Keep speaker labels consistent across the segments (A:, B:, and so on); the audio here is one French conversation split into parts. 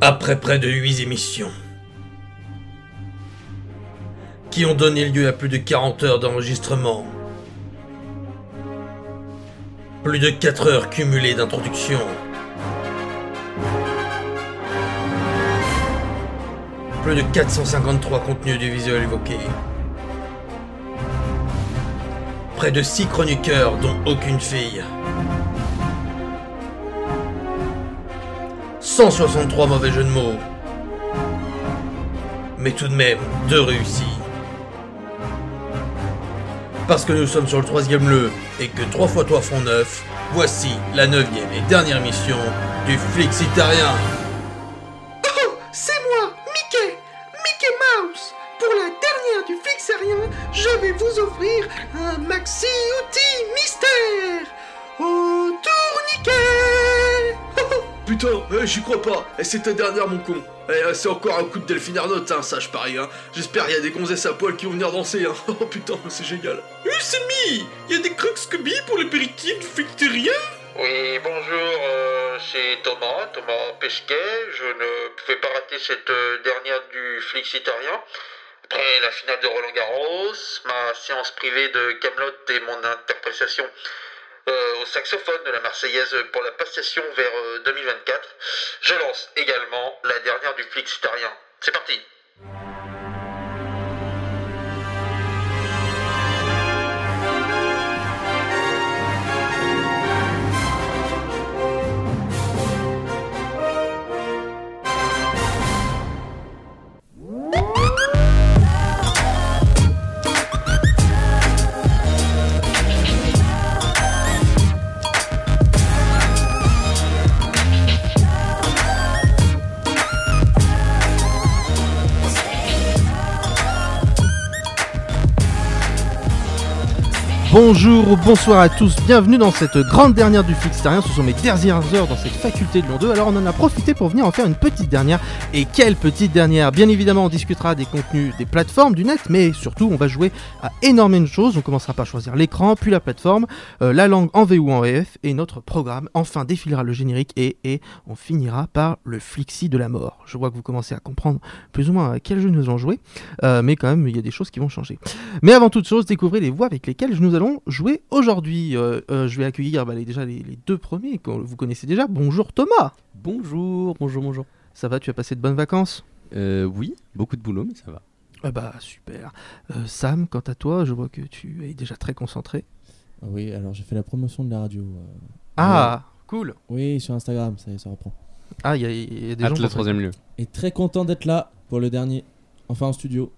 A: Après près de huit émissions, qui ont donné lieu à plus de 40 heures d'enregistrement, plus de 4 heures cumulées d'introduction, plus de 453 contenus du visuel évoqués, près de 6 chroniqueurs dont aucune fille, 163 mauvais jeux de mots, mais tout de même deux réussis. Parce que nous sommes sur le troisième le et que 3 fois 3 font 9, voici la neuvième et dernière mission du Flixitarien.
B: Oh, c'est moi, Mickey, Mickey Mouse. Pour la dernière du Flixérien, je vais vous offrir un maxi outil mystère. Au tourniquet.
C: Putain, eh, j'y crois pas. Et c'est ta dernière, mon con. Eh, eh, c'est encore un coup de Delphine Arnaute, hein, ça, je parie. Hein. J'espère qu'il y a des gonzesses à poil qui vont venir danser. Hein. Oh putain, c'est génial. Eh, c'est mi Il y a des crocs Scooby pour l'apéritif du Fictérien
D: Oui, bonjour, euh, c'est Thomas, Thomas Pesquet. Je ne pouvais pas rater cette euh, dernière du Flixitarien. Après la finale de Roland Garros, ma séance privée de Camelot et mon interprétation euh, au saxophone de la Marseillaise pour la passation vers euh, 2024, je lance également la dernière du Flixitarien. C'est parti
E: Bonjour, bonsoir à tous, bienvenue dans cette grande dernière du Fixterien. Ce sont mes dernières heures dans cette faculté de Lyon 2, alors on en a profité pour venir en faire une petite dernière. Et quelle petite dernière Bien évidemment, on discutera des contenus des plateformes du net, mais surtout, on va jouer à énormément de choses. On commencera par choisir l'écran, puis la plateforme, euh, la langue en V ou en VF, et notre programme. Enfin, défilera le générique et, et on finira par le Flixi de la mort. Je vois que vous commencez à comprendre plus ou moins à quel jeu nous allons jouer, euh, mais quand même, il y a des choses qui vont changer. Mais avant toute chose, découvrez les voix avec lesquelles nous allons jouer aujourd'hui. Euh, euh, je vais accueillir bah, les- déjà les, les deux premiers que vous connaissez déjà. Bonjour Thomas
F: Bonjour, bonjour, bonjour.
E: Ça va, tu as passé de bonnes vacances
F: Euh, oui, beaucoup de boulot, mais ça va.
E: Ah bah super. Euh, Sam, quant à toi, je vois que tu es déjà très concentré.
G: Ah Oui, alors j'ai fait la promotion de la radio. euh.
E: Ah, cool
G: Oui, sur Instagram, ça, y est, ça reprend.
E: Ah, il y, a- il y a des gens...
F: Hâte
E: qui
F: le
E: ont-
F: troisième lieu.
G: Et très content d'être là pour le dernier. Enfin, en studio.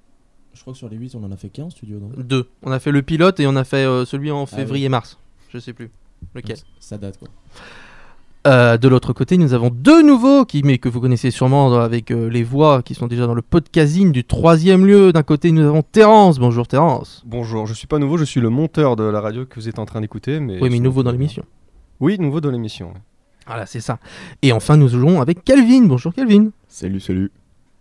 G: Je crois que sur les 8, on en a fait qu'un en studio. Non
E: Deux. On a fait le pilote et on a fait euh, celui
F: Ah
E: en
G: oui.
E: février-mars. Je sais plus. Lequel
G: Donc, Ça date quoi.
E: Euh, de l'autre côté, nous avons deux nouveaux qui, mais que vous connaissez sûrement dans- avec euh, les voix qui sont déjà dans le podcasting du troisième lieu. D'un côté, nous avons Terence. Bonjour Terence.
H: Bonjour, je suis pas nouveau, je suis le monteur de la radio que vous êtes en train d'écouter. Mais
E: Oui, mais nouveau dans l'émission.
H: Oui, nouveau dans l'émission. ouais.
E: Voilà, c'est ça. Et enfin, nous jouons avec Calvin. Bonjour Calvin.
I: Salut, salut.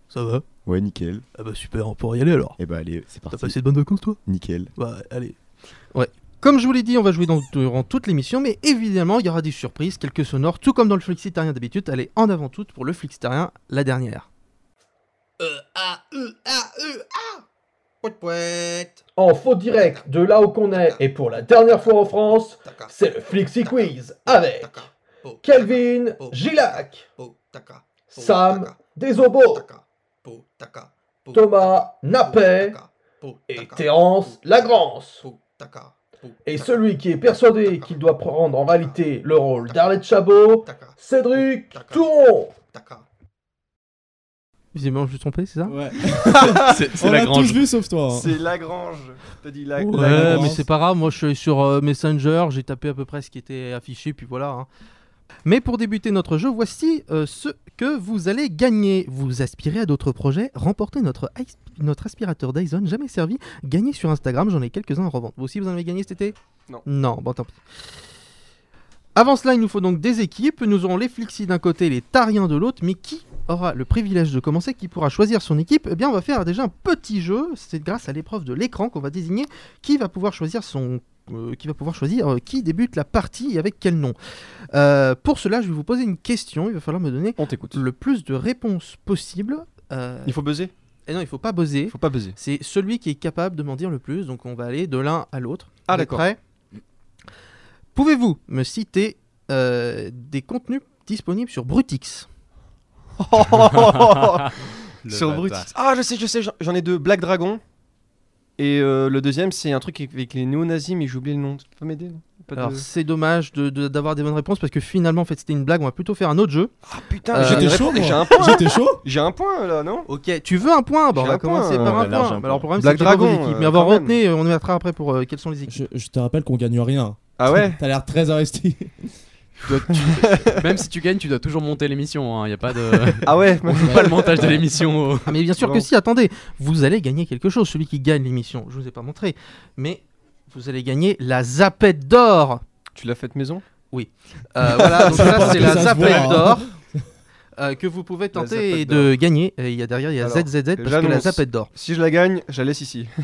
E: Ça va
I: Ouais, nickel.
E: Ah bah super, on peut y aller alors.
I: Et bah allez, c'est parti.
E: de bonnes vacances toi
I: Nickel.
E: Bah allez. Ouais. Comme je vous l'ai dit, on va jouer dans- durant toute l'émission, mais évidemment, il y aura des surprises, quelques sonores, tout comme dans le flixitarien d'habitude. Allez, en avant toute pour le flixitarien, la dernière.
B: E A E A E A. Pouet pouet.
A: En faux direct de là où qu'on est et pour la dernière fois en France,
B: Taca.
A: c'est le Flixi Quiz avec
B: Taca. Po,
A: Kelvin
B: taca, po,
A: Gilac,
B: po, taca, po,
A: Sam
B: taca, po,
A: Desobo,
B: taca, po, taca, po,
A: Thomas Nappet
B: taca, po,
A: et
B: taca,
A: Terence Lagrance.
B: po, taca, po,
A: Et
B: taca,
A: celui qui est persuadé qu'il doit prendre en réalité le rôle d'Arlette Chabot,
B: taca,
A: Cédric Touron.
B: taca.
E: Visiblement, je me suis trompé, c'est ça
G: Ouais.
F: C'est
G: on
F: la
G: l'a tous
F: grange.
G: vu sauf toi. hein.
H: C'est Lagrange. T'as dit la...
G: Ouais,
E: Ouais,
G: Lagrange.
E: mais c'est pas grave, moi je suis sur euh, Messenger, j'ai tapé à peu près ce qui était affiché, puis voilà. hein. Mais pour débuter notre jeu, voici euh, ce que vous allez gagner. Vous aspirez à d'autres projets, remportez notre, asp- notre aspirateur Dyson jamais servi, gagnez sur Instagram, j'en ai quelques-uns en revente. Vous aussi vous en avez gagné cet été
H: Non.
E: Non, bon tant pis. Avant cela, il nous faut donc des équipes. Nous aurons les Flixis d'un côté, les Tariens de l'autre. Mais qui aura le privilège de commencer Qui pourra choisir son équipe Eh bien, on va faire déjà un petit jeu. C'est grâce à l'épreuve de l'écran qu'on va désigner qui va pouvoir choisir son euh, qui va pouvoir choisir euh, qui débute la partie et avec quel nom. Euh, pour cela, je vais vous poser une question. Il va falloir me donner
H: On t'écoute.
E: le plus de réponses possibles. Euh,
H: Il faut buzzer
E: Et non, il faut pas buzzer.
H: Il faut pas buzzer.
E: C'est celui qui est capable de m'en dire le plus. Donc on va aller de l'un à l'autre.
H: Ah,
E: Vous êtes
H: d'accord.
E: prêts Pouvez-vous me citer euh, des contenus disponibles sur Brutix
H: Sur Brutix. Ah, je sais, je sais, j'en- j'en ai deux. Black Dragon. Et euh, le deuxième, c'est un truc avec les néo-nazis, mais j'ai oublié le nom. Tu peux m'aider non Pas de-
E: Alors c'est dommage de- de- d'avoir des bonnes réponses parce que finalement en fait c'était une blague. On va plutôt faire un autre jeu.
H: Ah putain,
E: Euh,
H: j'ai des
G: j'étais chaud,
H: réponses, et
G: moi.
H: J'ai un point.
G: J'étais chaud
H: J'ai un point là, non
E: Ok, tu veux un point Bon,
H: J'ai
E: on va
H: un point,
E: commencer
H: euh,
E: par un
I: ouais, large,
E: point.
I: un point.
E: Alors, le problème, c'est
H: Black
E: que j'ai pas vos
H: Dragon,
E: équipes.
H: euh,
E: Mais avant,
H: quand même.
E: retenez, euh, on y mettra après pour euh, quelles sont les équipes.
G: je, je te rappelle qu'on gagne rien.
H: Ah ouais
G: T'as l'air très investi.
F: Tu dois- tu- Même si tu gagnes, tu dois toujours monter l'émission. Il n'y a pas de.
H: Ah ouais
F: On fait pas le montage de l'émission. oh. au-
E: Ah, mais bien sûr que
H: Bon.
E: si, attendez, vous allez gagner quelque chose. Celui qui gagne l'émission, je vous ai pas montré, mais vous allez gagner la zapette d'or.
H: Tu l'as faite maison
E: Euh, voilà, donc là,
G: pense
E: c'est
G: que
E: la
G: ça se
E: zapette
G: voit,
A: hein.
E: d'or. euh, que vous pouvez tenter
H: hein. zapette
E: de gagner. Et Il y a derrière, il y a
H: Alors,
E: ZZZ parce que la
H: j'annonce.
E: zapette d'or.
H: Si je la gagne, je la laisse ici.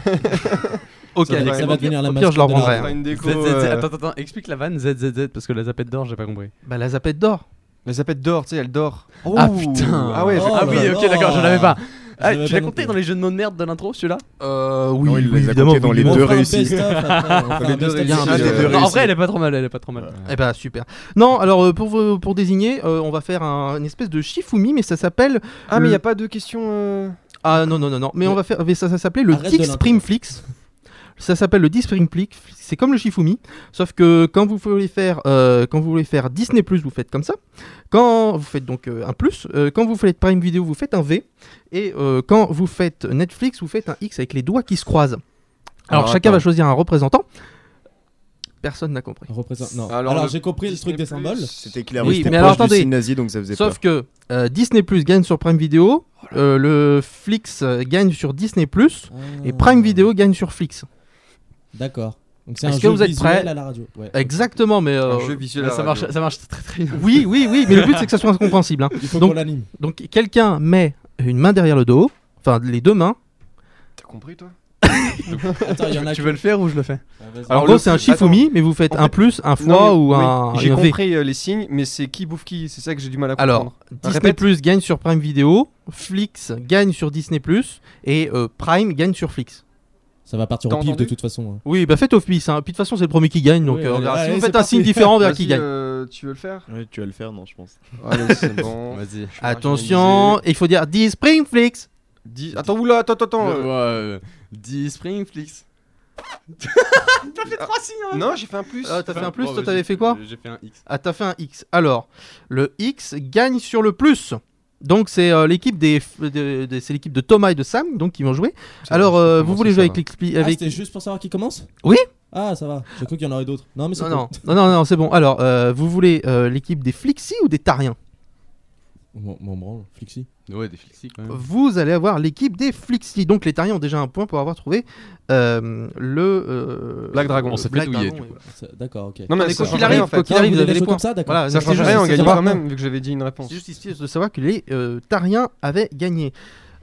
E: Ok,
H: va-
E: Alexandre,
H: ça
G: va
E: au pire-
G: devenir la
E: au pire, je leur
G: mascotte de
E: rendrai.
G: la
H: On fera
E: hein.
H: une déco.
F: ZZZ.
H: euh,
F: Attends, attends, attends, explique la vanne ZZZ parce que la zapette d'or, j'ai pas compris.
E: Bah, la zapette d'or.
H: La zapette d'or, tu sais, elle dort.
E: Oh.
F: ah
H: Ouh.
F: putain
H: Ah ouais, je-
G: Oh
F: Ah
G: là
F: oui,
G: là.
F: ok, d'accord, je l'avais pas. Ah,
G: Je l'avais
F: tu
G: pas
F: l'as
G: non
F: compté
G: plus.
F: dans les jeux de mots de merde de l'intro, celui-là
E: Euh, oui,
I: Non, il
E: oui,
I: les a
E: évidemment.
I: comptés dans les
E: évidemment.
G: On
I: deux
G: fera un
I: réussis.
G: best-of après, on fera
H: Les
G: un
H: deux
G: best-of.
E: Il y a un
H: réussis,
E: best-of.
H: euh,
F: Non, En vrai, elle est pas trop mal, elle est pas trop mal.
E: Eh bah super. Non, alors euh, pour, vous- pour désigner, euh, on va faire un- une espèce de Shifumi, mais ça s'appelle
H: Ah, mais il a pas de question. euh,
E: Ah non, non, non, non. Mais on va faire. mais ça ça s'appelait le
G: Arrête de
E: Dix
G: l'intro.
E: Primflix. Ça s'appelle le Dix Primflix. C'est comme le Shifumi. Sauf que quand vous voulez faire, euh, quand vous voulez faire Disney, vous faites comme ça. Quand vous faites donc euh, un plus. euh, quand vous faites Prime Video, vous faites un V. Et euh, quand vous faites Netflix, vous faites un X avec les doigts qui se croisent. Alors,
H: Alors,
E: chacun
H: attends.
E: va choisir un représentant. Personne n'a compris.
G: Représente- non.
H: Alors,
G: Alors,
H: le
G: j'ai compris le
H: Disney+,
G: truc des symboles.
I: C'était clair,
E: Oui,
I: c'était
E: mais alors,
I: proche du
E: attendez.
I: signe nazi, donc ça faisait
E: Sauf que euh, Disney Plus gagne sur Prime Video, euh, le Flix euh, gagne sur Disney Plus et Prime Video gagne sur Flix.
G: D'accord. Donc c'est un
E: Est-ce que
G: jeu
E: vous êtes
G: visuel
E: prêts
G: à la radio. Ouais.
E: Exactement, mais euh,
H: Un jeu visuel. à
F: Ça
H: la
F: marche,
H: radio.
F: ça marche très très bien.
E: Oui, oui, oui, mais le but c'est que ça soit incompréhensible. hein.
G: Il faut
E: Donc-
G: qu'on l'anime.
E: Donc quelqu'un met une main derrière le dos, enfin les deux mains.
H: T'as compris, toi
G: Attends, il y en a
F: Tu veux le faire ou je le fais
I: Bah,
E: Alors, en
H: le
E: gros, c'est un
H: flux-
E: Shifumi, mais vous faites
H: en
E: un
H: fait-
E: plus, un
H: Non,
E: fois
H: mais-
E: ou
H: oui,
E: un,
H: J'ai
E: un V.
H: compris euh, les signes, mais c'est qui bouffe qui C'est ça que j'ai du mal à comprendre.
E: Alors, Disney
H: Répète.
E: Plus gagne sur Prime Video, Flix gagne sur Disney Plus et euh, Prime gagne sur Flix.
G: Ça va partir
H: T'as
G: au pif de
H: entendu
G: toute façon. hein.
E: Oui, bah faites au pif, hein. puis de toute façon c'est le premier qui gagne, donc
G: Oui,
E: euh, on
G: allez,
E: verra. si
G: allez,
E: vous
G: c'est
E: faites un signe
G: parti.
E: différent, on verra
H: Vas-y,
E: qui gagne.
H: euh, tu veux le faire
I: que. tu vas le faire, non, je pense.
H: Allez, c'est bon.
F: Vas-y.
E: Attention, il faut dire 10 Prime Flix.
H: Dis- Attends, oula, attends, attends, attends. euh,
F: Euh, ouais, euh, Dis Springflix. T'as fait trois signes hein
H: Non, j'ai fait un plus.
E: Ah, t'as fait un plus,
F: Bon,
E: toi
F: bah,
E: t'avais
F: j'ai-
E: fait quoi
F: J'ai fait un X.
E: Ah, t'as fait un X. Alors, le X gagne sur le plus. Donc, c'est euh, l'équipe des, f- de- de- c'est l'équipe de Thomas et de Sam donc, qui vont jouer. Alors, euh, vous voulez jouer avec l'expli-
G: Ah,
E: avec...
G: c'était juste pour savoir qui commence
E: Oui.
G: Ah, ça va. J'ai cru qu'il y en aurait d'autres. Non, mais c'est
E: non,
G: cool.
E: non, non, non, non, c'est bon. Alors, euh, vous voulez euh, l'équipe des Flixi ou des Tariens
G: Mon, mon branle, Flixi.
F: Ouais, des Flixi quand même.
E: Vous allez avoir l'équipe des Flixi. Donc, les Tariens ont déjà un point pour avoir trouvé euh, le. euh,
H: Black Dragon.
E: le
F: On s'est fait
E: Black
F: douiller,
E: Dragon,
F: du
E: oui.
F: coup.
G: C'est- D'accord, ok.
H: Non, mais
E: Non, mais
H: ça
E: quoi
H: change
E: qu'il arrive,
H: rien, en
E: quoi
H: fait.
E: qu'il arrive,
G: vous
E: vous
G: avez
E: avez les
G: joué
E: points.
G: comme ça, d'accord.
E: Voilà,
H: Ça
E: c'est
H: change
E: juste-
H: rien, on
E: c'est
H: gagne
E: pas-
H: quand même, vu que j'avais dit une réponse.
E: C'est juste ici de savoir que les euh, Tariens avaient gagné.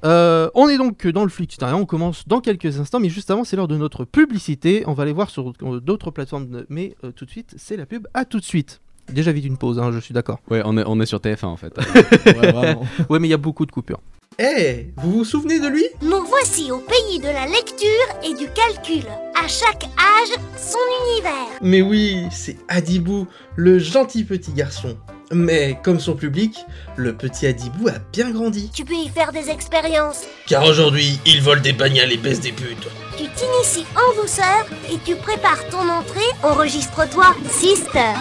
E: Euh, on est donc dans le Flix Tarien, on commence dans quelques instants, mais juste avant, c'est l'heure de notre publicité. On va aller voir sur euh, d'autres plateformes, mais euh, tout de suite, c'est la pub. À tout de suite. Déjà vite une pause, hein, je suis d'accord.
F: Ouais, on est, on est sur TF1 en fait.
G: Ouais, vraiment.
E: Ouais, mais il y a beaucoup de coupures.
B: Eh, vous vous souvenez de lui
J: Nous voici au pays de la lecture et du calcul. À chaque âge, son univers.
B: Mais oui, c'est Adibou, le gentil petit garçon. Mais comme son public, le petit Adibou a bien grandi.
J: Tu peux y faire des expériences.
A: Car aujourd'hui, ils volent des bagnoles et baissent des putes.
J: Tu t'inities en douceur et tu prépares ton entrée. Enregistre-toi, sister.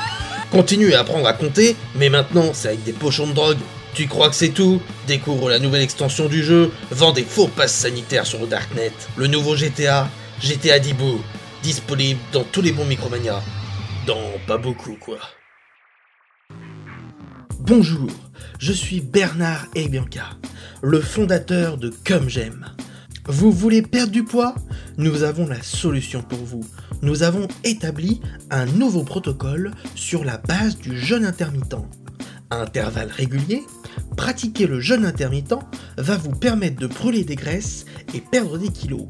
A: Continue à apprendre à compter, mais maintenant c'est avec des pochons de drogue. Tu crois que c'est tout Découvre la nouvelle extension du jeu, vend des faux passes sanitaires sur le Darknet. Le nouveau GTA, GTA Dibou, disponible dans tous les bons Micromania. Dans pas beaucoup quoi.
B: Bonjour, je suis Bernard Ebianca, le fondateur de Comme J'aime. Vous voulez perdre du poids Nous avons la solution pour vous. Nous avons établi un nouveau protocole sur la base du jeûne intermittent. À intervalles réguliers, pratiquer le jeûne intermittent va vous permettre de brûler des graisses et perdre des kilos.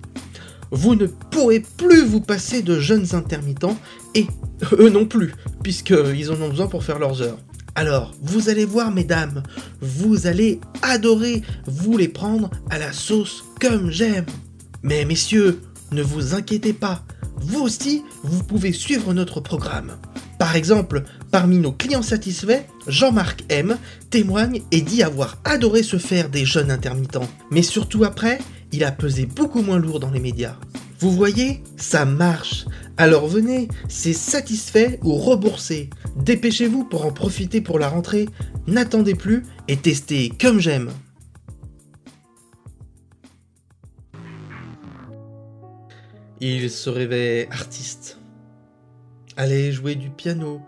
A: vous ne pourrez plus vous passer de jeunes intermittents, et eux non plus, puisqu'ils en ont besoin pour faire leurs heures. Alors, vous allez voir, mesdames, vous allez adorer vous les prendre à la sauce comme j'aime. Mais messieurs, ne vous inquiétez pas, vous aussi, vous pouvez suivre notre programme. Par exemple, parmi nos clients satisfaits, Jean-Marc M témoigne et dit avoir adoré se faire des jeunes intermittents. Mais surtout après, il a pesé beaucoup moins lourd dans les médias. Vous voyez, ça marche. Alors venez, c'est satisfait ou remboursé. Dépêchez-vous pour en profiter pour la rentrée. N'attendez plus et testez comme j'aime. Il se réveille artiste. Allait jouer du piano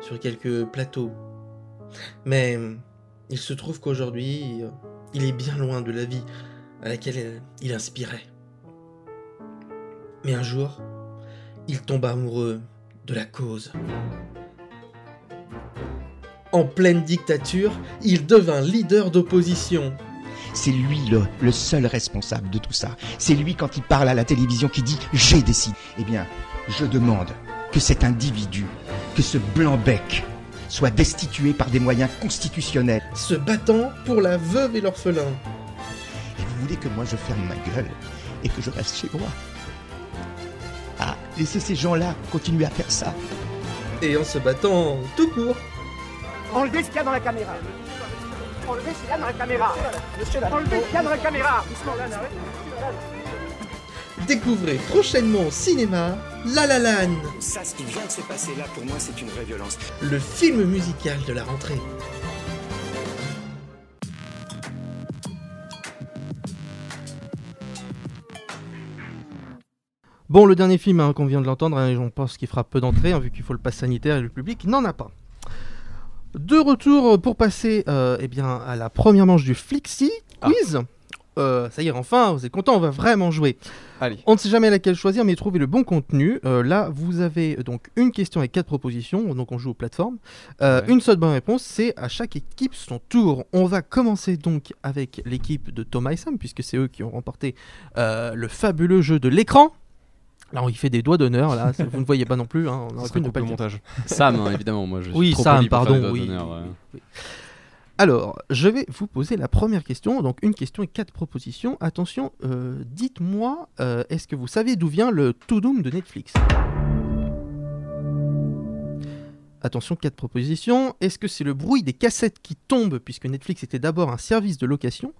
A: sur quelques plateaux. Mais il se trouve qu'aujourd'hui, il est bien loin de la vie à laquelle il inspirait. Mais un jour, il tombe amoureux de la cause. En pleine dictature, il devint leader d'opposition.
K: C'est lui le, le seul responsable de tout ça. C'est lui quand il parle à la télévision qui dit j'ai décidé. Eh bien, je demande que cet individu, que ce blanc bec, soit destitué par des moyens constitutionnels.
A: se battant pour la veuve et l'orphelin.
K: Et vous voulez que moi je ferme ma gueule et que je reste chez moi Ah, laissez ces gens-là continuer à faire ça.
A: Et en se battant tout court,
L: Enlevez ce qu'il y a dans la caméra. Enlevez ce qu'il y a dans la caméra. Enlevez ce qu'il y a dans la caméra.
A: découvrez prochainement au cinéma La La Land,
M: Ça, ce qui vient de se passer là, pour moi, c'est une vraie violence.
A: le film musical de la rentrée.
E: Bon, le dernier film hein, qu'on vient de l'entendre, hein, on pense qu'il fera peu d'entrées, hein, vu qu'il faut le pass sanitaire et le public n'en a pas. De retour pour passer euh, eh bien, à la première manche du Flixi Quiz. Euh, ça y est, enfin, vous êtes content, on va vraiment jouer.
H: Allez.
E: On ne sait jamais laquelle choisir, mais trouvez le bon contenu. Euh, là, vous avez euh, donc une question et quatre propositions, donc on joue aux plateformes. Euh, Une seule bonne réponse, c'est à chaque équipe son tour. On va commencer donc avec l'équipe de Thomas et Sam, puisque c'est eux qui ont remporté euh, le fabuleux jeu de l'écran. Là, on y fait des doigts d'honneur, là, c'est- vous ne voyez pas non plus, hein, on aurait
F: Ça
E: pu ne
F: coupe
E: pas
F: le
E: dire.
F: montage. Sam, hein, évidemment, moi, je suis
E: Oui,
F: trop
E: Sam,
F: poli pour faire
E: pardon,
F: des doigts
E: oui.
F: d'honneur, ouais.
E: oui. Alors, je vais vous poser la première question, donc une question et quatre propositions. Attention, euh, dites-moi, euh, est-ce que vous savez d'où vient le To Doom de Netflix Attention, quatre propositions. Est-ce que c'est le bruit des cassettes qui tombent, puisque Netflix était d'abord un service de location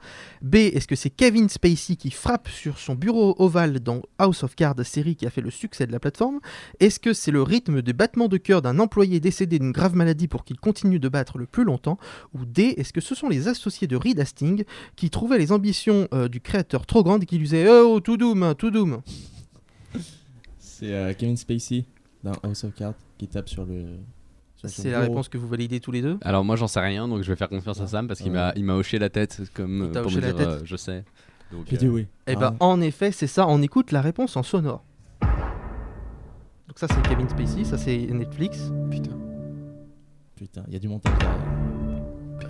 E: B, est-ce que c'est Kevin Spacey qui frappe sur son bureau ovale dans House of Cards, série qui a fait le succès de la plateforme Est-ce que c'est le rythme des battements de cœur d'un employé décédé d'une grave maladie pour qu'il continue de battre le plus longtemps Ou D, est-ce que ce sont les associés de Reed Hastings qui trouvaient les ambitions euh, du créateur trop grandes et qui lui disaient Oh, tout doom, tout doom
G: C'est euh, Kevin Spacey dans House of Cards qui tape sur le. sur son
E: C'est la
G: bureau.
E: réponse que vous validez tous les deux
F: Alors moi j'en sais rien donc je vais faire confiance à Sam parce qu'il
G: Ouais.
F: m'a il m'a hoché la tête comme
E: Il
F: euh,
E: t'a
F: pour
E: hoché
F: me
E: la
F: dire
E: tête
F: euh, je sais. Donc,
G: J'ai dit
F: euh,
G: oui.
E: Eh ben, en effet, c'est ça. On écoute la réponse en sonore. Donc ça, c'est Kevin Spacey, ça c'est Netflix.
H: Putain.
G: Putain, il y a du montage derrière.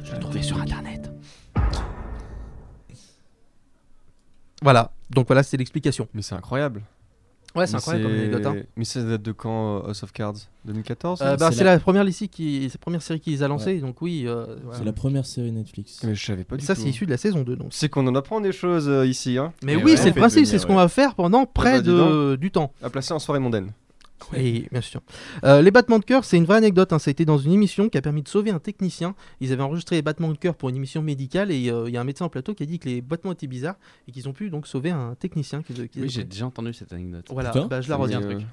E: Je l'ai trouvé sur Internet. Voilà. Donc voilà, c'est l'explication.
H: Mais c'est incroyable.
E: Ouais, c'est
H: Mais
E: incroyable comme anecdote. hein.
H: Mais ça date de quand euh, House of Cards 2014
E: Euh, bah, c'est la... première ici qui, c'est la première série qu'ils a lancée. Donc oui. euh, voilà.
G: C'est la première série Netflix.
H: Mais je savais pas
E: Et
H: du
E: ça,
H: tout. hein.
E: c'est issu de la saison 2. Donc.
H: C'est qu'on en apprend des choses euh, ici, hein. Ah bah,
E: Mais
I: Et
E: oui,
I: ouais,
E: c'est
I: on
E: le
I: fait
E: principe,
I: devenir,
E: c'est ce qu'on
I: ouais.
E: va faire pendant près
H: dis
E: de, du temps.
H: À placer en soirée mondaine.
E: Oui, bien sûr. Euh, les battements de cœur, c'est une vraie anecdote. hein. Ça a été dans une émission qui a permis de sauver un technicien. Ils avaient enregistré les battements de cœur pour une émission médicale et euh, il y a un médecin en plateau qui a dit que les battements étaient bizarres et qu'ils ont pu donc sauver un technicien. Qui, qui-
F: Oui j'ai déjà entendu cette anecdote. Euh,
E: Voilà,
G: Putain.
E: bah, je la
F: Ça me dit
E: retiens.
F: un
H: euh,
F: truc.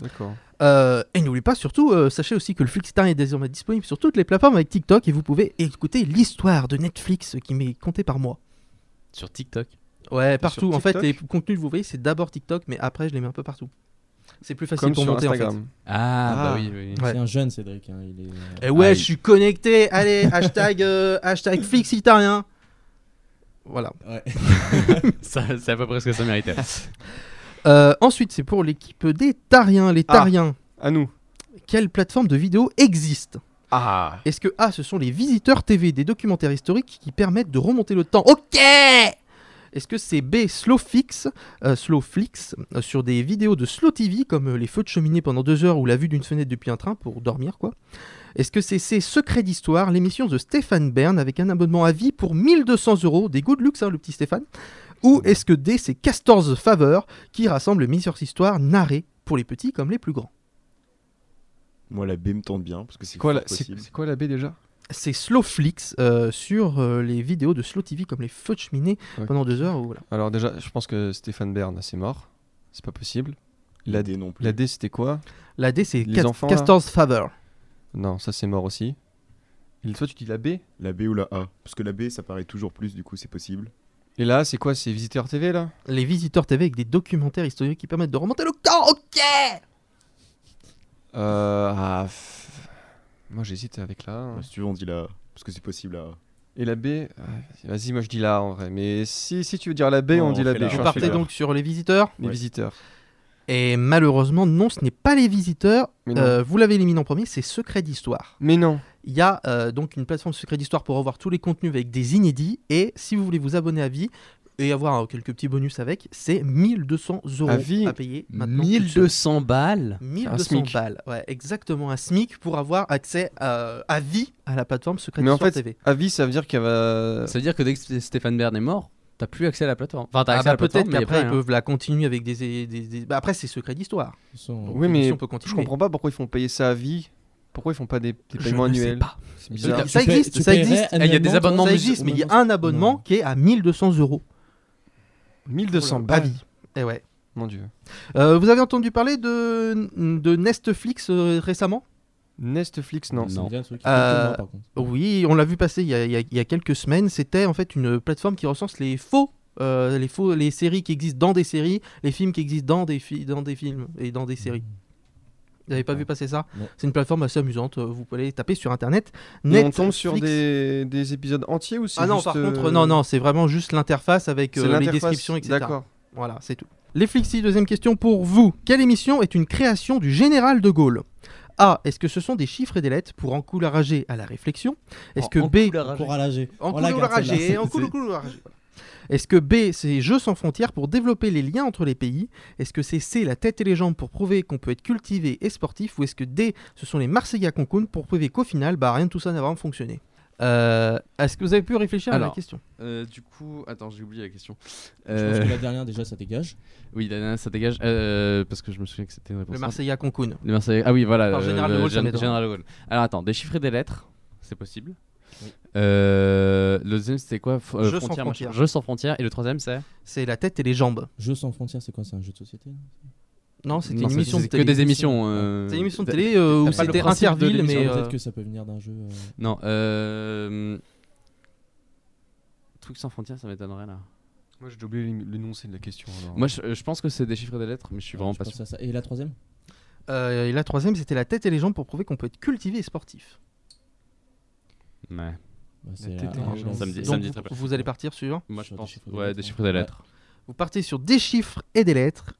H: D'accord.
E: Euh, et n'oubliez pas surtout, euh, sachez aussi que le Flixstar est désormais disponible sur toutes les plateformes avec TikTok et vous pouvez écouter l'histoire de Netflix qui m'est comptée par moi.
F: Sur TikTok.
E: Ouais,
H: sur
E: Eh, partout. En fait,
H: TikTok
E: les contenus que vous voyez, c'est d'abord TikTok, mais après, je les mets un peu partout. C'est plus facile
H: Comme
E: pour
H: sur
E: monter en fait.
H: Instagram.
F: Ah,
H: Ah.
F: bah oui oui.
E: Ouais.
G: C'est un jeune Cédric. hein, il est, euh,
E: Et Eh ouais,
I: Ah,
F: Aïe.
E: je suis connecté. Allez, hashtag, euh, hashtag Flixitarien. Voilà.
G: Ouais.
F: Ça- c'est à peu près ce que ça méritait.
E: Euh, ensuite, c'est pour l'équipe des Tariens. Les
H: Ah.
E: Tariens,
H: À nous.
E: quelle plateforme de vidéo existe
H: Ah
E: Est-ce que A, ce sont les visiteurs TV, des documentaires historiques qui permettent de remonter le temps Ok Est-ce que c'est B, Slowfix, euh, Slowflix, euh, sur des vidéos de Slow TV, comme euh, les feux de cheminée pendant deux heures ou la vue d'une fenêtre depuis un train pour dormir, quoi Est-ce que c'est C, Secret d'Histoire, l'émission de Stéphane Bern avec un abonnement à vie pour 1200 euros, des goûts de luxe, hein, le petit Stéphane Ou est-ce que D, c'est Castors Faveur, qui rassemble Misseurs Histoire narrée pour les petits comme les plus grands
I: Moi, la B me tente bien parce que c'est
H: quoi, la-
I: fort
H: c'est-
I: possible.
H: c'est quoi la B déjà
E: c'est Slowflix euh, sur euh, les vidéos de Slow TV comme les feux de cheminée
H: Ouais.
E: pendant deux heures. ou voilà.
H: Alors déjà, je pense que Stéphane Bern, c'est mort. C'est pas possible. La D
I: non
H: La D, c'était quoi
E: La D, c'est
H: Les
E: Cas-
H: enfants, là
E: Castor's Favor.
H: Non, ça c'est mort aussi. Et toi, tu dis la B
I: La B ou la A Parce que la B, ça paraît toujours plus, du coup, c'est possible.
H: Et là, c'est quoi C'est Visiteur TV là
E: Les visiteurs TV avec des documentaires historiques qui permettent de remonter le temps. Ok.
H: Euh. ah, f- Moi, j'hésite avec la. A, hein.
I: Bah, si tu veux, on dit la A. Parce que c'est possible la A.
H: Et la B ouais, Vas-y, moi je dis la A, en vrai. Mais si, si tu veux dire la B,
I: Non,
H: on dit
I: on
H: la
I: fait
H: B.
I: la A.
H: je suis
I: On
H: un
I: partait
H: suiveur.
E: donc sur les visiteurs
H: Les
I: Ouais.
H: visiteurs.
E: Et malheureusement, non, ce n'est pas les visiteurs.
H: Mais non.
E: Euh, vous l'avez éliminé en premier, c'est Secret d'Histoire.
H: Mais non.
E: Il y a euh, donc une plateforme Secret d'Histoire pour avoir tous les contenus avec des inédits. Et si vous voulez vous abonner à vie et avoir euh, quelques petits bonus avec, c'est 1200 euros
F: À vie
E: à payer maintenant. toute semaine.
F: 1200 balles.
G: Ah,
E: 1200 balles, ouais, exactement un SMIC pour avoir accès euh, à vie à la plateforme Secret
H: Mais en
E: d'Histoire
H: fait,
E: TV.
H: à vie, ça veut dire qu'elle va.
F: Ça veut dire que dès que Sté- Stéphane Bern est mort, t'as plus accès à la plateforme. Enfin, t'as
E: Ah
F: accès
E: bah,
F: à la plateforme,
E: peut-être
F: mais
E: qu'après
F: après,
E: ils peuvent la continuer avec des. des- des- des- bah, après, c'est Secret d'Histoire. Donc,
H: Oui, mais
E: l'émission peut
H: je
E: continuer.
H: comprends pas pourquoi ils font payer ça à vie. Pourquoi ils font pas des, des
E: Je
H: paiements
E: ne sais
H: annuels
E: pas.
H: C'est bizarre.
E: Ça existe, ça existe. Il y a des abonnements, ça existe, mais il y a un abonnement qui est à 1200 euros.
H: 1200
E: Oula, à
H: balles.
E: vie. Eh ouais.
H: Mon dieu.
E: Euh, vous avez entendu parler de, de Nestflix euh, récemment
H: Nestflix, non.
G: Ça me dit un truc.
E: Euh,
G: Exactement, par contre.
E: oui, on l'a vu passer il y, a, il y a- il y a quelques semaines. C'était en fait une plateforme qui recense les faux, euh, les faux, les séries qui existent dans des séries, les films qui existent dans des, fi- dans des films et dans des séries. Vous n'avez pas vu passer ça
G: Non.
E: C'est une plateforme assez amusante. euh, Vous pouvez aller taper sur internet.
H: Mais on tombe sur
E: Netflix.
H: des, des épisodes entiers ou c'est
E: Ah non,
H: juste,
E: par
H: euh,
E: contre, non, non, c'est vraiment juste l'interface avec
H: C'est
E: euh, les
H: l'interface,
E: descriptions, etc.
H: d'accord.
E: Voilà, c'est tout. Les Flixi, deuxième question pour vous. Quelle émission est une création du général de Gaulle A. Est-ce que ce sont des chiffres et des lettres pour encourager à la réflexion Est-ce que B.
G: Encourager. On la garde,
E: Encourager,
G: celle-là.
E: encourager. Voilà. Est-ce que B, c'est Jeux sans frontières pour développer les liens entre les pays Est-ce que c'est C, la tête et les jambes pour prouver qu'on peut être cultivé et sportif Ou est-ce que D, ce sont les Marseillais à Cancun pour prouver qu'au final, bah, rien de tout ça n'a vraiment fonctionné Euh, Est-ce que vous avez pu réfléchir à la
F: Alors,
E: question
F: euh, du coup, attends, j'ai oublié la question.
G: Je
F: Euh,
G: pense que la dernière, déjà, ça dégage.
F: Oui, la dernière, ça dégage. euh, parce que je me souviens que c'était une réponse.
E: Le Marseillais à Cancun.
F: Le Marseillais. Ah oui, voilà.
E: Par
F: le-
E: Général de
F: le
E: Gaulle, ça
F: Gén-
E: m'aidera.
F: Général de Gaulle. Alors attends, déchiffrer des lettres, c'est possible. Euh, le deuxième, c'était quoi F- euh,
E: Jeux sans
F: frontières, machin.
E: frontières.
F: Jeux sans frontières. Et le troisième, c'est
E: C'est la tête et les jambes.
G: Jeux sans frontières, c'est quoi C'est un jeu de société non
E: Non, c'était
F: Non,
E: une
F: c'est-
E: émission
F: c'est
E: de
F: que
E: télé.
F: des émissions, euh,
E: C'est une émission de
F: t'as-
E: télé euh,
F: t'as
E: où
F: pas le
E: c'était
F: principe de
E: interville,
F: l'émission.
E: mais.
G: Peut-être
E: euh,
G: que ça peut venir d'un jeu. euh,
F: Non. Euh... Truc sans frontières, ça m'étonnerait là.
H: Moi, j'ai oublié le le nom, c'est de la question. alors.
F: Moi, je, euh, je pense que c'est déchiffrer des lettres, mais je suis vraiment
G: je
F: pas
G: pense
F: sûr.
G: à ça. Et la troisième
E: euh, et la troisième, c'était la tête et les jambes pour prouver qu'on peut être cultivé et sportif.
F: Ouais.
G: Bah, c'est
H: tête
G: la-
H: et les
G: ah,
H: jambes.
G: la-
F: Ça me dit-
E: Donc,
F: ça me dit très peu.
E: vous, vous allez partir sur
F: Moi, je
G: euh, Sur
F: pense.
G: déchiffrer des
F: Ouais,
G: lettres,
F: déchiffrer des
G: ouais.
F: lettres.
E: Vous partez sur des chiffres et des lettres.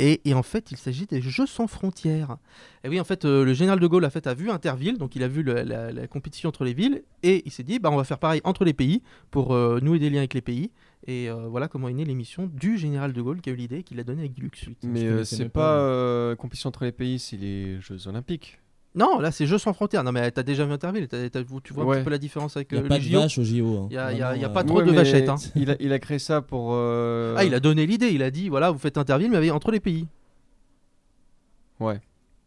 E: Et, et en fait, il s'agit des Jeux sans frontières. Et oui, en fait, euh, le général de Gaulle a, fait, a vu Interville, donc il a vu le- la, la compétition entre les villes, et il s'est dit, bah, on va faire pareil entre les pays, pour euh, nouer des liens avec les pays. Et euh, voilà comment est née l'émission du général de Gaulle qui a eu l'idée, et qui l'a donnée à Guy Lux.
H: Mais
G: Je
H: euh,
G: connaissais
H: c'est
G: même
H: pas
G: pas, moi.
H: euh, compétition entre les pays, c'est les Jeux Olympiques.
E: Non, là, Ah, c'est Jeux sans frontières. Non, mais t'as déjà vu Interville, t'as- t'as- tu vois un
H: Ouais.
E: petit peu la différence avec
G: Il n'y
E: euh,
G: a pas
E: les
G: de
E: JO.
G: vache au JO. hein.
E: Il y a- il y a- il y a
G: Vraiment,
E: pas
G: euh,
E: trop de
H: mais
E: vachettes, hein.
H: Il a, il a créé ça pour. euh,
E: Ah, il a donné l'idée, il a dit voilà, vous faites Interville, mais avec- entre les pays.
H: Ouais,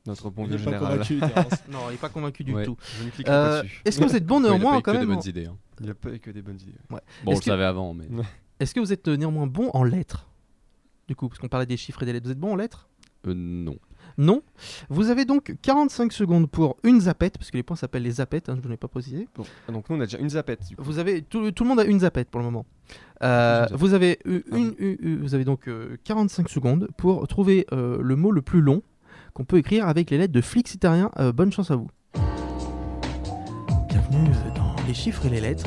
H: notre bon vieux
G: Il est pas
H: général.
G: convaincu, Terence.
E: Non, il n'est pas convaincu du
F: Ouais.
E: tout.
H: Je ne clique
E: Euh,
H: pas dessus.
E: Est-ce que vous êtes bon
F: Ouais, il a pas
E: néanmoins
F: eu que
E: quand
F: des
E: même
F: bonnes
E: en-
F: idées, hein.
H: Il a pas que des bonnes idées.
E: Ouais.
F: Bon,
E: Est-ce
F: je
E: que-
F: l'avais avant, mais.
E: Est-ce que vous êtes euh, néanmoins bon en lettres Du coup, parce qu'on parlait des chiffres et des lettres, vous êtes bon en lettres
F: Euh, non.
E: Non. Vous avez donc 45 secondes pour une zapette, parce que les points s'appellent les zappettes, hein, je ne vous l'ai pas précisé.
H: Bon, ah, donc nous on a déjà une zapette. du coup.
E: Vous avez tout, tout le monde a une zapette pour le moment. Euh,
H: Une zappette.
E: vous avez eu
H: Ah
E: une, eu- eu- vous avez donc euh, 45 secondes pour trouver euh, le mot le plus long qu'on peut écrire avec les lettres de flixitarien. Euh, bonne chance à vous. Bienvenue euh, dans les chiffres et les lettres.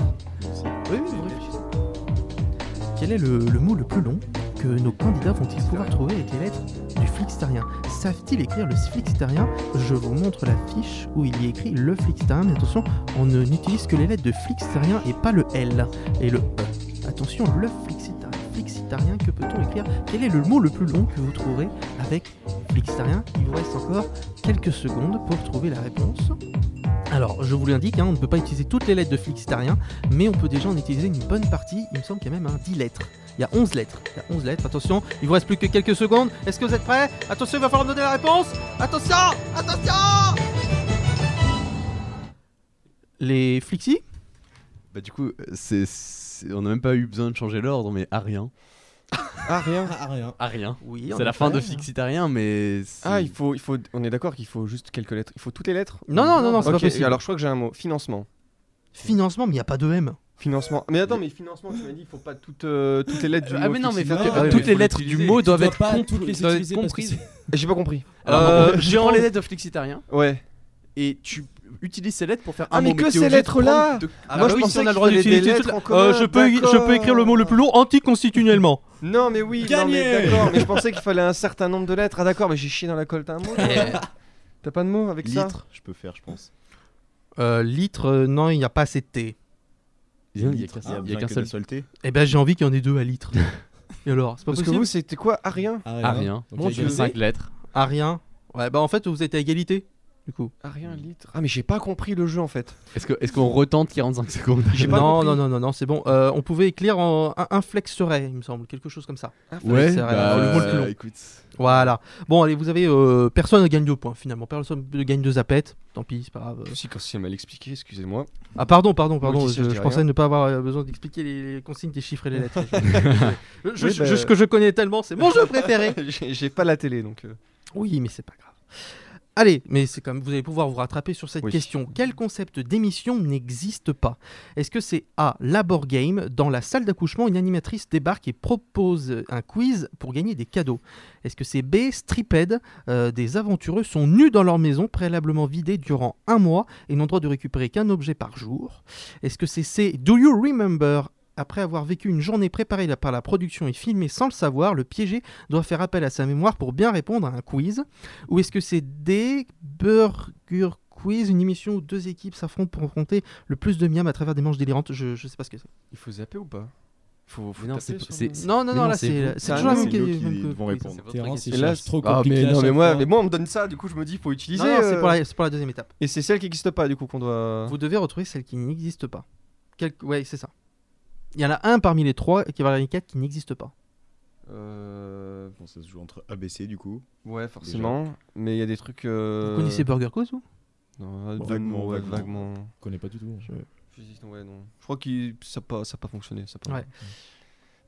E: Oui, oui, vous réfléchissez. Quel est le, le mot le plus long que nos candidats vont-ils pouvoir trouver avec les lettres du flixitarien Savent-ils écrire le flixitarien Je vous montre la fiche où il y est écrit le flixitarien, mais attention, on ne- n'utilise que les lettres de flixitarien et pas le L et le E. Attention, le flixitarien. Flix- flixitarien, que peut-on écrire Quel est le mot le plus long que vous trouverez avec flixitarien Il vous reste encore quelques secondes pour trouver la réponse. Alors, je vous l'indique, hein, on ne peut pas utiliser toutes les lettres de flixitarien, mais on peut déjà en utiliser une bonne partie. Il me semble qu'il y a même un 10 lettres. Il y a 11 lettres. Il y a 11 lettres. Attention, il vous reste plus que quelques secondes. Est-ce que vous êtes prêts Attention, il va falloir me donner la réponse. Attention Attention Les flixis
N: Bah du coup, euh, c'est, c'est- on n'a même pas eu besoin de changer l'ordre, mais à rien.
H: Ah, rien.
G: Ah, rien.
N: À rien.
G: Oui,
N: c'est la fin de Fixitarien, mais c'est-
H: Ah, il faut, il faut, on est d'accord qu'il faut juste quelques lettres. Il faut toutes les lettres
E: Non, non, non, non, c'est
H: Ok,
E: pas possible.
H: alors je crois que j'ai un mot. Financement.
E: Financement, mais il n'y a pas de M.
H: Financement. Mais attends, mais financement, tu m'as dit, il faut pas toutes, euh, toutes les lettres du
N: Ah,
H: mot.
N: mais non, mais
H: fixitaire.
N: faut que- Ah, toutes oui, les faut lettres l'utiliser. du mot doivent
H: Tu
N: être
H: dois pas
N: compris-
H: toutes les
N: doivent être
H: utiliser parce que
N: comprises.
H: c'est- J'ai pas compris.
N: Euh, je prends les lettres de Flixitarien.
H: Ouais.
N: Et tu utilises ces lettres pour faire
H: Ah,
N: un
H: mais
N: mot,
H: que
N: t'es
H: ces
N: obligé de
H: lettres-là
N: prendre de-
H: Ah, Moi,
N: bah
H: je
N: oui,
H: pensais
N: si on a
H: qu'il
N: le droit
H: fallait
N: d'utiliser
H: des
N: toutes
H: lettres
N: les-
H: en
E: euh,
H: commun,
N: je, peux, je peux écrire le mot le plus long anticonstitutionnellement.
H: Non, mais oui, non,
N: Gagné
H: mais d'accord, mais je pensais qu'il fallait un certain nombre de lettres. Ah, d'accord, mais j'ai chié dans la colle. T'as un mot toi T'as pas de mot avec ça
I: Litre, je peux faire, je pense.
E: Euh, litre, euh, non, il n'y a pas assez de T.
N: Il y a- il y a qu'un seul- Ah, il y a qu'un
I: seul- seul T.
E: Eh ben, j'ai envie qu'il y en ait deux à litre. Et alors, c'est pas
H: Parce que
E: possible
H: vous, c'était quoi À Ah, rien
E: Ah,
N: À Ah, rien.
E: Mon Dieu. À rien. Ouais, bah en fait, vous êtes à égalité, du coup.
H: À rien, litre. Ah, mais j'ai pas compris le jeu en fait.
N: Est-ce que- est-ce qu'on retente 45 secondes
E: non, non, non, non, non, c'est bon. Euh, on pouvait écrire en un, un flexerait, il me semble, quelque chose comme ça.
N: Ouais,
E: Flexerait,
N: bah,
E: le mot le plus
N: euh,
E: long.
N: écoute.
E: Voilà. Bon, allez, vous avez. euh, personne ne gagne deux points finalement. Personne ne gagne deux zapettes. Tant pis, c'est pas grave.
H: Si, quand c'est mal expliqué, excusez-moi.
E: Ah, pardon, pardon, pardon.
H: Laetitia,
E: Je,
H: je
E: je
H: dis
E: pensais
H: rien.
E: ne pas avoir euh, besoin d'expliquer les, les consignes des chiffres et les lettres. Je- je-
H: Oui,
E: je-
H: bah-
E: je- ce que je connais tellement, c'est mon jeu préféré.
H: J'ai j'ai pas la télé donc. euh.
E: Oui, mais c'est pas grave. Allez, mais c'est quand même, vous allez pouvoir vous rattraper sur cette
H: Oui.
E: question. Quel concept d'émission n'existe pas Est-ce que c'est A, Labor Game Dans la salle d'accouchement, une animatrice débarque et propose un quiz pour gagner des cadeaux. Est-ce que c'est B, Striped Euh, Des aventureux sont nus dans leur maison, préalablement vidés durant un mois et n'ont droit de récupérer qu'un objet par jour. Est-ce que c'est C, Do You Remember après avoir vécu une journée préparée la- par la production et filmée sans le savoir, le piégé doit faire appel à sa mémoire pour bien répondre à un quiz. Ou est-ce que c'est des Burger Quiz, une émission où deux équipes s'affrontent pour affronter le plus de miams à travers des manches délirantes Je, je sais pas ce que c'est.
H: Il faut zapper ou pas faut, faut
N: Non,
H: taper
N: c'est-
H: sur
N: c'est-
H: le-
N: c'est-
E: Non, non, non, là, c'est-
H: vous.
E: c'est toujours
H: un
E: la
H: nom,
E: même
H: c'est
E: que-
H: nous qui
E: même que-
H: vont
E: oui,
H: répondre.
E: ça, c'est votre Terrence,
G: il
H: Et là,
G: cherche
H: c'est-
G: trop
H: ah,
G: compliqué
H: mais
G: à
H: non, mais
G: chaque
H: moi,
G: fois.
H: mais moi, on me donne ça, du coup, je me dis, faut utiliser.
E: Non, non, c'est
H: euh,
E: pour, la- c'est pour la deuxième étape.
H: Et c'est celle qui n'existe pas, du coup, qu'on doit.
E: Vous devez retrouver celle qui n'existe pas. Quel- Ouais, c'est ça. Il y en a un parmi les trois, qui va les quatre, qui n'existe pas.
H: Euh...
I: Bon, ça se joue entre ABC du coup.
H: Ouais, forcément. Mais il y a des trucs. euh,
E: Vous connaissez Burger Quiz, vous
H: Non,
I: Bon,
H: vaguement, ouais,
I: vaguement.
H: vaguement.
G: Je connais pas du
I: hein.
G: tout.
H: Je dis, ouais, non. Je crois que ça n'a pas, ça a pas fonctionné. Ça a pas...
E: Ouais.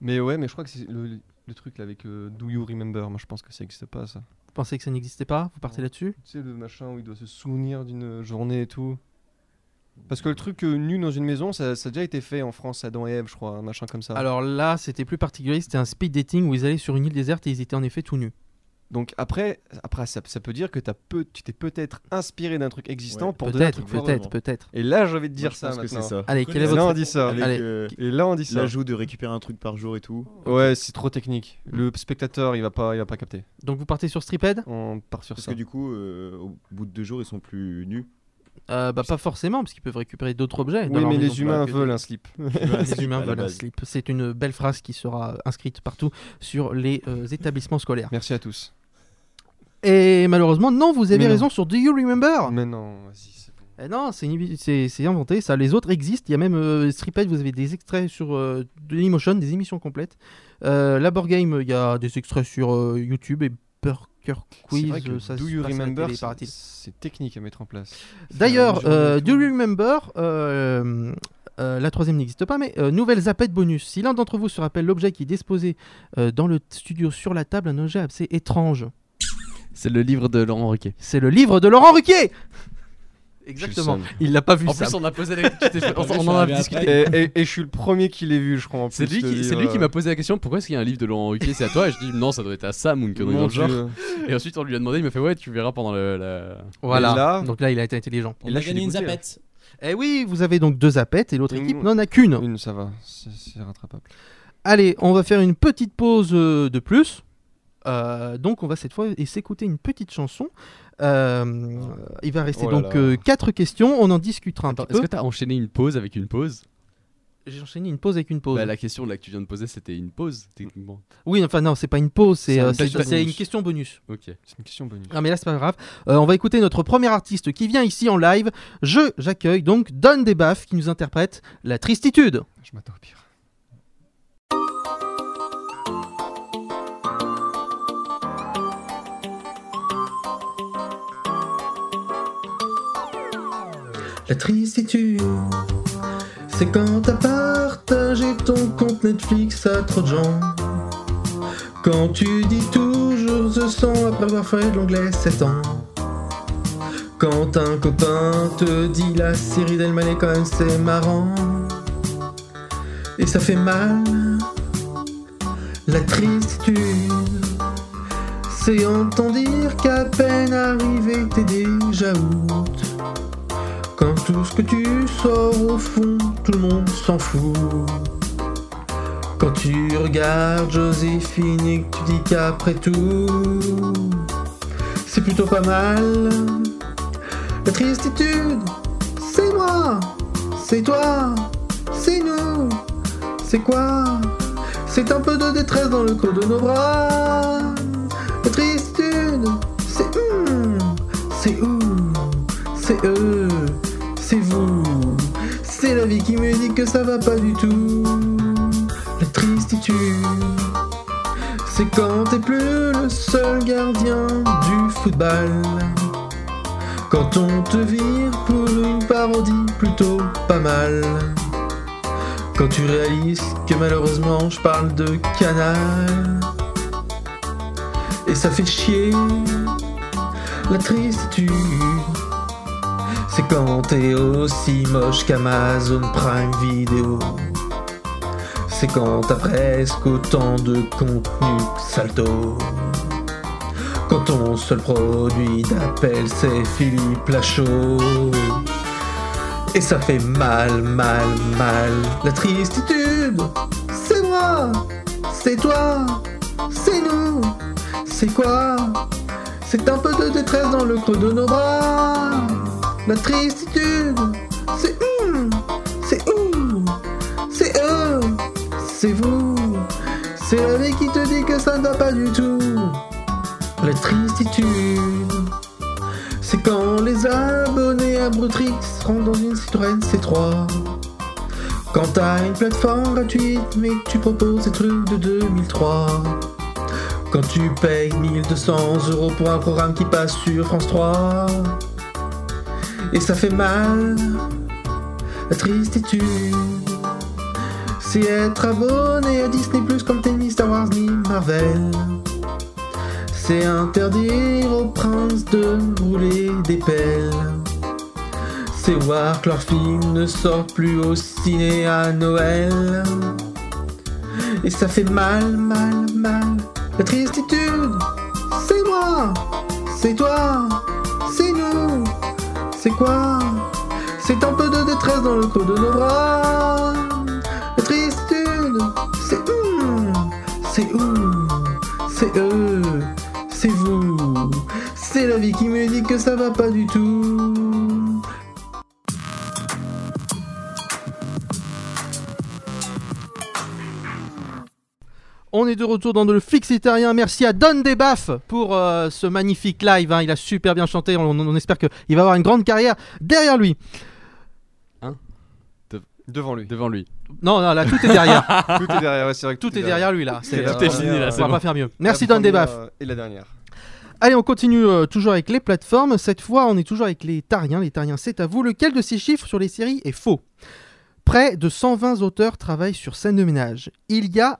H: Mais ouais, mais je crois que c'est le, le truc là avec euh, Do You Remember, moi je pense que ça n'existe pas ça.
E: Vous pensez que ça n'existait pas Vous partez là-dessus
H: Tu sais, le machin où il doit se souvenir d'une journée et tout. Parce que le truc euh, nu dans une maison, ça, ça a déjà été fait en France, Adam et Ève, je crois, un machin comme ça.
E: Alors là, c'était plus particulier, c'était un speed dating où ils allaient sur une île déserte et ils étaient en effet tout nus.
H: Donc après, après ça, ça peut dire que t'as peu, tu t'es peut-être inspiré d'un truc existant
E: Ouais.
H: pour donner un
E: Peut-être,
H: truc
E: peut-être,
H: fort.
E: peut-être.
H: Et là, je vais te dire
I: Moi, je
H: ça
I: pense que
H: maintenant.
I: c'est ça.
E: Allez, quel est
H: Là,
E: votre-
H: on dit ça.
I: Avec,
E: Allez.
I: euh,
H: Et là, on dit ça.
I: L'ajout de récupérer un truc par Mm. jour et tout.
H: Ouais, c'est trop technique. Le spectateur, il va pas, il va pas capter.
E: Donc vous partez sur Striped
H: On part sur
I: Parce
H: ça.
I: que du coup, euh, au bout de deux jours, ils sont plus nus.
E: Euh, bah pas forcément, parce qu'ils peuvent récupérer d'autres objets. dans
H: Oui,
E: leur
H: mais
E: maison.
H: les humains
I: que-
H: veulent un slip.
E: Les humains
I: à la
E: veulent un
I: base.
E: slip. C'est une belle phrase qui sera inscrite partout sur les euh, établissements scolaires.
H: Merci à tous.
E: Et malheureusement, non, vous avez
H: Mais non.
E: raison sur Do You Remember
H: Mais non, vas-y. c'est bon.
E: Eh non, c'est inhibi- c'est c'est inventé, ça. Les autres existent. Il y a même euh, Striped, vous avez des extraits sur euh, Dailymotion, des émissions complètes. Euh, Labor Game, il y a des extraits sur euh, YouTube et Burger
H: C'est
E: Quiz,
H: vrai que
E: euh, ça
H: Do
E: se
H: You
E: passe à la
H: Remember,
E: télé,
H: c'est-
E: paraît-il.
H: c'est technique à mettre en place. Faire
E: D'ailleurs,
H: une journée
E: euh,
H: et tout.
E: Do You Remember euh, euh, la troisième n'existe pas, mais euh, nouvelle zapette bonus. Si l'un d'entre vous se rappelle l'objet qui est disposé euh, dans le studio sur la table, un objet assez étrange.
N: C'est le livre de Laurent Roquet.
E: C'est le livre de Laurent Ruquier
N: Exactement.
E: Sam. Il l'a pas vu,
N: En plus,
E: Sam.
N: on a posé la question.
E: En plus,
N: on en
E: je
N: a
E: suis arrivé
N: discuté.
H: Et, et- et je suis le premier qui l'ait vu, je crois. en
N: C'est
H: plus,
N: lui,
H: le
N: qui, c'est
H: livre,
N: lui qui
H: euh.
N: m'a posé la question pourquoi est-ce qu'il y a un livre de Laurent Ruquier C'est à toi. Et je dis non, ça doit être à Sam ou une connerie
H: Mon
N: dans le genre.
H: Dieu.
N: Et ensuite, on lui a demandé il m'a fait ouais, tu verras pendant le, la.
E: Voilà.
H: Et là-
E: Donc là, il a été intelligent.
H: Et là, je suis dégoûté, là.
E: Eh oui, vous avez donc deux appettes et l'autre
H: Une-
E: équipe n'en a qu'une.
H: Une, ça va, c'est c'est rattrapable.
E: Allez, on va faire une petite pause euh, de plus. Euh, donc on va cette fois et s'écouter une petite chanson. Euh, il va rester
N: Oh là
E: donc
N: là.
E: euh, quatre questions. On en discutera un
N: Attends,
E: petit
N: est-ce
E: peu.
N: que t'as enchaîné une pause avec une pause
E: J'ai enchaîné une pause avec une pause.
N: Bah, la question là que tu viens de poser, c'était une pause, techniquement.
E: Oui, enfin non, c'est pas une pause, c'est
N: C'est
E: euh,
N: une
E: c'est-
N: question
E: c'est
N: bonus.
E: une question bonus.
N: Ok. C'est une question bonus.
E: Ah mais là c'est pas grave. Euh, on va écouter notre premier artiste qui vient ici en live. Je j'accueille donc Donne des baffes qui nous interprète La Tristitude.
H: Je m'attends au pire.
B: La tristitude, c'est quand t'as partagé ton compte Netflix à trop de gens. Quand tu dis toujours ce son après avoir fait de l'anglais 7 ans. Quand un copain te dit la série d'Elman est quand même c'est marrant. Et ça fait mal. La tristitude, c'est entendre dire qu'à peine arrivé t'es déjà out. Quand tout ce que tu sors au fond, tout le monde s'en fout. Quand tu regardes Joséphine et que tu dis qu'après tout, c'est plutôt pas mal. La tristitude, c'est moi, c'est toi, c'est nous, c'est quoi C'est un peu de détresse dans le creux de nos bras. La tristitude, c'est hum, c'est où c'est eux, c'est vous, c'est la vie qui me dit que ça va pas du tout. La tristitude, c'est quand t'es plus le seul gardien du football. Quand on te vire pour une parodie plutôt pas mal. Quand tu réalises que malheureusement je parle de canal. Et ça fait chier. La tristitude. C'est quand t'es aussi moche qu'Amazon Prime Video. C'est quand t'as presque autant de contenu que Salto. Quand ton seul produit d'appel c'est Philippe Lachaud. Et ça fait mal, mal, mal. La tristitude, c'est moi, c'est toi, c'est nous, c'est quoi C'est un peu de détresse dans le creux de nos bras. La tristitude, c'est hum, c'est où, c'est eux, c'est vous, c'est la vie qui te dit que ça ne va pas du tout. La tristitude, c'est quand les abonnés à Brutrix rentrent dans une Citroën C3. Quand t'as une plateforme gratuite mais que tu proposes des trucs de 2003. Quand tu payes 1200 euros pour un programme qui passe sur France 3 et ça fait mal. La tristitude, c'est être abonné à Disney Plus quand t'es ni Star Wars ni Marvel. C'est interdire aux princes de rouler des pelles. C'est voir que leurs films ne sortent plus au ciné à Noël. Et ça fait mal, mal, mal. La tristitude, c'est moi, c'est toi, c'est nous. C'est quoi C'est un peu de détresse dans le creux de nos bras. La tristitude, c'est hum, c'est où, c'est eux,
E: Euh,
B: c'est vous. C'est la vie qui me dit que ça va pas du tout.
E: On est de retour dans le Flixitarien. Merci à Don des baffes pour euh, ce magnifique live. hein. Il a super bien chanté. On, on- on espère qu'il va avoir une grande carrière derrière lui.
N: Hein
H: Devant lui.
N: Devant lui.
E: Non, non, là tout est derrière.
H: Tout est derrière, ouais, c'est vrai que
E: Tout est derrière lui là. C'est-
H: la
E: euh,
H: première,
E: on va
H: euh,
E: pas faire mieux. Merci
H: la
E: Don des
H: première,
E: baffes.
H: euh, Et la dernière.
E: Allez, on continue euh, toujours avec les plateformes. Cette fois, on est toujours avec les Tariens. Les Tariens, c'est à vous. Lequel de ces chiffres sur les séries est faux Près de 120 auteurs travaillent sur scène de ménage. Il y a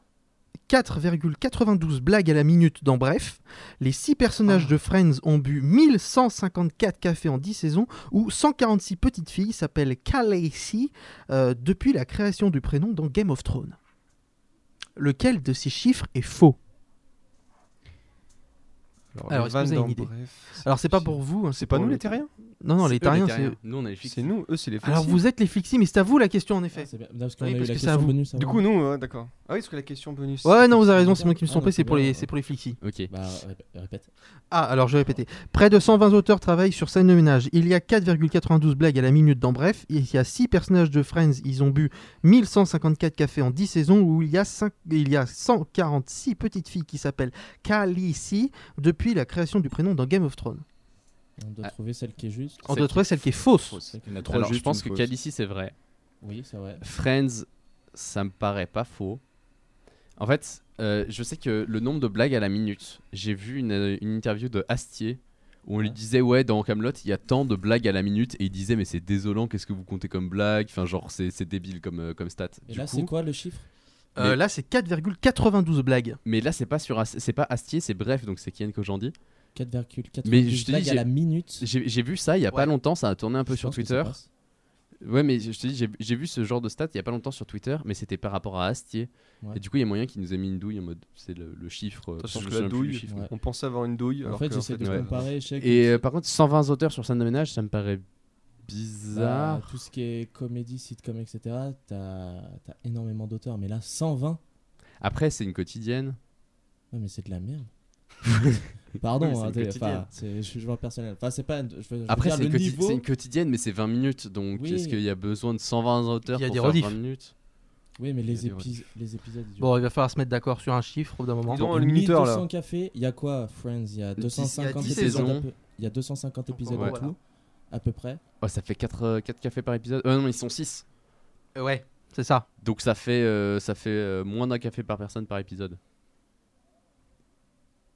E: 4,92 blagues à la minute dans Bref. Les 6 personnages de Friends ont bu 1154 cafés en 10 saisons, où 146 petites filles s'appellent Khaleesi euh, depuis la création du prénom dans Game of Thrones. Lequel de ces chiffres est faux Alors, est-ce que
H: Van
E: vous avez
H: dans
E: une idée
H: Bref,
E: Alors, c'est pas pour vous. hein,
H: C'est pas
E: pour
H: nous
E: le-
H: les terriens
E: Non, non,
F: C'est
E: les
F: eux,
E: Itariens,
F: les Terriens.
E: c'est.
F: Nous, on est les Fixis.
H: C'est nous, eux, c'est les
E: Alors vous êtes les Fixis, mais c'est à vous la question en effet.
G: Ah, parce qu'on
E: Oui,
G: a eu
E: parce
G: la
E: que c'est
G: question
E: à vous.
G: bonus avant.
H: Du coup, nous,
E: euh,
H: ouais, d'accord. Ah oui, parce que la question bonus.
E: Ouais, non, vous avez raison, c'est moi qui me suis
H: Ah,
E: trompé,
H: non,
E: c'est pour,
H: bien,
E: les-
H: ouais.
E: c'est pour les Fixis.
F: Ok.
G: Bah, répé- répète.
E: Ah, alors je vais répéter. Près de 120 auteurs travaillent sur scène de ménage. Il y a 4,92 blagues à la minute dans Bref. Il y a 6 personnages de Friends. Ils ont bu 1154 cafés en 10 saisons où il y a, cinq- il y a 146 petites filles qui s'appellent Khaleesi depuis la création du prénom dans Game of Thrones.
G: On doit trouver celle qui est juste.
E: On doit trouver celle qui est fausse.
G: Il y en a trois
F: Alors, je
G: justes,
F: pense
G: une
F: que
G: fausse.
F: Calici, c'est vrai.
G: Oui, c'est vrai.
F: Friends, ça me paraît pas faux. En fait, euh, je sais que le nombre de blagues à la minute, j'ai vu une, euh, une interview de Astier où on lui disait ouais dans Camelot il y a tant de blagues à la minute et il disait mais c'est désolant qu'est-ce que vous comptez comme blague enfin genre c'est c'est débile comme euh, comme stat
G: Et
F: Du
G: là,
F: coup-
G: c'est quoi le chiffre
E: Euh, Là, c'est 4,92 blagues.
F: mais là c'est pas sur As- c'est pas Astier c'est bref donc c'est Kian Kojandi
G: 4,92
F: mais je te
G: blagues
F: dis
G: à
F: j'ai-
G: la minute.
F: j'ai j'ai vu ça il y a pas longtemps ça a tourné un peu
G: Je
F: sur
G: pense que ça
F: Twitter
G: passe.
F: ouais mais je te dis j'ai- j'ai vu ce genre de stats il y a pas longtemps sur Twitter mais c'était par rapport à Astier
G: Ouais.
F: et du coup il y a moyen qu'il nous ait mis une douille en mode c'est le, le chiffre euh,
H: Parce
F: je me
H: que
F: souviens
H: la
F: plus du
H: douille,
F: chiffre.
H: on pensait avoir une douille.
G: En
H: alors
G: fait,
H: que,
G: j'essaie de
H: ouais.
G: comparer chaque-
F: Et euh, par contre, 120 auteurs sur scène de ménage, ça me paraît
G: Bah,
F: bizarre.
G: tout ce qui est comédie, sitcom, etc. T'as t'as énormément d'auteurs, mais là, 120.
F: Après, c'est une quotidienne.
G: Bah. Ouais, mais c'est de la merde.
F: Oui, c'est
G: Pardon,
F: une
G: hein, t'es-
F: quotidienne.
G: enfin, c'est- je suis joueur personnel. Enfin, c'est pas. je veux- je veux
F: Après,
G: dire,
F: c'est une,
G: le
F: quoti-
G: niveau.
F: c'est une quotidienne, mais c'est 20 minutes. Donc,
G: Oui.
F: est-ce qu'il y a besoin de 120 auteurs
E: Il y a
F: pour
E: des
F: faire
E: rediffs.
F: 20 minutes
G: Oui, mais les,
F: Il y a des
G: épis- les épisodes. ils durent
E: Bon, il va falloir se mettre d'accord sur un chiffre au bout d'un moment.
H: Disons,
E: Bon.
H: le minuteur, là.
G: 1200 cafés, il y a quoi Friends, il y a
E: dix-
G: 250
E: il y a dix
G: épisodes.
E: saisons.
G: à peu- Il y a 250 épisodes
E: gros,
G: en
E: voilà.
G: tout, à peu près.
F: Oh, ça fait 4, cafés par épisode. Euh, non, ils sont 6.
E: Euh, Ouais, c'est ça.
F: Donc, ça fait, euh, ça fait euh, moins d'un café par personne par épisode.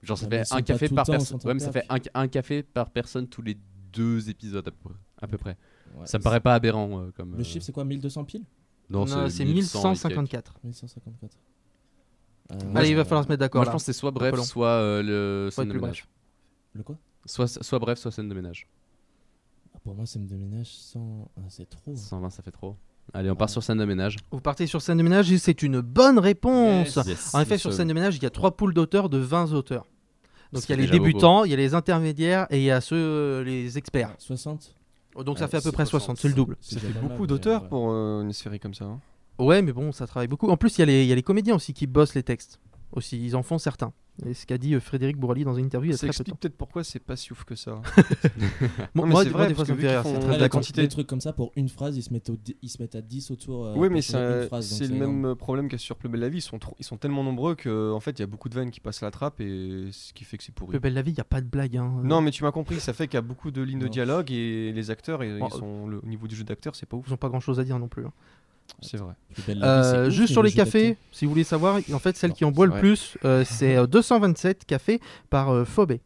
F: Genre, ça
G: Ouais, Ah, mais ils
F: fait
G: sont pas tout
F: un café
G: le
F: par
G: temps, ils
F: personne.
G: sont en
F: Ouais, mais ça fait
G: perf.
F: un, un café par personne tous les deux épisodes à peu, à peu près.
G: Ouais,
F: ça
G: c'est-
F: me paraît pas aberrant euh, comme.
G: Le
F: euh,
G: chiffre, c'est quoi 1200 piles
F: Non,
E: Non,
F: c'est
E: c'est
F: 1100 et quelques.
E: 1154.
G: 1154. Ah,
F: Moi,
E: Allez,
F: je-
E: il va falloir se mettre d'accord.
F: Moi, je
E: là.
F: pense que c'est soit
E: Un peu
F: bref,
E: long.
F: soit euh, le
E: Faut
F: scène
E: être
F: de
E: plus
F: ménage.
G: Le quoi
F: Soit, soit bref, soit scène de ménage.
G: Ah, Pour moi, ça me déménage 100. Ah, c'est trop.
F: 120, ça fait trop. Allez, on part sur scène de ménage.
E: Vous partez sur scène de ménage et c'est une bonne réponse.
F: Yes, yes.
E: en effet, sur
F: Yes.
E: scène de ménage, il y a trois poules d'auteurs de 20 auteurs. Donc
F: Ce
E: il y a
F: qui est
E: les
F: déjà beaucoup.
E: débutants, il y a les intermédiaires et il y a ceux, euh, les experts.
G: 60
E: Oh, Donc
G: Ouais,
E: ça fait à peu
G: c'est
E: près 60, c'est le double.
G: Ah, C'est
H: Ah, Ça fait
G: déjà pas
H: beaucoup
G: mal, euh,
H: d'auteurs
G: ouais.
H: pour euh, une série comme ça. hein.
E: Ouais, mais bon, ça travaille beaucoup. En plus, il y, a les- il y a les comédiens aussi qui bossent les textes. Aussi, ils en font certains. Et ce qu'a dit euh, Frédéric Bourali dans une interview il y a
H: Ça
E: très peu de
H: explique
E: temps.
H: peut-être pourquoi c'est pas si ouf que ça.
E: Moi-
H: Non, mais
E: moi,
H: c'est
E: des-
H: vrai,
E: moi, des fois,
H: parce
E: ça
H: que
E: me
H: vu
E: fait
H: qu'ils
E: rire,
H: font-
E: c'est très
G: Ouais,
E: de la
G: les trucs-
E: quantité.
G: Des trucs comme ça, pour une phrase, ils se mettent, au dé- ils se mettent à 10 autour. euh,
H: oui,
G: pour
H: mais
G: trouver
H: ça-
G: une phrase, donc
H: c'est le
G: énorme.
H: même problème qu'à sur Plus belle la vie. Ils sont, trop- ils sont tellement nombreux que en fait il y a beaucoup de vannes qui passent à la trappe et ce qui fait que c'est pourri.
E: Plus belle la vie, il n'y a pas de blague. hein.
H: Non, mais tu m'as compris. Ça fait qu'il y a beaucoup de lignes de
G: Non.
H: dialogue et les acteurs et
E: Oh,
H: ils sont le- au niveau du jeu d'acteur, c'est pas ouf.
E: Ils n'ont pas grand chose à dire non plus. hein.
H: C'est vrai.
G: Plus belle la vie, c'est
E: Euh,
G: ouf,
E: juste
G: mais
E: sur
G: le
E: les
G: jeu d'acteur.
E: cafés, si vous voulez savoir, en fait, celle
G: Non,
E: qui en boit
F: c'est
E: le
F: vrai.
E: plus, euh, c'est euh, 227 cafés par euh, Phobé.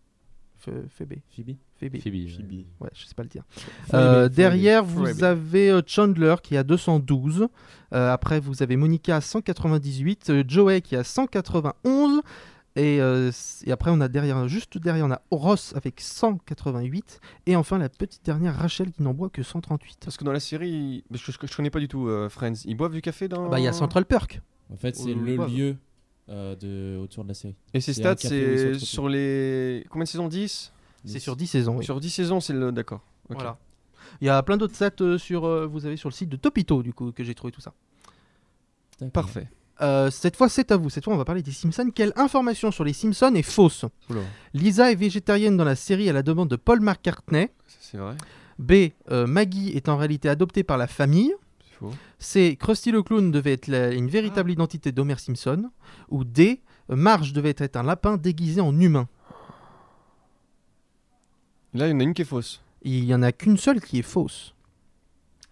E: Ph- Phébé.
G: Phoebe
E: Phébé.
F: Phoebe.
E: Ouais, je sais pas le dire.
G: Phobé,
E: Euh,
G: Phobé,
E: derrière, vous
G: Phobé.
E: avez euh, Chandler qui est à 212. Euh, après, vous avez Monica à 198. euh, Joey qui est à 191. Et, euh, c- et après, on a derrière, juste derrière, on a Ross avec 188. Et enfin, la petite dernière, Rachel qui n'en boit que 138.
H: Parce que dans la série, parce que je, je connais pas du tout euh, Friends. Ils boivent du café dans.
E: Bah, il y a Central Perk.
G: En fait, c'est
H: Ou-
G: le
H: ou-
G: lieu euh, de... autour de la série.
H: Et ces
G: C'est un
H: stats,
G: café où ils sont
H: c'est
G: autour.
H: sur les combien de saisons 10
E: C'est sur 10 saisons. oui.
H: Sur 10 saisons, c'est le d'accord. ok.
E: Voilà. Il y a plein d'autres stats euh, sur, euh, vous avez sur le site de Topito, du coup, que j'ai trouvé tout ça.
G: D'accord.
H: Parfait.
E: Euh, cette fois, c'est à vous. Cette fois, on va parler des Simpsons. Quelle information sur les Simpsons est fausse
H: Oula,
E: Lisa est végétarienne dans la série à la demande de Paul McCartney.
H: ça, c'est vrai.
E: B. euh, Maggie est en réalité adoptée par la famille.
H: C'est faux.
E: C. Krusty le clown devait être la- une véritable identité d'Homer Simpson. Ou D. euh, Marge devait être un lapin déguisé en humain.
H: Là, il y en a une qui est fausse.
E: Il y en a qu'une seule qui est fausse.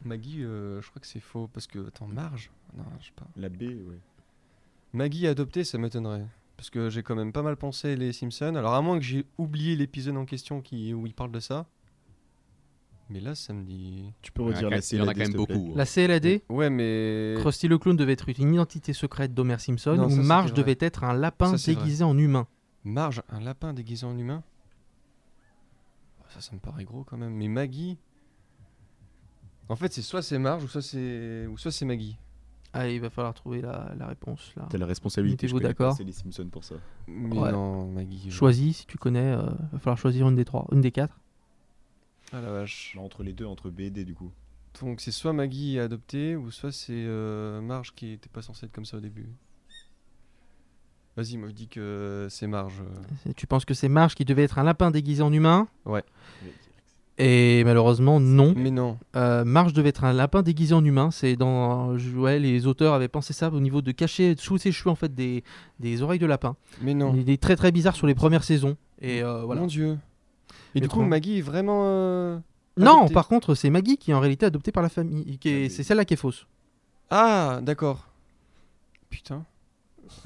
H: Maggie, euh, je crois que c'est faux parce que attends, Marge. Non, je sais pas.
I: La B, ouais.
H: Maggie adoptée, ça m'étonnerait. Parce que j'ai quand même pas mal pensé les Simpsons. Alors, à moins que j'ai oublié l'épisode en question qui... où il parle de ça. Mais là, ça me dit.
I: Tu peux
F: Il y en a
I: redire
F: quand-
I: la
F: il y en a
I: CLAD,
F: quand même
I: s'il te plaît.
F: beaucoup. hein.
E: La CLAD,
H: Ouais, mais.
E: Krusty le clown devait être une identité secrète d'Homer Simpson.
H: Non, ça,
E: ou
H: c'était
E: Ah Marge
H: vrai.
E: devait être un lapin
H: Ça, c'est vrai.
E: déguisé en humain.
H: Marge, un lapin déguisé en humain Ah, Ça, ça me paraît gros quand même. Mais Maggie. En fait, c'est soit c'est Marge ou soit c'est ou soit c'est Maggie.
E: Allez, Ah, il va falloir trouver la, la réponse là.
I: T'as la responsabilité. je
E: Mettez-vous
I: connais pas,
E: d'accord.
I: C'est les Simpsons pour ça.
H: Mais
E: Ouais.
H: non, Maggie. euh,
E: Choisis si tu connais, euh, va falloir choisir une des trois, une des quatre.
H: Ah la vache.
I: entre les deux, entre B et D du coup.
H: Donc c'est soit Maggie a adopté, ou soit c'est euh, Marge qui était pas censée être comme ça au début. Vas-y, moi je dis que c'est Marge. euh.
E: Tu penses que c'est Marge qui devait être un lapin déguisé en humain
H: Ouais.
E: Et malheureusement, non.
H: Mais non.
E: Euh, Marge devait être un lapin déguisé en humain. C'est dans. je- Ouais, les auteurs avaient pensé ça au niveau de cacher sous ses cheveux en fait des, des oreilles de lapin.
H: Mais non.
E: Il est très très bizarre sur les premières saisons. Et euh, voilà.
H: Mon dieu. Et
E: Mais
H: du coup,
E: comment-
H: Maggie est vraiment. euh,
E: Non,
H: adoptée.
E: par contre, c'est Maggie qui est en réalité adoptée par la famille. qui est- C'est celle-là qui est fausse.
H: Ah, d'accord. Putain.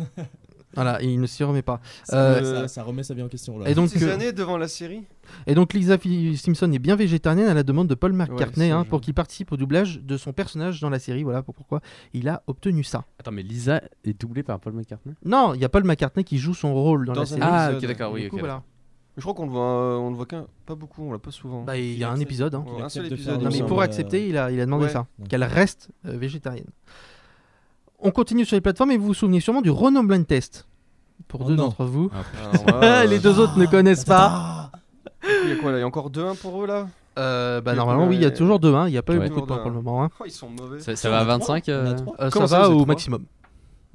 E: Voilà, et il ne s'y remet pas. Euh,
G: Ça, ça- ça remet sa vie en question, là.
E: Et donc,
H: Ces
E: euh,
H: années devant la série
E: et donc Lisa Fi- Simpson est bien végétarienne à la demande de Paul McCartney
F: c'est
E: hein,
F: le
E: pour qu'il participe au doublage de son personnage dans la série. Voilà pour- pourquoi il a obtenu ça.
F: Attends, mais Lisa est doublée par Paul McCartney
E: Non, il y a Paul McCartney qui joue son rôle dans,
H: Dans
E: la
H: un
E: série.
F: Ah,
H: épisode.
F: ok, d'accord, oui,
E: Du coup,
F: ok.
E: voilà.
F: d'accord.
H: Je crois qu'on le voit, euh, on le voit qu'un- pas beaucoup, on l'a pas souvent.
E: Bah, il y a un épisode. hein.
H: Ouais, un seul épisode.
E: Non, mais pour accepter, il a, il a demandé ça, qu'elle reste euh, végétarienne. On continue sur les plateformes et vous vous souvenez sûrement du Renault Blind Test. Pour
H: Oh
E: deux
H: non.
E: d'entre vous.
H: Ah, putain. Alors,
E: les
H: euh,
E: deux autres ne connaissent pas.
H: Il y a quoi là Il y a encore 2-1 pour eux là
E: Euh, bah,
H: Il y a
E: normalement, oui, il y a
H: combien
E: toujours deux. hein. Il n'y a pas eu
H: Ouais.
E: beaucoup de points
H: Toujours
E: pour le
H: deux,
E: moment. hein.
H: Oh, ils sont mauvais.
F: Ça- ça va à 25 euh,
E: Euh, ça
F: Comment
E: va
F: vous êtes
E: au
F: trois
E: maximum.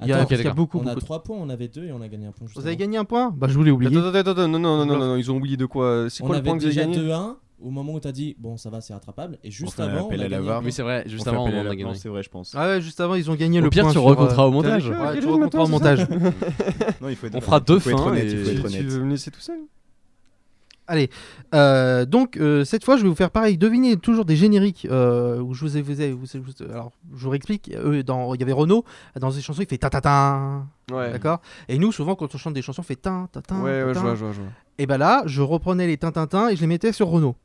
E: Il y a,
F: Attends,
E: il y a
F: ok, d'accord.
E: beaucoup,
G: On a
E: beaucoup de-
G: 3 points, on avait 2 et on a gagné un point.
E: Vous avez gagné un point Bah, je voulais oublier.
H: Attends, attends, attends, non, non, non, non, non, ils ont oublié de quoi C'est
G: On
H: quoi le
G: avait
H: point que j'ai
G: déjà
H: gagné
G: 2-1 au moment où t'as dit bon, ça va, c'est rattrapable. Et juste
I: On fait un
G: avant, on a
I: appel à
G: gagné
I: la
G: un
I: VAR.
G: point.
F: Oui, c'est vrai, juste
I: fait
F: avant,
I: appel à
F: on
I: la-
F: a gagné.
I: non, c'est vrai, je pense.
E: Ah ouais, juste avant, ils ont gagné
F: Au
E: le
F: pire,
E: point.
F: tu
E: sur,
F: raconteras
E: euh,
F: au montage.
E: Ouais,
F: T'as
E: tu
F: raconté
E: raconteras au
F: maintenant,
E: montage.
F: c'est ça
I: Non, il faut être
F: On fera
I: honnête,
F: deux
I: il faut être
F: fins
I: honnête,
F: et-
I: il faut être
H: Tu- Tu
I: honnête.
H: veux me laisser tout seul
E: Allez, euh, donc euh, cette fois je vais vous faire pareil, deviner toujours des génériques euh, où je vous ai, vous ai- vous ai- vous ai- alors je vous réexplique, eux, dans, il y avait Renaud, dans ses chansons il fait ta ta ta,
H: Ouais.
E: d'accord Et nous souvent quand on chante des chansons on fait tin ta ta
H: Ouais, ouais,
E: ta,
H: je
E: ta.
H: vois, je vois, je vois.
E: Et bah là je reprenais les tintintin et je les mettais sur Renaud,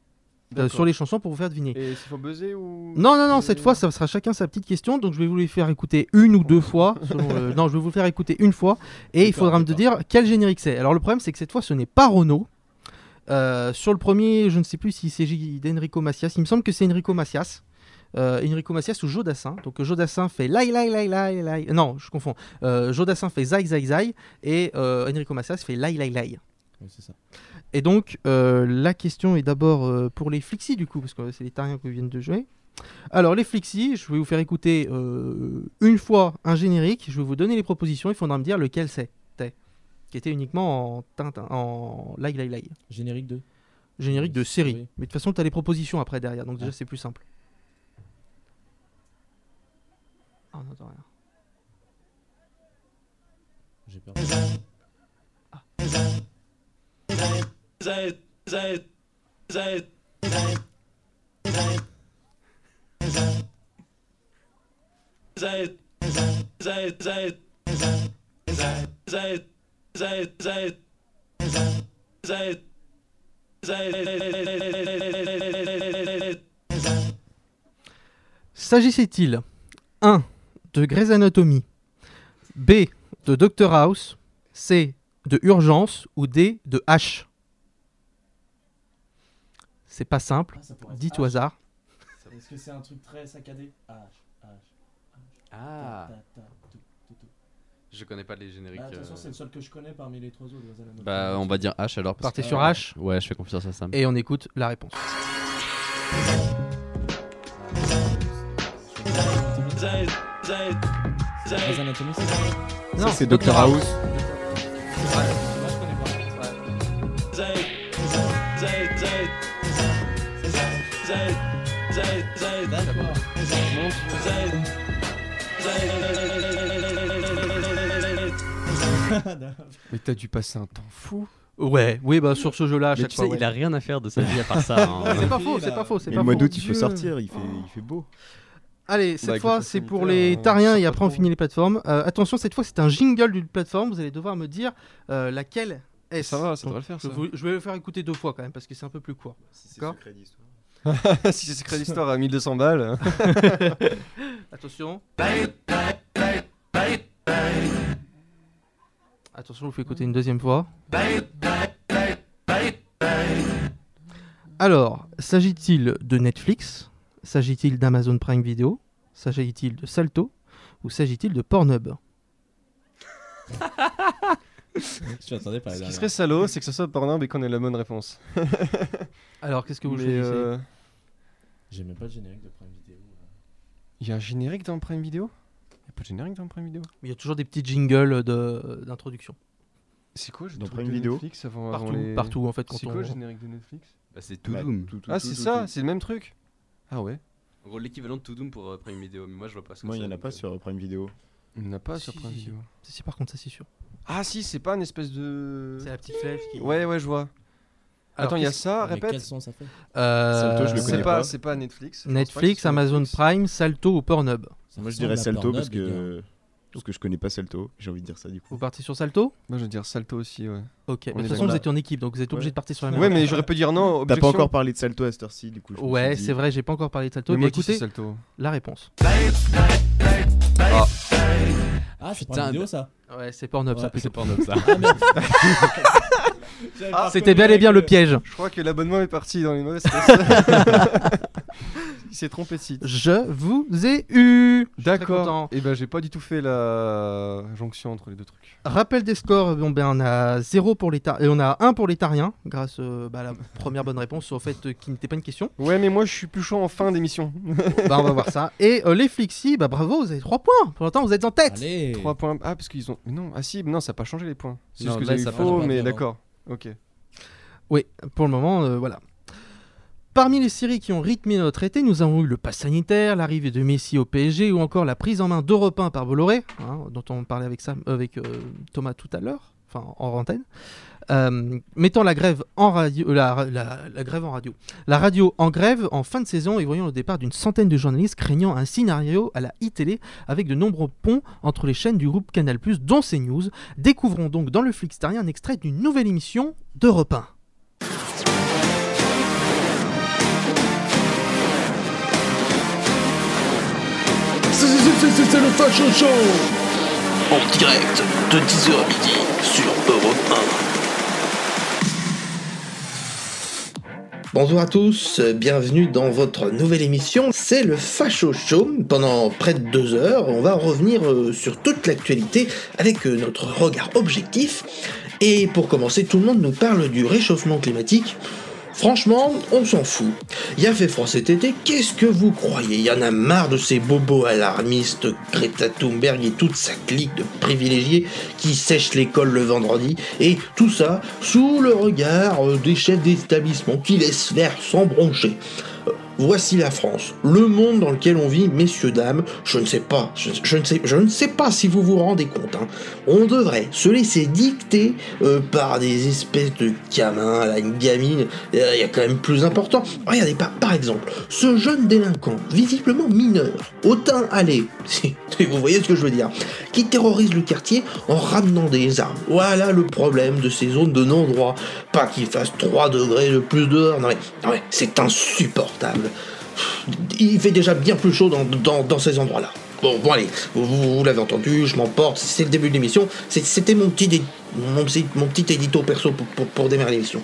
E: Euh,
H: D'accord.
E: sur les chansons pour vous faire deviner.
H: Et s'il faut buzzer ou.
E: Non, non, non, cette fois, ça sera chacun sa petite question. Donc, je vais vous les faire écouter une ou deux fois. selon le- Non, je vais vous faire écouter une fois. Et il faudra me dire quel générique c'est. Alors, le problème, c'est que cette fois, ce n'est pas Renault. Euh, sur le premier, je ne sais plus s'il s'agit d'Enrico Macias. Il me semble que c'est Enrico Macias. Euh, Enrico Macias ou Jodassin. Donc euh, Jodassin fait lai lai lai lai lai. Non, je confonds. Euh, Jodassin fait zai zai zai et euh, Enrico Macias fait lai lai lai.
G: Oui, c'est ça.
E: Et donc, euh, la question est d'abord euh, pour les Flixis, du coup, parce que c'est les Tariens qui viennent de jouer. Alors, les Flixis, je vais vous faire écouter euh, une fois un générique, je vais vous donner les propositions, il faudra me dire lequel c'est, t'es, qui était uniquement en, tintin, en lai lai lai.
G: Générique 2.
E: Générique de série.
G: Oui.
E: Mais de toute façon, tu as les propositions après derrière, donc déjà, c'est plus simple. Ah, on n'entend rien.
G: J'ai peur.
E: S'agissait-il 1. de Grey's Anatomy, B. de Doctor House, C. de Urgence ou D. de H C'est pas simple,
F: Ah,
G: ça pourrait être
E: dites au
G: H.
E: hasard.
G: Est-ce que c'est un truc très saccadé Ah, H, H, H.
F: Ah.
G: Ta, ta, ta, tout, tout, tout.
F: Je connais pas les génériques.
G: Bah, attention,
F: euh,
G: c'est le seul que je connais parmi les trois autres. Grey's Anatomy.
F: Bah, on va dire H alors. parce
E: Partez
F: que-
E: sur H.
F: Ouais, je fais confiance à Sam.
E: Et on écoute la réponse.
G: Grey's Anatomy, c'est ça
E: Non,
I: c'est Dr House.
H: Mais t'as dû passer un temps fou.
E: Ouais, oui, bah sur ce jeu-là, à
F: Mais
E: chaque
F: tu
E: fois.
F: sais,
E: ouais.
F: il a rien à faire de sa vie à part ça. hein.
E: C'est pas faux, c'est pas faux, c'est
I: Et
E: pas
I: le mois
E: faux. Oh.
I: d'août, il faut
E: Dieu.
I: sortir, il fait, il fait beau.
E: Allez, cette
I: Bah, avec
E: fois,
I: le
E: c'est
I: confinement
E: pour
I: sanitaire,
E: les
I: on
E: Tariens
I: sort
E: et
I: pas
E: après on
I: trop.
E: finit les plateformes. Euh, attention, cette fois, c'est un jingle d'une plateforme. Vous allez devoir me dire euh, laquelle est.
H: Eh, Ça va, ça devrait le faire,
E: Je,
H: ça.
E: vous- je vais le faire écouter deux fois quand même parce que c'est un peu plus court. D'accord
H: si c'est secret d'histoire à 1200 balles.
E: Attention. Attention, je vous fais écouter une deuxième fois. Alors, s'agit-il de Netflix S'agit-il d'Amazon Prime Video S'agit-il de Salto Ou s'agit-il de Pornhub
G: Je m'attendais pas à la
H: Ce qui
G: dernière.
H: serait salaud, c'est que ce soit Pornhub et qu'on ait la bonne réponse.
E: Alors, qu'est-ce que vous
H: Mais,
E: choisissez
H: euh,
G: J'aimais pas le générique de Prime Vidéo.
H: Il y a un générique dans Prime Video Il y a pas de générique dans Prime Video
E: Il y a toujours des petits jingles de- d'introduction.
H: C'est quoi
I: Dans Prime Video
H: Netflix avant,
E: Partout,
H: avant les-
E: partout, en fait, quand
H: C'est
E: on-
H: quoi le générique de Netflix
N: Bah, c'est
I: Bah,
N: Toudoum.
I: tout, tout,
H: Ah,
I: tout,
H: c'est
I: tout,
H: ça,
I: tout.
H: c'est le même truc Ah ouais
N: En gros, l'équivalent de Toudoum pour euh, Prime Video. Mais moi, je vois pas ce que
I: Non, il
N: c'est,
I: n'y en a
N: donc,
I: pas
N: euh,
I: sur Prime Video.
H: Il n'y en a pas sur
E: Si,
H: Prime
E: si, si.
H: Video.
E: Si, si, par contre, ça c'est sûr.
H: Ah si, c'est pas une espèce de.
E: C'est la petite flèche qui.
H: Ouais, ouais, je vois.
E: Alors,
H: Attends, il y a
E: qu'est-ce-
H: ça,
G: Mais
H: répète.
G: quel son ça fait
E: Euh,
I: Salto, je le
H: c'est
I: connais
H: pas,
I: pas.
H: C'est pas Netflix. je pense pas que ce
E: Netflix, hein,
H: soit
E: Amazon
H: Netflix.
E: Prime, Salto ou Pornhub.
I: Moi, je
G: Ça ressemble
I: dirais
G: à
I: Salto
G: Pornhub,
I: parce
G: les gars.
I: que... parce que je connais pas Salto. J'ai envie de dire ça du coup.
E: Vous partez sur Salto
H: Moi, je veux dire Salto aussi, ouais.
E: Ok.
H: On
E: Mais de
H: est
E: toute façon, vous
H: d'accord.
E: étiez en équipe, donc vous êtes obligé
I: Ouais.
E: de partir sur la même.
H: Ouais, mais j'aurais pu dire
I: T'as
H: non.
I: pas
H: objection.
I: encore parlé de Salto à cette heure-ci du coup. je me
E: Ouais,
I: suis dit-
E: c'est vrai, j'ai pas encore parlé de Salto.
H: Mais
E: Mais,
H: moi aussi,
E: écoutez,
H: c'est Salto.
E: la réponse.
G: Ah, c'est
N: Putain,
G: Prime Vidéo ça
E: Ouais, c'est Pornhub, ça. Ah,
G: Ouais.
N: C'est Pornhub, ça.
G: J'avais
H: Ah,
G: pas
E: C'était
G: reconnu
E: bel et bien
G: avec
E: le piège.
H: Je crois que l'abonnement est parti dans les mauvaises places. Il s'est trompé de site.
E: Je vous ai eu. Je suis très
H: D'accord.
E: content.
H: Et ben, j'ai pas du tout fait la jonction entre les deux trucs.
E: Rappel des scores, bon ben on a 0 pour les Tar- et on a 1 pour les Tariens, grâce euh, bah, à la première bonne réponse au fait euh, qu'il n'était pas une question.
H: Ouais, mais moi, je suis plus chaud en fin d'émission.
E: Bah, on va voir ça. Et euh, les Flixi, bah bravo, vous avez 3 points. Pour l'instant, vous êtes en tête.
G: Allez
H: 3 points. Ah, parce qu'ils ont. mais non, ah si, non, ça a pas changé les points. C'est
N: Non,
H: juste que
N: là,
H: j'ai eu
N: ça a pas
H: faux,
G: changé.
H: Oh,
E: hein.
H: mais d'accord. Ok.
E: Oui, pour le moment, euh, voilà. Parmi les séries qui ont rythmé notre été, nous avons eu le pass sanitaire, l'arrivée de Messi au PSG ou encore la prise en main d'Europe 1 par Bolloré, hein, dont on parlait avec, Sam- euh, avec euh, Thomas tout à l'heure, enfin en antenne, Euh, mettant la grève en radio, euh, la, la- la grève en radio, la radio en grève en fin de saison et voyant le départ d'une centaine de journalistes craignant un scénario à la iTélé avec de nombreux ponts entre les chaînes du groupe Canal+, dont CNews. Découvrons donc dans le Flixtarien un extrait d'une nouvelle émission d'Europe 1.
C: C'est le Fashion Show En direct de 10h à midi sur Europe
A: Bonjour à tous, euh, bienvenue dans votre nouvelle émission. C'est le Facho Show. Pendant près de deux heures, on va revenir euh, sur toute l'actualité avec euh, notre regard objectif. Et pour commencer, tout le monde nous parle du réchauffement climatique. Franchement, on s'en fout. Il a fait froid cet été, qu'est-ce que vous croyez Il y en a marre de ces bobos alarmistes, Greta Thunberg et toute sa clique de privilégiés qui sèchent l'école le vendredi, et tout ça sous le regard euh, des chefs d'établissement qui laissent faire sans broncher. Euh, Voici la France, le monde dans lequel on vit, messieurs, dames. Je ne sais pas, je, je ne, sais, je ne sais pas si vous vous rendez compte. hein. On devrait se laisser dicter euh, par des espèces de gamins, là, une gamine. euh, Il y a quand même plus important. Regardez, par, par exemple, ce jeune délinquant, visiblement mineur, au teint allé, si si vous voyez ce que je veux dire, qui terrorise le quartier en ramenant des armes. Voilà le problème de ces zones de non-droit. Pas qu'il fasse 3 degrés de plus dehors. Non mais, non mais c'est insupportable. Il fait déjà bien plus chaud dans, dans- dans ces endroits-là. Bon, bon allez, vous, vous- vous l'avez entendu, je m'emporte, c'est le début de l'émission. C'est- C'était mon petit, dé- mon, petit, mon petit édito perso pour, pour- pour démarrer l'émission.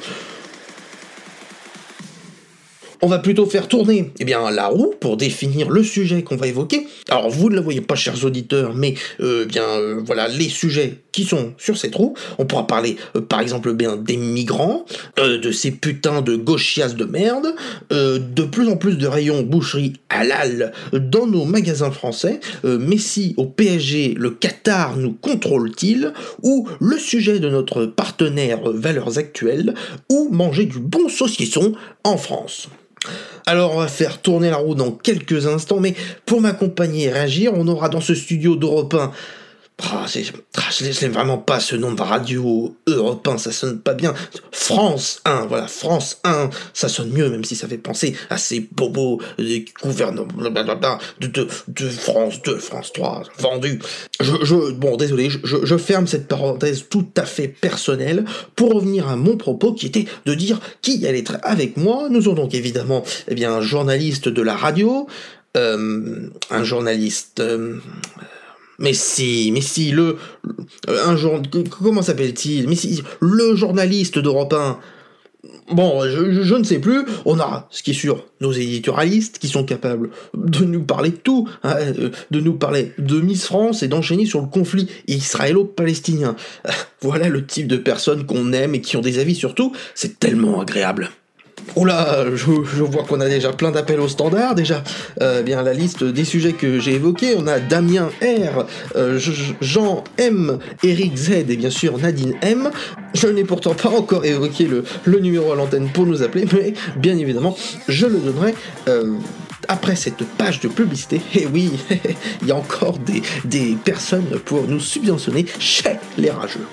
A: On va plutôt faire tourner eh bien, la roue pour définir le sujet qu'on va évoquer. Alors vous ne le voyez pas, chers auditeurs, mais euh, bien euh, voilà les sujets qui sont sur cette roue. On pourra parler euh, par exemple bien des migrants, euh, de ces putains de gauchias de merde, euh, de plus en plus de rayons boucherie halal dans nos magasins français. Euh, Messi au PSG, le Qatar nous contrôle-t-il Ou le sujet de notre partenaire euh, Valeurs Actuelles Ou manger du bon saucisson en France alors on va faire tourner la roue dans quelques instants, mais pour m'accompagner et réagir, on aura dans ce studio d'Europe 1. Ah, c'est- ah, je n'aime vraiment pas ce nom de radio Europe 1, ça sonne pas bien. France 1, voilà, France 1, ça sonne mieux, même si ça fait penser à ces bobos des gouvernements blablabla, de, de, de France 2, France 3, vendu. Je, je- bon, désolé, je, je- je ferme cette parenthèse tout à fait personnelle pour revenir à mon propos qui était de dire qui allait être avec moi. Nous avons donc évidemment eh bien, un journaliste de la radio, euh, un journaliste. euh, mais si, mais si, le. le- un jour. Comment s'appelle-t-il Mais si, le journaliste d'Europe 1. Bon, je, je- je ne sais plus, on a, ce qui est sûr, nos éditorialistes qui sont capables de nous parler de tout, hein, euh, de nous parler de Miss France et d'enchaîner sur le conflit israélo-palestinien. Ah, Voilà le type de personnes qu'on aime et qui ont des avis sur tout, c'est tellement agréable. Oh là, je, je vois qu'on a déjà plein d'appels au standard déjà. Euh, bien la liste des sujets que j'ai évoqués, on a Damien R, euh, J- J- Jean M, Eric Z et bien sûr Nadine M. Je n'ai pourtant pas encore évoqué le, le numéro à l'antenne pour nous appeler, mais bien évidemment, je le donnerai. euh, après cette page de publicité, et oui, il y a encore des, des personnes pour nous subventionner chez les rageux.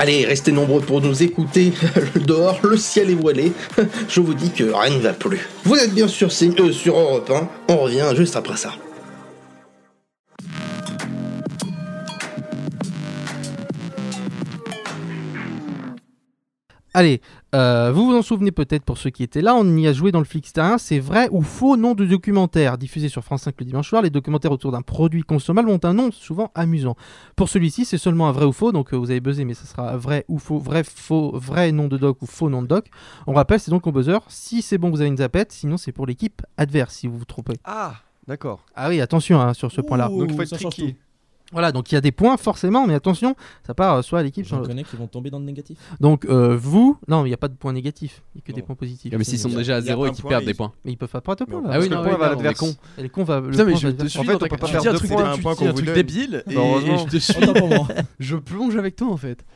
A: Allez, restez nombreux pour nous écouter. Le Dehors, le ciel est voilé. Je vous dis que rien ne va plus. Vous êtes bien sur, C- euh, sur Europe 1. On revient juste après ça.
E: Allez, euh, vous vous en souvenez peut-être pour ceux qui étaient là, on y a joué dans le Flixterien, c'est vrai ou faux nom du documentaire. Diffusé sur France 5 le dimanche soir, les documentaires autour d'un produit consommable ont un nom souvent amusant. Pour celui-ci, c'est seulement un vrai ou faux, donc euh, vous avez buzzé, mais ça sera vrai ou faux, vrai, faux, vrai nom de doc ou faux nom de doc. On rappelle, c'est donc au buzzer. Si c'est bon, vous avez une zapette, sinon c'est pour l'équipe adverse si vous vous trompez.
H: Ah, d'accord.
E: Ah oui, attention hein, sur ce point-là.
H: Donc il faut être tricky.
E: Voilà, donc il y a des points forcément, mais attention, ça part euh, soit à l'équipe, soit à
G: J'en
E: l'autre.
G: connais qui vont tomber dans le négatif.
E: Donc euh, vous, non, il n'y a pas de points négatifs, il n'y a que des points positifs.
F: Ah, mais s'ils sont déjà à zéro et qu'ils perdent des points.
E: Mais ils peuvent pas perdre de points.
F: Mais
E: là.
F: parce que le point va à l'adverse.
E: Et le con va. le
F: Putain, mais
E: point
F: je
E: va
F: te
E: l'adverse.
F: suis. En fait, on peut pas faire deux points. Tu dis un truc débile et et je te suis. Je plonge avec toi en fait.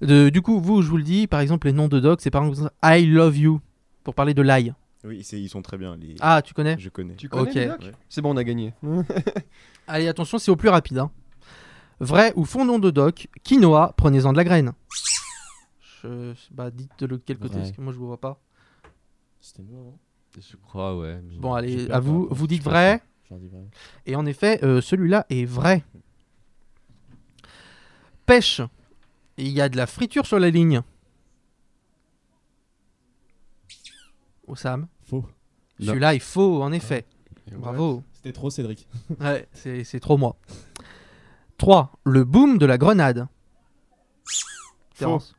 E: De- du coup, vous, je vous le dis, par exemple, les noms de doc, c'est par exemple I love you pour parler de l'ail.
I: Oui, c'est- ils sont très bien. Les...
E: Ah, tu connais
I: Je connais.
E: Tu connais, Ok. les docs
I: Ouais.
H: C'est bon, on a gagné.
E: Allez, attention, c'est au plus rapide. hein. Vrai ou faux nom de doc, quinoa, prenez-en de la graine. Je... Bah, dites de quel côté,
G: Vrai.
E: parce que moi je vous vois pas.
G: C'était nous avant.
F: Je crois, ouais. mais-
E: Bon,
G: J'ai
E: allez,
G: peur
E: à
G: par
E: vous,
G: rapport.
E: vous dites
G: Je pense
E: vrai.
G: que j'en dis vrai.
E: Et en effet, euh, celui-là est vrai. Pêche, il y a de la friture sur la ligne. Oh, Sam
G: Faux. Ah.
F: Non.
E: Celui-là est faux, en effet. Bravo.
G: C'était trop Cédric.
E: Ouais, c'est c'est trop moi. 3. Le boom de la grenade. Terence.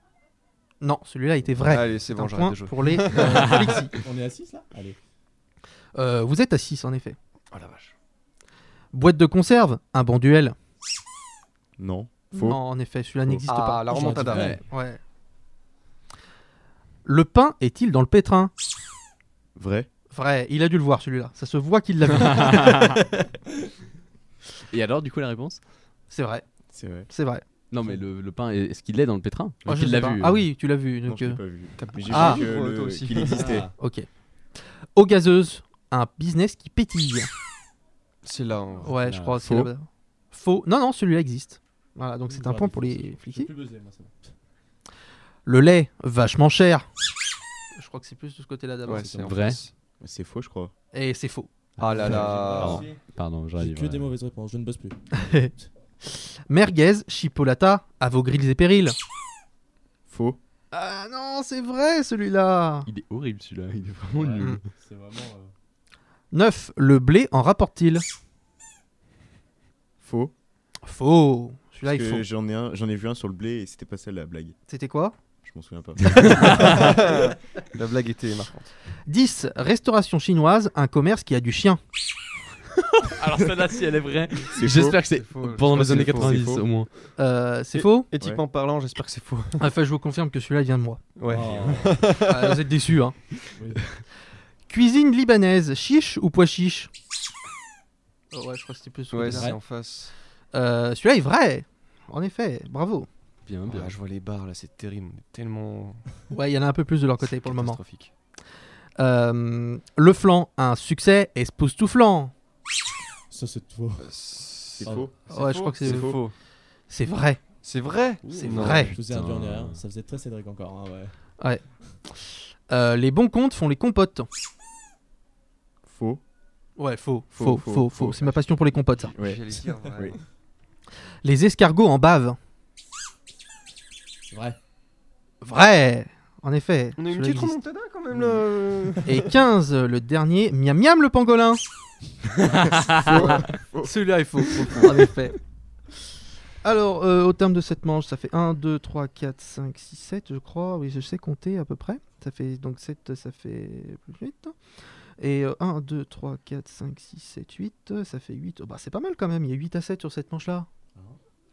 E: Non, celui-là était vrai.
H: Allez, c'est bon,
E: un
H: j'arrête
E: point
H: de jouer.
E: Pour les euh, Alexis.
G: On est à 6 là Allez.
E: Euh, vous êtes à 6 en effet.
H: Oh la vache.
E: Boîte de conserve, un bon duel.
I: Non. Faux.
E: Non, en effet, celui-là
H: Faux.
E: n'existe
H: Ah,
E: pas.
H: la remontada.
E: J'aurais dit
H: Ouais.
E: vrai. Ouais. Le pain est-il dans le pétrin
I: Vrai.
E: Vrai, il a dû le voir celui-là. Ça se voit qu'il l'a vu.
F: Et alors, du coup, la réponse
E: C'est vrai.
I: C'est vrai.
E: C'est vrai.
F: Non, mais le, le pain, est- est-ce qu'il l'est dans le pétrin
E: Moi,
F: Est-ce
E: je
F: qu'il
E: sais
F: l'a
E: pas.
F: vu euh
E: Ah oui, tu l'as vu.
I: Non,
E: donc,
I: je l'ai
E: euh,
I: pas vu.
H: T'as-
I: Mais J'ai
E: Ah.
I: vu que
H: Ouais,
I: le-
H: toi aussi.
I: qu'il existait.
G: Ah.
E: Ok. Eau gazeuse, un business qui pétille.
H: C'est là. en vrai.
E: Ouais, je crois. c'est
H: Faux.
E: là-bas. Faux. Non, non, celui-là existe. Voilà, donc c'est un point pour les
G: Je peux
E: flics.
G: plus buzzer, moi, c'est bon.
E: Le lait, vachement cher. Je crois que c'est plus de ce côté-là d'abord.
H: Ouais, c'est en
F: Vrai.
H: face.
I: C'est faux, je crois.
E: Et c'est faux.
H: Ah là là.
F: Pardon, Pardon j'aurais
G: J'ai
F: dit
G: que
F: vrai.
G: des mauvaises réponses, je ne bosse plus.
E: Merguez, chipolata, à vos grilles et périls.
I: Faux.
E: Ah non, c'est vrai celui-là.
F: Il est horrible celui-là, il est vraiment nul.
G: C'est vraiment. euh,
E: 9. Le blé en rapporte-t-il
I: Faux.
E: Faux. Celui-là
I: Parce
E: est
I: que
E: faux.
I: J'en ai, un- j'en ai vu un sur le blé et c'était pas celle la blague.
E: C'était quoi
I: Je m'en souviens pas.
H: La blague était marquante.
E: 10. Restauration chinoise, un commerce qui a du chien.
F: Alors, celle-là, si elle est vraie,
I: C'est faux.
F: j'espère que c'est
H: faux, je
F: pendant
H: crois que
F: les
H: c'est
F: années
H: faux, c'est
F: 90
H: faux.
F: au moins.
E: Euh, c'est
H: Et-
E: faux Ah,
H: Éthiquement parlant, j'espère que c'est faux.
E: Enfin, je vous confirme que celui-là vient de moi.
H: Ouais.
G: oh.
E: Ah, vous êtes déçus, hein
G: Oui.
E: Cuisine libanaise, chiche ou pois chiche Oh, Ouais, je crois que c'était plus. ce
H: Ouais,
E: côté-là.
H: c'est en face.
E: Euh, Celui-là est vrai En effet, bravo.
F: Bien,
H: Oh
F: bien.
H: là, je vois les barres là, c'est terrible. mais Tellement.
E: Ouais, il y en a un peu plus de leur côté pour le moment.
H: catastrophique.
E: Euh, le flan, un succès, époustouflant.
G: Ça, c'est toi.
H: Euh, C'est
I: C'est faux.
E: Ouais, je crois que c'est
H: faux.
E: C'est vrai.
H: C'est vrai
E: C'est
H: Non.
E: vrai.
G: Je vous ai induit en
F: Putain.
G: erreur. Ça faisait très Cédric encore. hein, ouais.
E: Euh, les bons comptes font les compotes.
I: Faux.
E: Ouais, faux, faux,
I: Faux,
E: faux,
I: faux,
E: faux.
I: faux.
E: C'est ma passion pour les compotes, ça.
I: Ouais.
H: J'allais dire, ouais.
I: Oui.
E: Les escargots en bave.
G: Vrai.
E: Vrai En effet.
H: On a une
E: celui-là
H: petite
E: existe.
H: remontada quand même là.
E: Et 15, le dernier, miam miam le pangolin. Celui-là est faux, en effet. Alors, euh, au terme de cette manche, ça fait 1, 2, 3, 4, 5, 6, 7, je crois. Oui, je sais compter à peu près. Ça fait donc 7, ça fait plus 8. Et euh, 1, 2, 3, 4, 5, 6, 7, 8. Ça fait 8. Oh, bah, c'est pas mal quand même. Il y a 8 à 7 sur cette manche-là.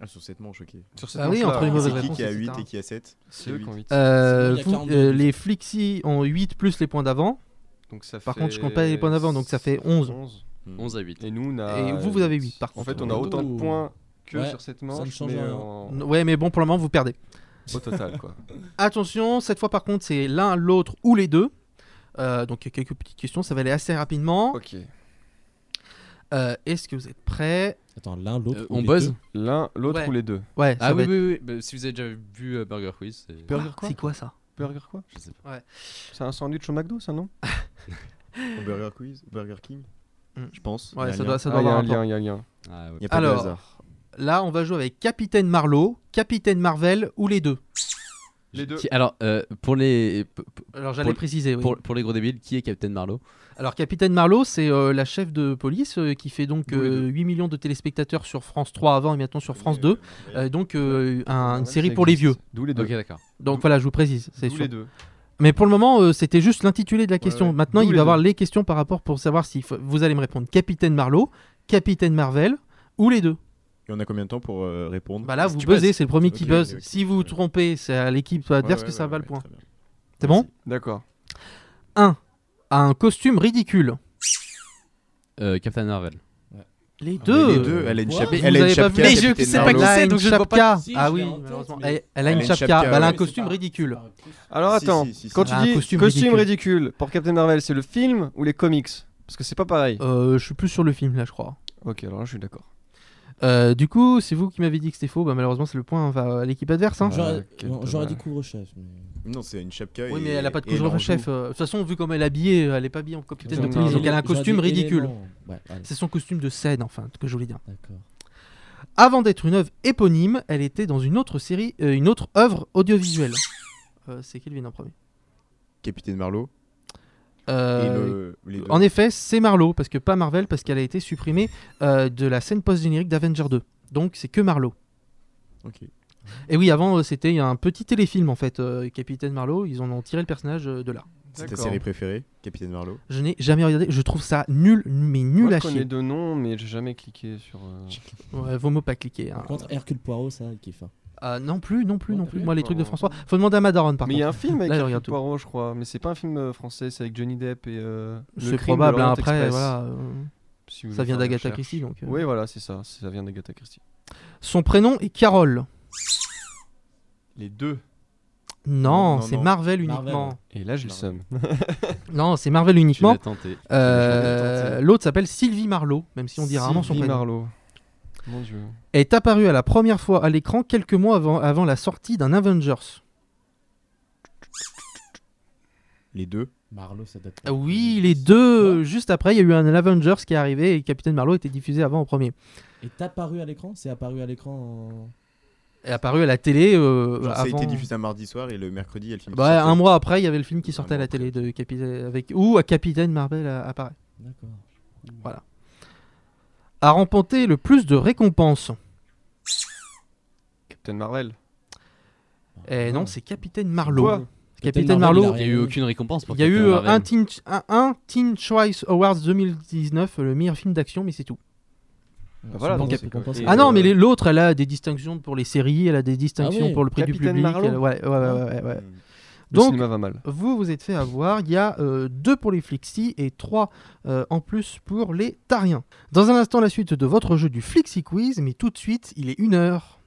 I: Ah, sur cette manche, ok.
E: Sur cette Ah oui, manche-là, entre les
I: C'est
E: mauvaises
I: qui
E: réponses,
I: qui a
E: etc.
I: 8 et qui a 7
H: C'est eux qui ont 8.
E: Euh,
H: Il y a
E: vous-
H: 42.
E: euh, les Flixi ont 8 plus les points d'avant.
H: Donc ça
E: Par
H: fait
E: contre, je compte pas les points d'avant, donc ça fait 11.
I: Hmm.
F: 11 à 8.
H: Et nous, on a.
E: Et vous, vous avez 8 par
H: En
E: contre.
H: fait, on a autant de points que
G: Ouais,
H: sur cette
G: ça ne
H: manche.
G: change
H: mais
G: rien.
H: en-
E: N- Ouais, mais bon, pour le moment, vous perdez.
H: Au total, quoi.
E: Attention, cette fois par contre, c'est l'un, l'autre ou les deux. Euh, donc il y a quelques petites questions, ça va aller assez rapidement. Euh,
H: Ok.
E: Est-ce que vous êtes prêts
G: Attends, l'un, l'autre.
F: Euh,
G: ou
F: on
G: les
F: buzz
G: deux
H: L'un, l'autre
E: Ouais.
H: ou les deux
E: Ouais, ça
F: Ah
E: va
F: oui,
E: être-
F: oui, oui, bah, si vous avez déjà vu euh, Burger Quiz, c'est.
H: Burger quoi
E: Ah, C'est quoi ça
H: Burger quoi
F: Je sais pas.
E: Ouais.
H: C'est un sandwich au McDo, ça, non
I: Au Burger Quiz Burger King
E: Mm.
I: Je pense. Il
E: Ouais,
I: y a
E: ça
I: un
E: doit,
I: lien.
E: ça
H: Ah,
E: doit
H: il y a
E: avoir
H: un
E: rapport.
H: lien, il y a un lien.
F: Ah, ouais.
I: Il y a pas de
E: Alors,
I: hasard.
E: là, on va jouer avec Capitaine Marlowe, Capitaine Marvel ou les deux.
H: Les deux.
F: Qui- alors, euh, pour les. p- p-
E: Alors j'allais
F: pour-
E: préciser. oui.
F: Pour, pour les gros débiles, qui est Captain Marlowe
E: Alors Capitaine Marlowe, c'est euh, la chef de police euh, qui fait donc
F: Nous, les
E: euh,
F: deux.
E: 8 millions de téléspectateurs sur France 3 avant et maintenant sur France 2. Euh, donc euh, un- une
H: Ça
E: série pour les vieux.
H: existe. D'où les deux.
F: Ok, d'accord.
E: Donc voilà, je vous précise, c'est
H: D'où
E: sûr.
H: les deux.
E: Mais pour le moment, euh, c'était juste l'intitulé de la question.
H: ouais.
E: Maintenant,
H: D'où
E: il va
H: les
E: y
H: deux.
E: avoir les questions par rapport pour savoir si faut- vous allez me répondre Capitaine Marlowe, Capitaine Marvel ou les deux.
I: Et on a combien de temps pour euh, répondre
E: Bah là, vous
I: Tu
E: buzzez,
I: buzzes
E: c'est le premier
I: Ok,
E: qui
I: ok,
E: buzz.
I: ok.
E: Si vous vous
I: Ouais.
E: trompez, c'est à l'équipe de
I: Ouais,
E: dire ce
I: ouais,
E: que ça
I: ouais,
E: va le
I: ouais,
E: point.
I: très bien.
E: C'est bon
H: D'accord.
E: 1. A un costume ridicule.
F: Euh, Captain Marvel.
E: Les
I: Mais
E: deux.
I: les deux, elle a une
G: Quoi
I: chape-
E: Vous
I: elle a une
E: avez pas vu
I: chapka,
E: les
I: Capitaine
E: je sais pas qui
I: Marlowe.
E: c'est, donc je vois pas.
G: Si,
E: Ah
G: je l'ai
E: oui,
G: en tête,
E: malheureusement.
G: mais-
E: Elle, elle a une chapka.
I: chapka,
E: Bah, elle a un
I: ouais.
E: costume ridicule.
H: Alors
I: Si,
H: attends,
I: si, si, si.
H: quand tu
E: Ah, un
H: dis
E: costume
H: costume, ridicule. pour Captain Marvel, c'est le film ou les comics Parce que c'est pas pareil.
E: Euh, je suis plus sur le film là, je crois.
H: Ok, alors là, je suis d'accord.
E: Euh, du coup, c'est vous qui m'avez dit que c'était faux. Bah, malheureusement, c'est le point va à l'équipe adverse. hein.
H: Ouais.
G: J'aurais-
H: Ah, quel
G: non, J'aurais dit
H: dommage.
G: couvre-chef. mais-
I: Non, c'est une chapka.
E: Oui,
I: et-
E: mais elle a pas de
I: et elle en
E: couvre-chef.
I: joue.
E: euh, De toute façon, vu comme elle est habillée, elle est pas habillée en capitaine de
H: J'en ai
E: police,
H: un
E: donc elle a un
G: J'aurais dit
E: costume ridicule.
G: élément. Ouais, allez,
E: C'est son costume de scène, enfin, que je voulais dire.
G: d'accord.
E: hein. Avant d'être une œuvre éponyme, elle était dans une autre série, euh, une autre œuvre audiovisuelle. Euh, c'est Kelvin en premier.
I: Capitaine
G: Oh.
I: Marlowe. Et
E: Euh,
I: le. les deux.
E: En effet, c'est Marlowe, parce que pas Marvel, parce qu'elle a été supprimée euh, de la scène post-générique d'Avenger 2. Donc c'est que Marlowe.
I: Ok.
E: Et oui, avant euh, c'était un petit téléfilm en fait, euh, Capitaine Marlowe, ils en ont tiré le personnage euh, de là.
I: C'est ta
H: D'accord.
I: série préférée, Capitaine Marlowe.
E: Je n'ai jamais regardé, je trouve ça nul, mais nul
H: Moi,
E: à
H: je connais
E: chier.
H: deux noms, mais j'ai jamais cliqué sur. euh,
E: Ouais, vos mots pas cliqués. hein.
G: Par contre, Hercule Poirot, ça, il kiffe. hein.
E: Ah, non plus, non plus, non plus.
H: plus.
E: Moi les trucs de François, faut demander à Madaron
H: eh,
E: par
H: Mais il y
E: contre.
H: a un film avec
E: Là, je
H: Hercule
E: regarde tout.
H: Poirot, je crois. Mais c'est pas un film euh, français, c'est avec Johnny Depp et. euh, Le
E: C'est
H: Crime de
E: probable, hein,
H: l'Orient
E: après
H: Express,
E: voilà, euh,
H: si vous
E: ça
H: voulez faire
E: vient
H: des
E: d'Agatha
H: recherches.
E: Christie donc. euh.
H: Oui, voilà, c'est ça. c'est- Ça vient d'Agatha Christie.
E: Son prénom est Carole.
H: Les deux.
E: Non,
I: non,
E: c'est
I: non.
E: Marvel
G: Marvel.
E: uniquement.
H: Et là, je le
I: Non.
H: somme.
E: Non, c'est Marvel
F: Tu l'as
E: uniquement.
F: tenté.
E: Euh, L'autre s'appelle Sylvie Marlowe, même si on dit rarement son
H: Sylvie
E: prénom.
H: Marlowe. Mon dieu.
E: Est apparue à la première fois à l'écran quelques mois avant, avant la sortie d'un Avengers.
I: Les deux.
G: Marlowe, ça date.
E: Ah oui, les deux, juste après, il y a eu un Avengers qui est arrivé et Capitaine Marlowe était diffusé avant en premier.
G: Est apparu à l'écran C'est apparu à l'écran en.
E: Et apparu à la télé euh,
I: Genre, Ça a
E: avant-
I: été diffusé un mardi soir et le mercredi, elle filme.
E: Bah, un mois après, il y avait le film qui
I: Un
E: sortait à
I: mois
E: la télé de Capitaine avec où à Capitaine Marvel euh, apparaît.
G: D'accord.
E: A remporté le plus de récompenses.
H: Captain Marvel.
E: Et Eh non, c'est Capitaine
H: quoi
E: Marlowe. Capitaine
G: Captain Marvel,
E: Marlowe,
F: Il n'y a eu aucune récompense pour
E: Il y a eu
F: Captain
E: euh,
F: Marvel.
E: un Teen, un, un Teen Choice Awards 2019, euh, le meilleur film d'action, mais c'est tout.
G: Ah,
H: Bah voilà,
G: c'est
H: donc
G: bon,
H: Cap-
G: c'est compensé.
H: Et
E: ah non,
H: euh,
E: mais les- l'autre, elle a des distinctions pour les séries, elle a des distinctions
G: Ah oui,
E: pour le prix du
H: Capitaine
E: public.
H: Marlowe.
E: elle- ouais, ouais, ouais, ouais, ouais.
H: Hmm. Le
E: Donc,
H: cinéma va mal.
E: vous vous êtes fait avoir. Il y a euh, deux pour les Flixi et trois euh, en plus pour les Tariens. Dans un instant, la suite de votre jeu du Flixi Quiz, mais tout de suite, il est une heure.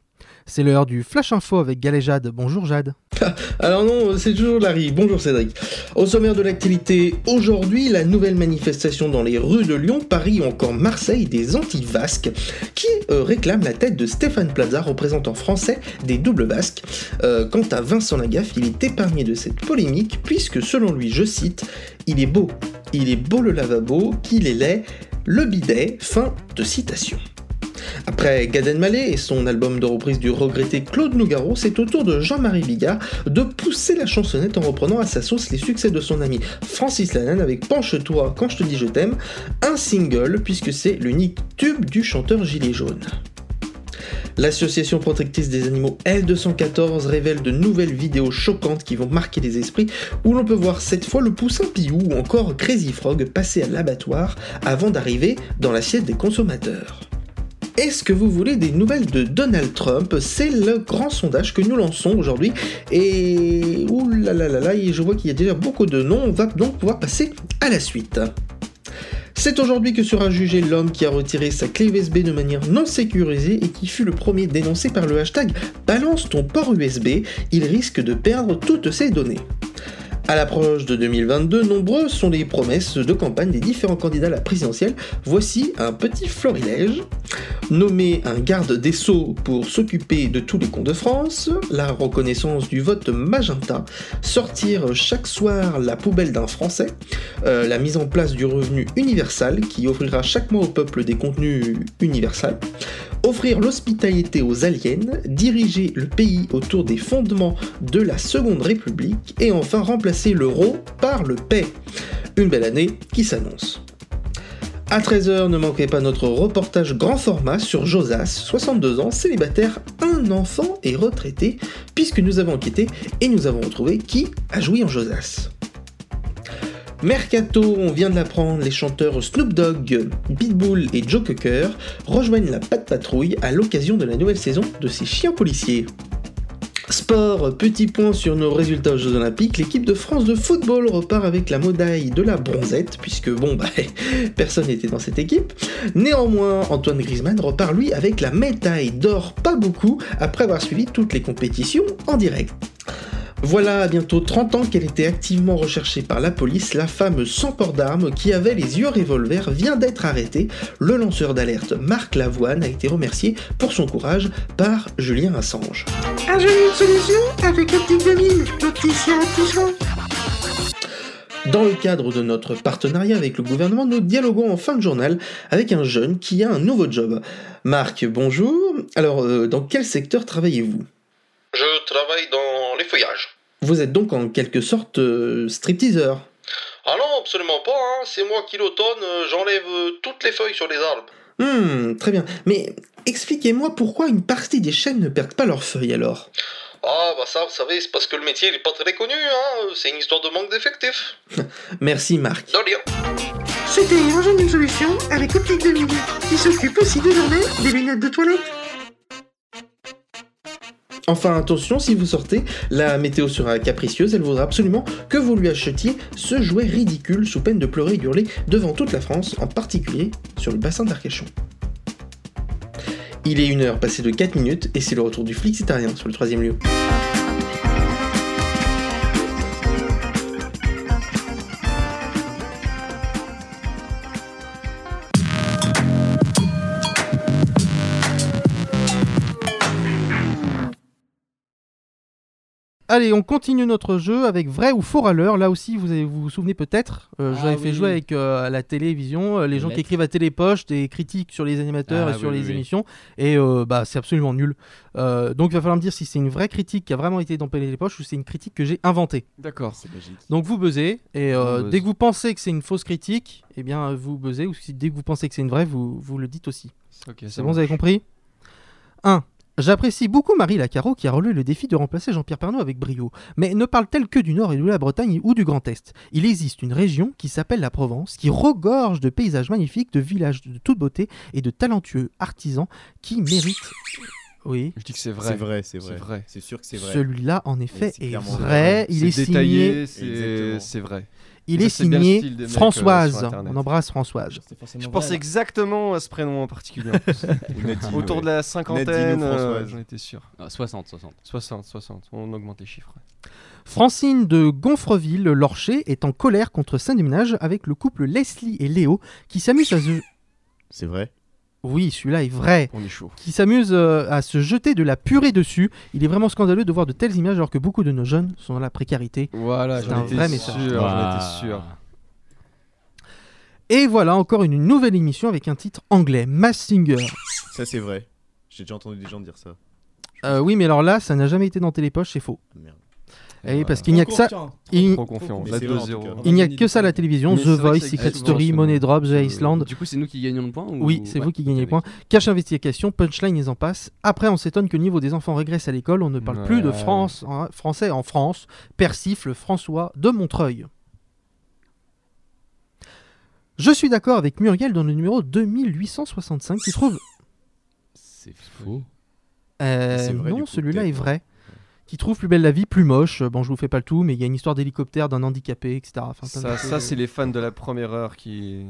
E: C'est l'heure du Flash Info avec Galéjade. Bonjour Jade.
A: Alors non, c'est toujours Larry. Bonjour Cédric. Au sommaire de l'actualité, aujourd'hui, la nouvelle manifestation dans les rues de Lyon, Paris ou encore Marseille des anti-vasques qui euh, réclament la tête de Stéphane Plaza, représentant français des doubles vasques. Euh, quant à Vincent Lagaffe, il est épargné de cette polémique puisque selon lui, je cite, il est beau, il est beau le lavabo, qu'il est laid, le bidet. Fin de citation. Après Gad Elmaleh et son album de reprise du regretté Claude Nougaro, c'est au tour de Jean-Marie Bigard de pousser la chansonnette en reprenant à sa sauce les succès de son ami Francis Lalanne avec Penche-toi quand je te dis je t'aime, un single puisque c'est l'unique tube du chanteur Gilet jaune. L'association protectrice des animaux L214 révèle de nouvelles vidéos choquantes qui vont marquer les esprits, où l'on peut voir cette fois le poussin Piou ou encore Crazy Frog passer à l'abattoir avant d'arriver dans l'assiette des consommateurs. Est-ce que vous voulez des nouvelles de Donald Trump C'est le grand sondage que nous lançons aujourd'hui. Et. Ouh là là là là, je vois qu'il y a déjà beaucoup de noms. On va donc pouvoir passer à la suite. C'est aujourd'hui que sera jugé l'homme qui a retiré sa clé USB de manière non sécurisée et qui fut le premier dénoncé par le hashtag Balance ton port USB. Il risque de perdre toutes ses données. À l'approche de 2022, nombreuses sont les promesses de campagne des différents candidats à la présidentielle. Voici un petit florilège. Nommer un garde des Sceaux pour s'occuper de tous les cons de France, la reconnaissance du vote magenta, sortir chaque soir la poubelle d'un Français, euh, la mise en place du revenu universal qui offrira chaque mois au peuple des contenus universels, offrir l'hospitalité aux aliens, diriger le pays autour des fondements de la Seconde République et enfin remplacer l'euro par le paix. Une belle année qui s'annonce. À 13h, ne manquez pas notre reportage grand format sur Josas, 62 ans, célibataire, un enfant et retraité, puisque nous avons enquêté et nous avons retrouvé qui a joui en Josas. Mercato, on vient de l'apprendre, les chanteurs Snoop Dogg, Pitbull et Joe Cocker rejoignent la patte patrouille à l'occasion de la nouvelle saison de ces chiens policiers. Sport, petit point sur nos résultats aux Jeux Olympiques, l'équipe de France de football repart avec la médaille de la bronzette, puisque bon, bah, personne n'était dans cette équipe. Néanmoins, Antoine Griezmann repart lui avec la médaille d'or, pas beaucoup, après avoir suivi toutes les compétitions en direct. Voilà à bientôt 30 ans qu'elle était activement recherchée par la police, la femme sans port d'armes qui avait les yeux revolver vient d'être arrêtée. Le lanceur d'alerte Marc Lavoine a été remercié pour son courage par Julien Assange.
B: Un joli solution avec un petit gaming, Laetitia Pichon.
A: Dans le cadre de notre partenariat avec le gouvernement, nous dialoguons en fin de journal avec un jeune qui a un nouveau job. Marc, bonjour. Alors, euh, dans quel secteur travaillez-vous
D: Je travaille dans les feuillages.
A: Vous êtes donc en quelque sorte euh, stripteaseur.
D: Ah non, absolument pas, hein. c'est moi qui l'automne, euh, j'enlève euh, toutes les feuilles sur les arbres.
A: Hmm, très bien. Mais expliquez-moi pourquoi une partie des chaînes ne perdent pas leurs feuilles alors
D: Ah bah ça, vous savez, c'est parce que le métier n'est pas très connu, hein. c'est une histoire de manque d'effectifs.
A: Merci Marc.
D: De rien.
B: C'était un joli solution avec Optique 2000 qui s'occupe aussi désormais des lunettes de toilette.
A: Enfin attention, si vous sortez, la météo sera capricieuse, elle voudra absolument que vous lui achetiez ce jouet ridicule sous peine de pleurer et hurler devant toute la France, en particulier sur le bassin d'Arcachon. Il est une heure passée de 4 minutes et c'est le retour du flixitarien sur le troisième lieu.
E: Allez, on continue notre jeu avec vrai ou faux râleur. Là aussi, vous avez- vous, vous souvenez peut-être, euh,
G: Ah
E: j'avais fait
G: oui.
E: jouer avec euh, à la télévision euh, les gens qui
G: Lettres.
E: écrivent à télépoche des critiques sur les animateurs
G: Ah
E: et sur
G: oui,
E: les
G: oui, oui.
E: émissions, et euh, bah c'est absolument nul. Euh, donc, il va falloir me dire si c'est une vraie critique qui a vraiment été dans télépoche ou c'est une critique que j'ai inventée.
F: D'accord.
E: Donc vous buzzez et euh,
F: On buzz.
E: dès que vous pensez que c'est une fausse critique, eh bien euh, vous buzzez ou si dès que vous pensez que c'est une vraie, vous, vous le dites aussi.
F: Ok, ça
E: c'est bon,
F: marche.
E: vous avez compris 1. J'apprécie beaucoup Marie Lacaro qui a relevé le défi de remplacer Jean-Pierre Pernaut avec brio, mais ne parle-t-elle que du Nord et de la Bretagne ou du Grand Est Il existe une région qui s'appelle la Provence, qui regorge de paysages magnifiques, de villages de toute beauté et de talentueux artisans qui méritent... Oui.
F: Je dis que c'est vrai.
I: C'est vrai, c'est vrai.
F: C'est vrai.
I: C'est sûr que c'est vrai.
E: Celui-là, en
I: Et
E: effet,
I: c'est
E: est,
I: clairement
E: vrai. Il est,
F: C'est
E: signé.
F: détaillé, c'est- c'est vrai.
E: Il
F: Ça,
E: est
F: c'est bien le
E: signé
F: style des mecs, euh, sur
E: Françoise.
F: Internet.
E: On embrasse Françoise.
H: Je pense exactement à ce prénom en particulier. en plus.
F: Nadine,
H: Autour
F: ouais.
H: de la cinquantaine,
F: Nadine ou
H: euh,
F: Françoise.
H: j'en étais sûr.
F: Ah, 60, 60.
H: 60, 60. On augmente les chiffres.
E: Francine de Gonfreville-Lorcher est en colère contre Saint-Déménage avec le couple Leslie et Léo qui s'amusent à se...
I: C'est vrai
E: Oui, celui-là est vrai.
H: On est chaud.
E: Qui s'amusent euh, à se jeter de la purée dessus. Il est vraiment scandaleux de voir de telles images alors que beaucoup de nos jeunes sont dans la précarité.
H: Voilà,
E: c'est
H: j'en
E: un
H: étais
E: vrai
H: sûr,
E: message.
H: j'en étais sûr.
E: Et voilà encore une nouvelle émission avec un titre anglais, Mass Singer.
I: Ça, c'est vrai. J'ai déjà entendu des gens dire ça.
E: Euh, oui, mais alors là, ça n'a jamais été dans Télépoche, c'est faux. Eh, parce qu'il n'y a que ça. Il,
H: Trop confiant.
E: il
H: Là,
E: n'y a
H: 2-0.
E: il n'y a que ça à la télévision.
F: Mais
E: The
F: c'est vrai
E: Voice,
F: que ça
E: Secret
F: existe
E: Story,
F: souvent.
E: Money Drops, The Island.
F: Du coup, c'est nous qui gagnons le point ou-
E: Oui, c'est
F: Ouais.
E: vous qui gagnez les points. Cash investigation, punchline, ils en passent. Après, on s'étonne que le niveau des enfants régresse à l'école. On ne parle plus de
F: Ouais.
E: France, en- français en France. Persifle François de Montreuil. Je suis d'accord avec Muriel dans le numéro 2865 qui trouve
F: C'est faux.
E: euh,
F: C'est vrai, du
E: non,
F: coup,
E: celui-là
F: peut-être,
E: est vrai. Qui trouve plus belle la vie, plus moche. Euh, Bon, je vous fais pas le tout, mais il y a une histoire d'hélicoptère, d'un handicapé, etc. Enfin, plein
H: Ça,
E: de choses.
H: ça, c'est les fans de la première heure qui.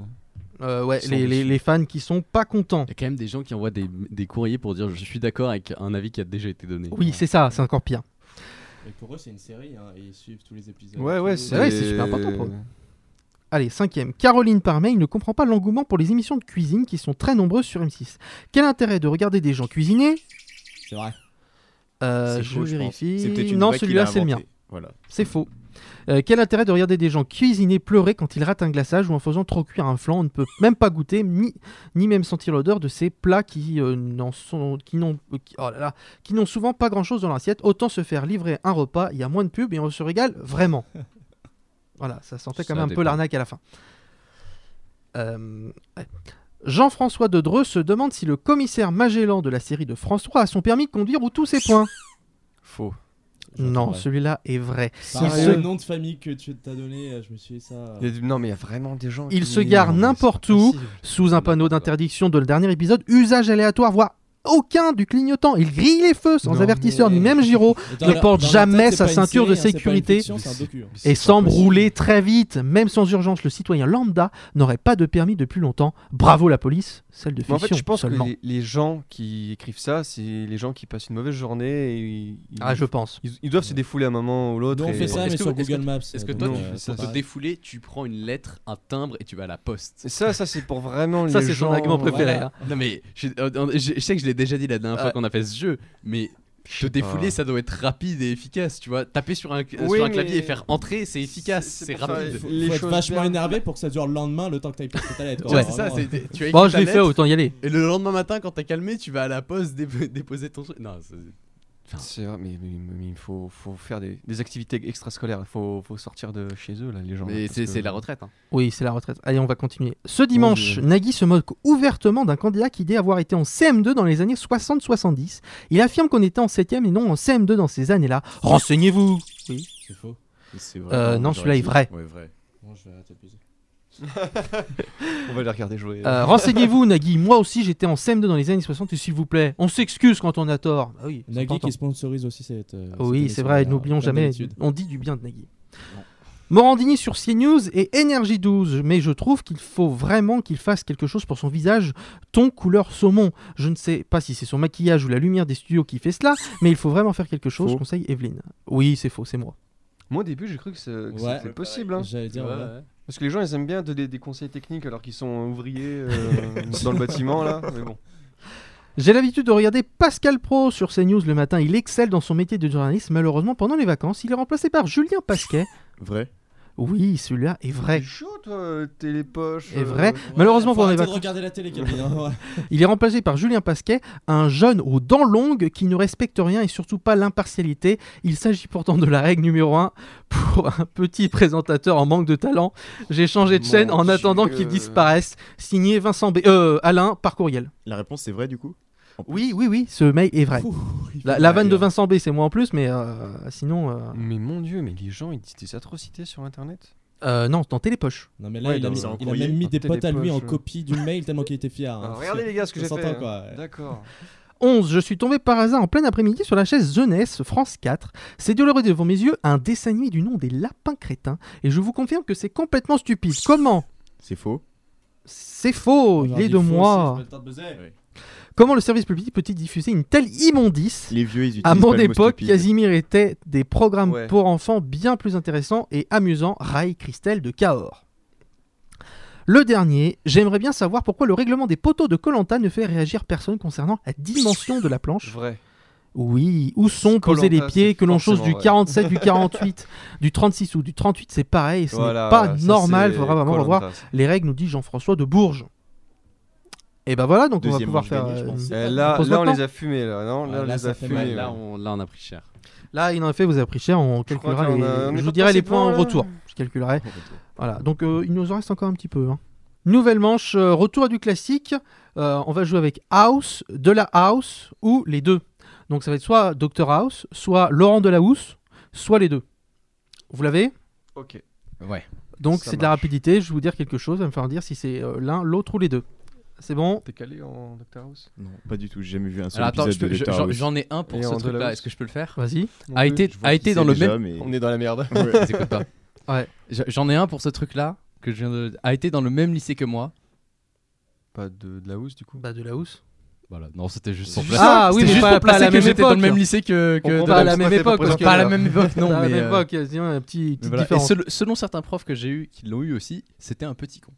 E: Euh, ouais,
H: qui sont
E: les, les-
H: dessus.
E: les fans qui sont pas contents.
F: Il y a quand même des gens qui envoient des, des courriers pour dire je suis d'accord avec un avis qui a déjà été donné.
E: Oui, c'est ça, c'est encore pire.
G: Et pour eux, c'est une série, hein, et ils suivent tous les épisodes.
H: Ouais,
G: Tous
H: ouais,
G: les-
H: c'est-
E: Bah ouais, c'est super important pour eux. Allez, cinquième. Caroline par mail ne comprend pas l'engouement pour les émissions de cuisine qui sont très nombreuses sur M6. Quel intérêt de regarder des gens cuisiner
G: C'est vrai.
E: Euh,
O: C'est
E: je
O: faux, je
E: vérifie.
O: pense. C'est peut-être une
E: non,
O: vraie qu'il
E: celui-là,
O: a
E: c'est le mien.
O: inventée. Voilà.
E: C'est faux. Euh, quel intérêt de regarder des gens cuisiner, pleurer quand ils ratent un glaçage ou en faisant trop cuire un flan On ne peut même pas goûter, ni, ni même sentir l'odeur de ces plats qui euh, n'en sont, qui n'ont, euh, qui- oh là là, qui n'ont souvent pas grand-chose dans l'assiette. Autant se faire livrer un repas, il y a moins de pub et on se régale vraiment. voilà, ça sentait quand
F: Ça
E: même un peu
F: dépend.
E: l'arnaque à la fin. Euh, ouais. Jean-François de Dreux se demande si le commissaire Magellan de la série de France 3 a son permis de conduire ou tous ses points.
H: Faux.
E: Non,
G: vrai.
E: celui-là est vrai.
G: Par
E: Il se-
G: le nom de famille que tu t'as donné, euh, je me suis dit ça. euh,
H: Il y a du- Non, mais il y a vraiment des gens. qui-
E: Il se gare
H: Non, mais
E: n'importe
H: c'est pas
E: où,
H: possible.
E: sous un panneau d'interdiction de le dernier épisode, usage aléatoire, voire aucun du clignotant. Il grille les feux sans
H: Non,
E: avertisseur, ni même Giro,
G: dans
E: ne
G: leur-
E: porte
G: dans leur
E: jamais
G: tête, c'est
E: sa
G: pas une
E: ceinture de
G: série, hein, c'est pas une
E: sécurité
G: fiction, c'est un docu, hein.
E: et
G: C'est
E: semble
G: pas possible.
E: rouler très vite. Même sans urgence, le citoyen lambda n'aurait pas de permis depuis longtemps. Bravo la police, celle de
H: Mais
E: fiction
H: en fait, je pense
E: seulement.
H: que les, les gens qui écrivent ça, c'est les gens qui passent une mauvaise journée et ils,
E: Ah, je pense.
H: Ils, ils doivent se défouler à un moment ou l'autre.
G: Nous,
H: et-
G: on fait ça,
H: Est-ce que-
G: mais sur
H: est-ce que-
G: Google Maps.
F: Est-ce que
G: euh,
F: toi,
G: donc,
H: tu-
G: euh,
H: ça-
G: c'est
F: Pour te
G: pareil.
F: défouler, tu prends une lettre, un timbre et tu vas à la poste.
H: Ça, ça c'est pour vraiment
E: Ça,
H: les
E: c'est son
H: gens-
E: argument préféré, hein.
F: Non mais je, euh, je- je sais que je l'ai déjà dit la dernière fois
E: Ouais.
F: qu'on a fait ce jeu, mais te défouler,
H: Ah. pas.
F: ça doit être rapide et efficace, tu vois. Taper sur un, euh, sur
H: Oui,
F: un clavier
H: mais-
F: et faire entrer, c'est efficace, c'est
H: pour faire
F: rapide.
H: les-
G: Faut être
H: choses
G: vachement
H: bien.
G: énervé pour que ça dure le lendemain le temps que t'ailles pour ta lettre. hein,
F: Ouais, c'est ça. c'est- Tu as écrit
E: Bon, je
F: ta
E: l'ai fait,
F: lettre,
E: autant y aller.
F: Et le lendemain matin, quand t'as calmé, tu vas à la poste dép- déposer ton truc. Non, c'est-
H: C'est vrai, mais mais- mais il faut, faut faire des, des activités extrascolaires. Il faut, faut sortir de chez eux, là, les gens.
F: mais
H: là, parce
F: c'est
H: que-
F: c'est la retraite. hein.
E: Oui, c'est la retraite. Allez, on va continuer. Ce dimanche,
H: je-
E: Nagui se moque ouvertement d'un candidat qui dit avoir été en CM2 dans les années 60-70. Il affirme qu'on était en 7ème et non en CM2 dans ces années-là. Renseignez-vous Oui.
G: C'est faux.
F: C'est
E: Euh, non, celui-là est vrai.
F: Ouais, vrai.
G: Bon, je vais arrêter de baiser.
H: On va les regarder jouer.
E: Euh, Renseignez-vous, Nagui. Moi aussi, j'étais en CM2 dans les années 60 et s'il vous plaît, on s'excuse quand on a tort. Ah oui, ça
G: Nagui
E: t'entend.
G: qui sponsorise aussi cette. euh, cette
E: Oui, c'est
G: émission,
E: vrai,
G: euh,
E: n'oublions
G: comme
E: jamais,
G: d'habitude.
E: on dit du bien de Nagui.
G: Non.
E: Morandini sur CNews et Energy 12, mais je trouve qu'il faut vraiment qu'il fasse quelque chose pour son visage, ton couleur saumon. Je ne sais pas si c'est son maquillage ou la lumière des studios qui fait cela, mais il faut vraiment faire quelque chose,
H: Faux.
E: je conseille Evelyne. Oui, c'est faux, c'est moi.
H: Moi, au début, j'ai cru que, c'est- que
G: Ouais.
H: c'était possible. hein.
G: J'allais dire. ouais.
H: Parce que les gens, ils aiment bien donner des conseils techniques alors qu'ils sont ouvriers euh, dans le bâtiment, là. Mais bon.
E: J'ai l'habitude de regarder Pascal Pro sur CNews le matin, il excelle dans son métier de journaliste, malheureusement pendant les vacances, il est remplacé par Julien Pasquet.
I: Vrai
E: Oui, celui-là est vrai.
H: T'es chaud, toi, euh, t'es les poches.
E: Est
H: euh,
E: vrai.
G: Ouais,
E: Malheureusement
G: faut
E: pour les
G: arrêter de
E: vacances.
G: regarder la télé, Camille. hein, ouais.
E: Il est remplacé par Julien Pasquet, un jeune aux dents longues qui ne respecte rien et surtout pas l'impartialité. Il s'agit pourtant de la règle numéro 1 pour un petit présentateur en manque de talent. J'ai changé de
H: Mon
E: chaîne en attendant
H: Dieu.
E: qu'il disparaisse. Signé Vincent B... euh, Alain par courriel.
I: La réponse, c'est vrai du coup En plus,
E: Oui, oui, oui, ce mail est vrai.
G: Ouh, il hein.
E: La,
G: fait
E: la
G: mal.
E: vanne de Vincent B, c'est moi en plus, mais euh, sinon... euh,
H: Mais mon dieu, mais les gens, ils disent des atrocités sur internet.
E: euh, non, dans Télépoche.
G: Non, mais là,
I: Ouais,
G: il,
I: dans-
G: a mis,
I: c'est en
G: il a
I: courrier.
G: même mis des
H: T'as des
G: potes à lui en
F: hein.
H: poches, euh.
G: copie du mail tellement qu'il était fier. hein,
H: Alors,
G: parce
H: regardez,
G: que-
H: les gars, ce que
G: on
H: j'ai
G: s'entend,
H: fait.
G: quoi,
F: hein.
G: ouais.
H: D'accord.
E: 11. Je suis tombé par hasard en plein après-midi sur la chaise jeunesse France 4. C'est douloureux devant mes yeux un dessin animé du nom des lapins crétins. Et je vous confirme que c'est complètement stupide. Comment
I: c'est faux.
E: C'est faux, il
G: J'aurais
E: est
G: dit
E: de
G: faux aussi,
E: moi.
G: j'ai pas le temps de baiser.
E: Comment le service public peut-il diffuser une telle immondice
I: Les vieux, ils utilisent.
E: À mon
I: pas le mot
E: époque,
I: stupide.
E: Casimir était des programmes
H: Ouais.
E: pour enfants bien plus intéressants et amusants, Rail Christelle de Cahors. Le dernier, j'aimerais bien savoir pourquoi le règlement des poteaux de Colanta ne fait réagir personne concernant la dimension de la planche.
H: Vrai.
E: Oui, où sont posés les
H: Koh-Lanta,
E: pieds,
H: c'est
E: que l'on chose
H: forcément vrai.
E: du 47, du 48, du 36 ou du 38, c'est pareil, ce
H: Voilà,
E: n'est pas
H: voilà, ça,
E: normal,
H: c'est
E: faudra vraiment revoir
H: Koh-Lanta, ça.
E: les règles, nous dit Jean-François de Bourges. Et ben voilà, donc on va
I: Deuxième
E: pouvoir
I: manche
E: faire.
I: gagnée, je
E: euh,
I: pense.
H: Eh, là,
E: pose
H: là, on
E: maintenant.
H: les a fumés, là. Non, là,
G: Ah,
H: on
G: là,
H: les
G: ça
H: a
G: fait
H: fumés.
G: mal,
H: ouais.
F: Là, on, là, on a pris cher.
E: Là, il en effet, vous avez pris cher. On calculera
H: qu'on
E: les-
H: a- on est
E: Je
H: pas
E: vous dirai les
H: passé
E: points
H: devant, là
E: en retour. Je calculerai. Voilà. Donc, euh, il nous en reste encore un petit peu. hein. Nouvelle manche. euh, retour à du classique. Euh, on va jouer avec House, de la House ou les deux. Donc, ça va être soit Dr House, soit Laurent de la Housse, soit les deux. Vous l'avez
H: Ok.
N: Ouais.
E: Donc,
H: Ça
E: c'est de la rapidité. Je vais vous dire quelque chose. Ça va me faire dire si c'est euh, l'un, l'autre ou les deux. C'est bon
H: T'es calé en Doctor House
I: Non, pas du tout. J'ai jamais vu un seul
F: Alors attends, je
I: épisode
F: peux-
I: de
F: je-
I: Dr.
F: j'en
I: House.
F: j'en ai un pour
H: Et
F: ce
H: en
F: truc-là.
H: Delos.
F: Est-ce que je peux le faire
E: Vas-y.
H: Non
F: A
H: plus.
F: été,
H: Je vois
F: a
H: qui
F: été
H: c'est
F: dans le
H: déjà,
F: même.
H: mais- On est dans la merde.
F: Ils écoutent pas.
E: Ouais.
F: Je- J'en ai un pour ce truc-là que je viens de. A été dans le même lycée que moi.
H: Pas de, de la housse du coup
E: Bah, de la Housse.
F: Voilà. Non, c'était juste pour
E: C'est
F: placer.
E: juste ça. Ah oui,
F: C'était
E: mais
F: juste
E: pas-
F: pour
E: pas à la
F: placer que
E: même
F: j'étais dans le
E: époque.
F: même lycée que. que
E: On- on
F: de
E: va à
F: Delos.
E: la même époque. parce que-
F: Pas à la même époque, non.
E: Pas à la
F: mais,
E: même
F: euh,
E: époque. Il y a un petit,
F: mais
E: petite
F: voilà. Et
E: différence.
F: sel- selon certains profs que j'ai eu, qui l'ont eu aussi, c'était un petit con.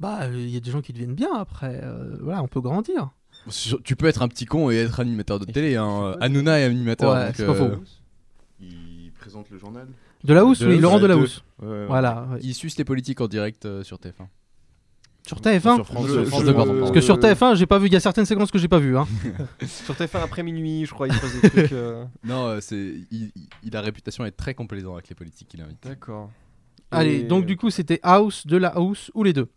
E: Bah, euh, il y a des gens qui deviennent bien après. euh, voilà, on peut grandir.
F: Sur- Tu peux être un petit con et être animateur de télé. Hein. Hanouna est animateur.
E: Ouais,
F: donc,
E: Ah, c'est pas
F: euh,
E: faux.
I: Il présente le journal.
E: De la housse, oui, Laurent de la
F: deux.
E: housse. Voilà. ouais.
F: Il suce les politiques en direct euh, sur TF1.
E: Sur TF1
F: Sur France
E: Je-
F: deux,
E: je-
F: France deux, pardon.
E: Parce que sur TF1, j'ai pas vu. Il y a certaines séquences que j'ai pas vues. hein.
H: Sur TF1 après minuit, je crois, il se passe des trucs. euh,
F: Non, euh, c'est il, il- il a réputation à être très complaisant avec les politiques qu'il invite.
H: D'accord.
E: Allez,
H: Et-
E: donc du coup, c'était house, de la house ou les deux.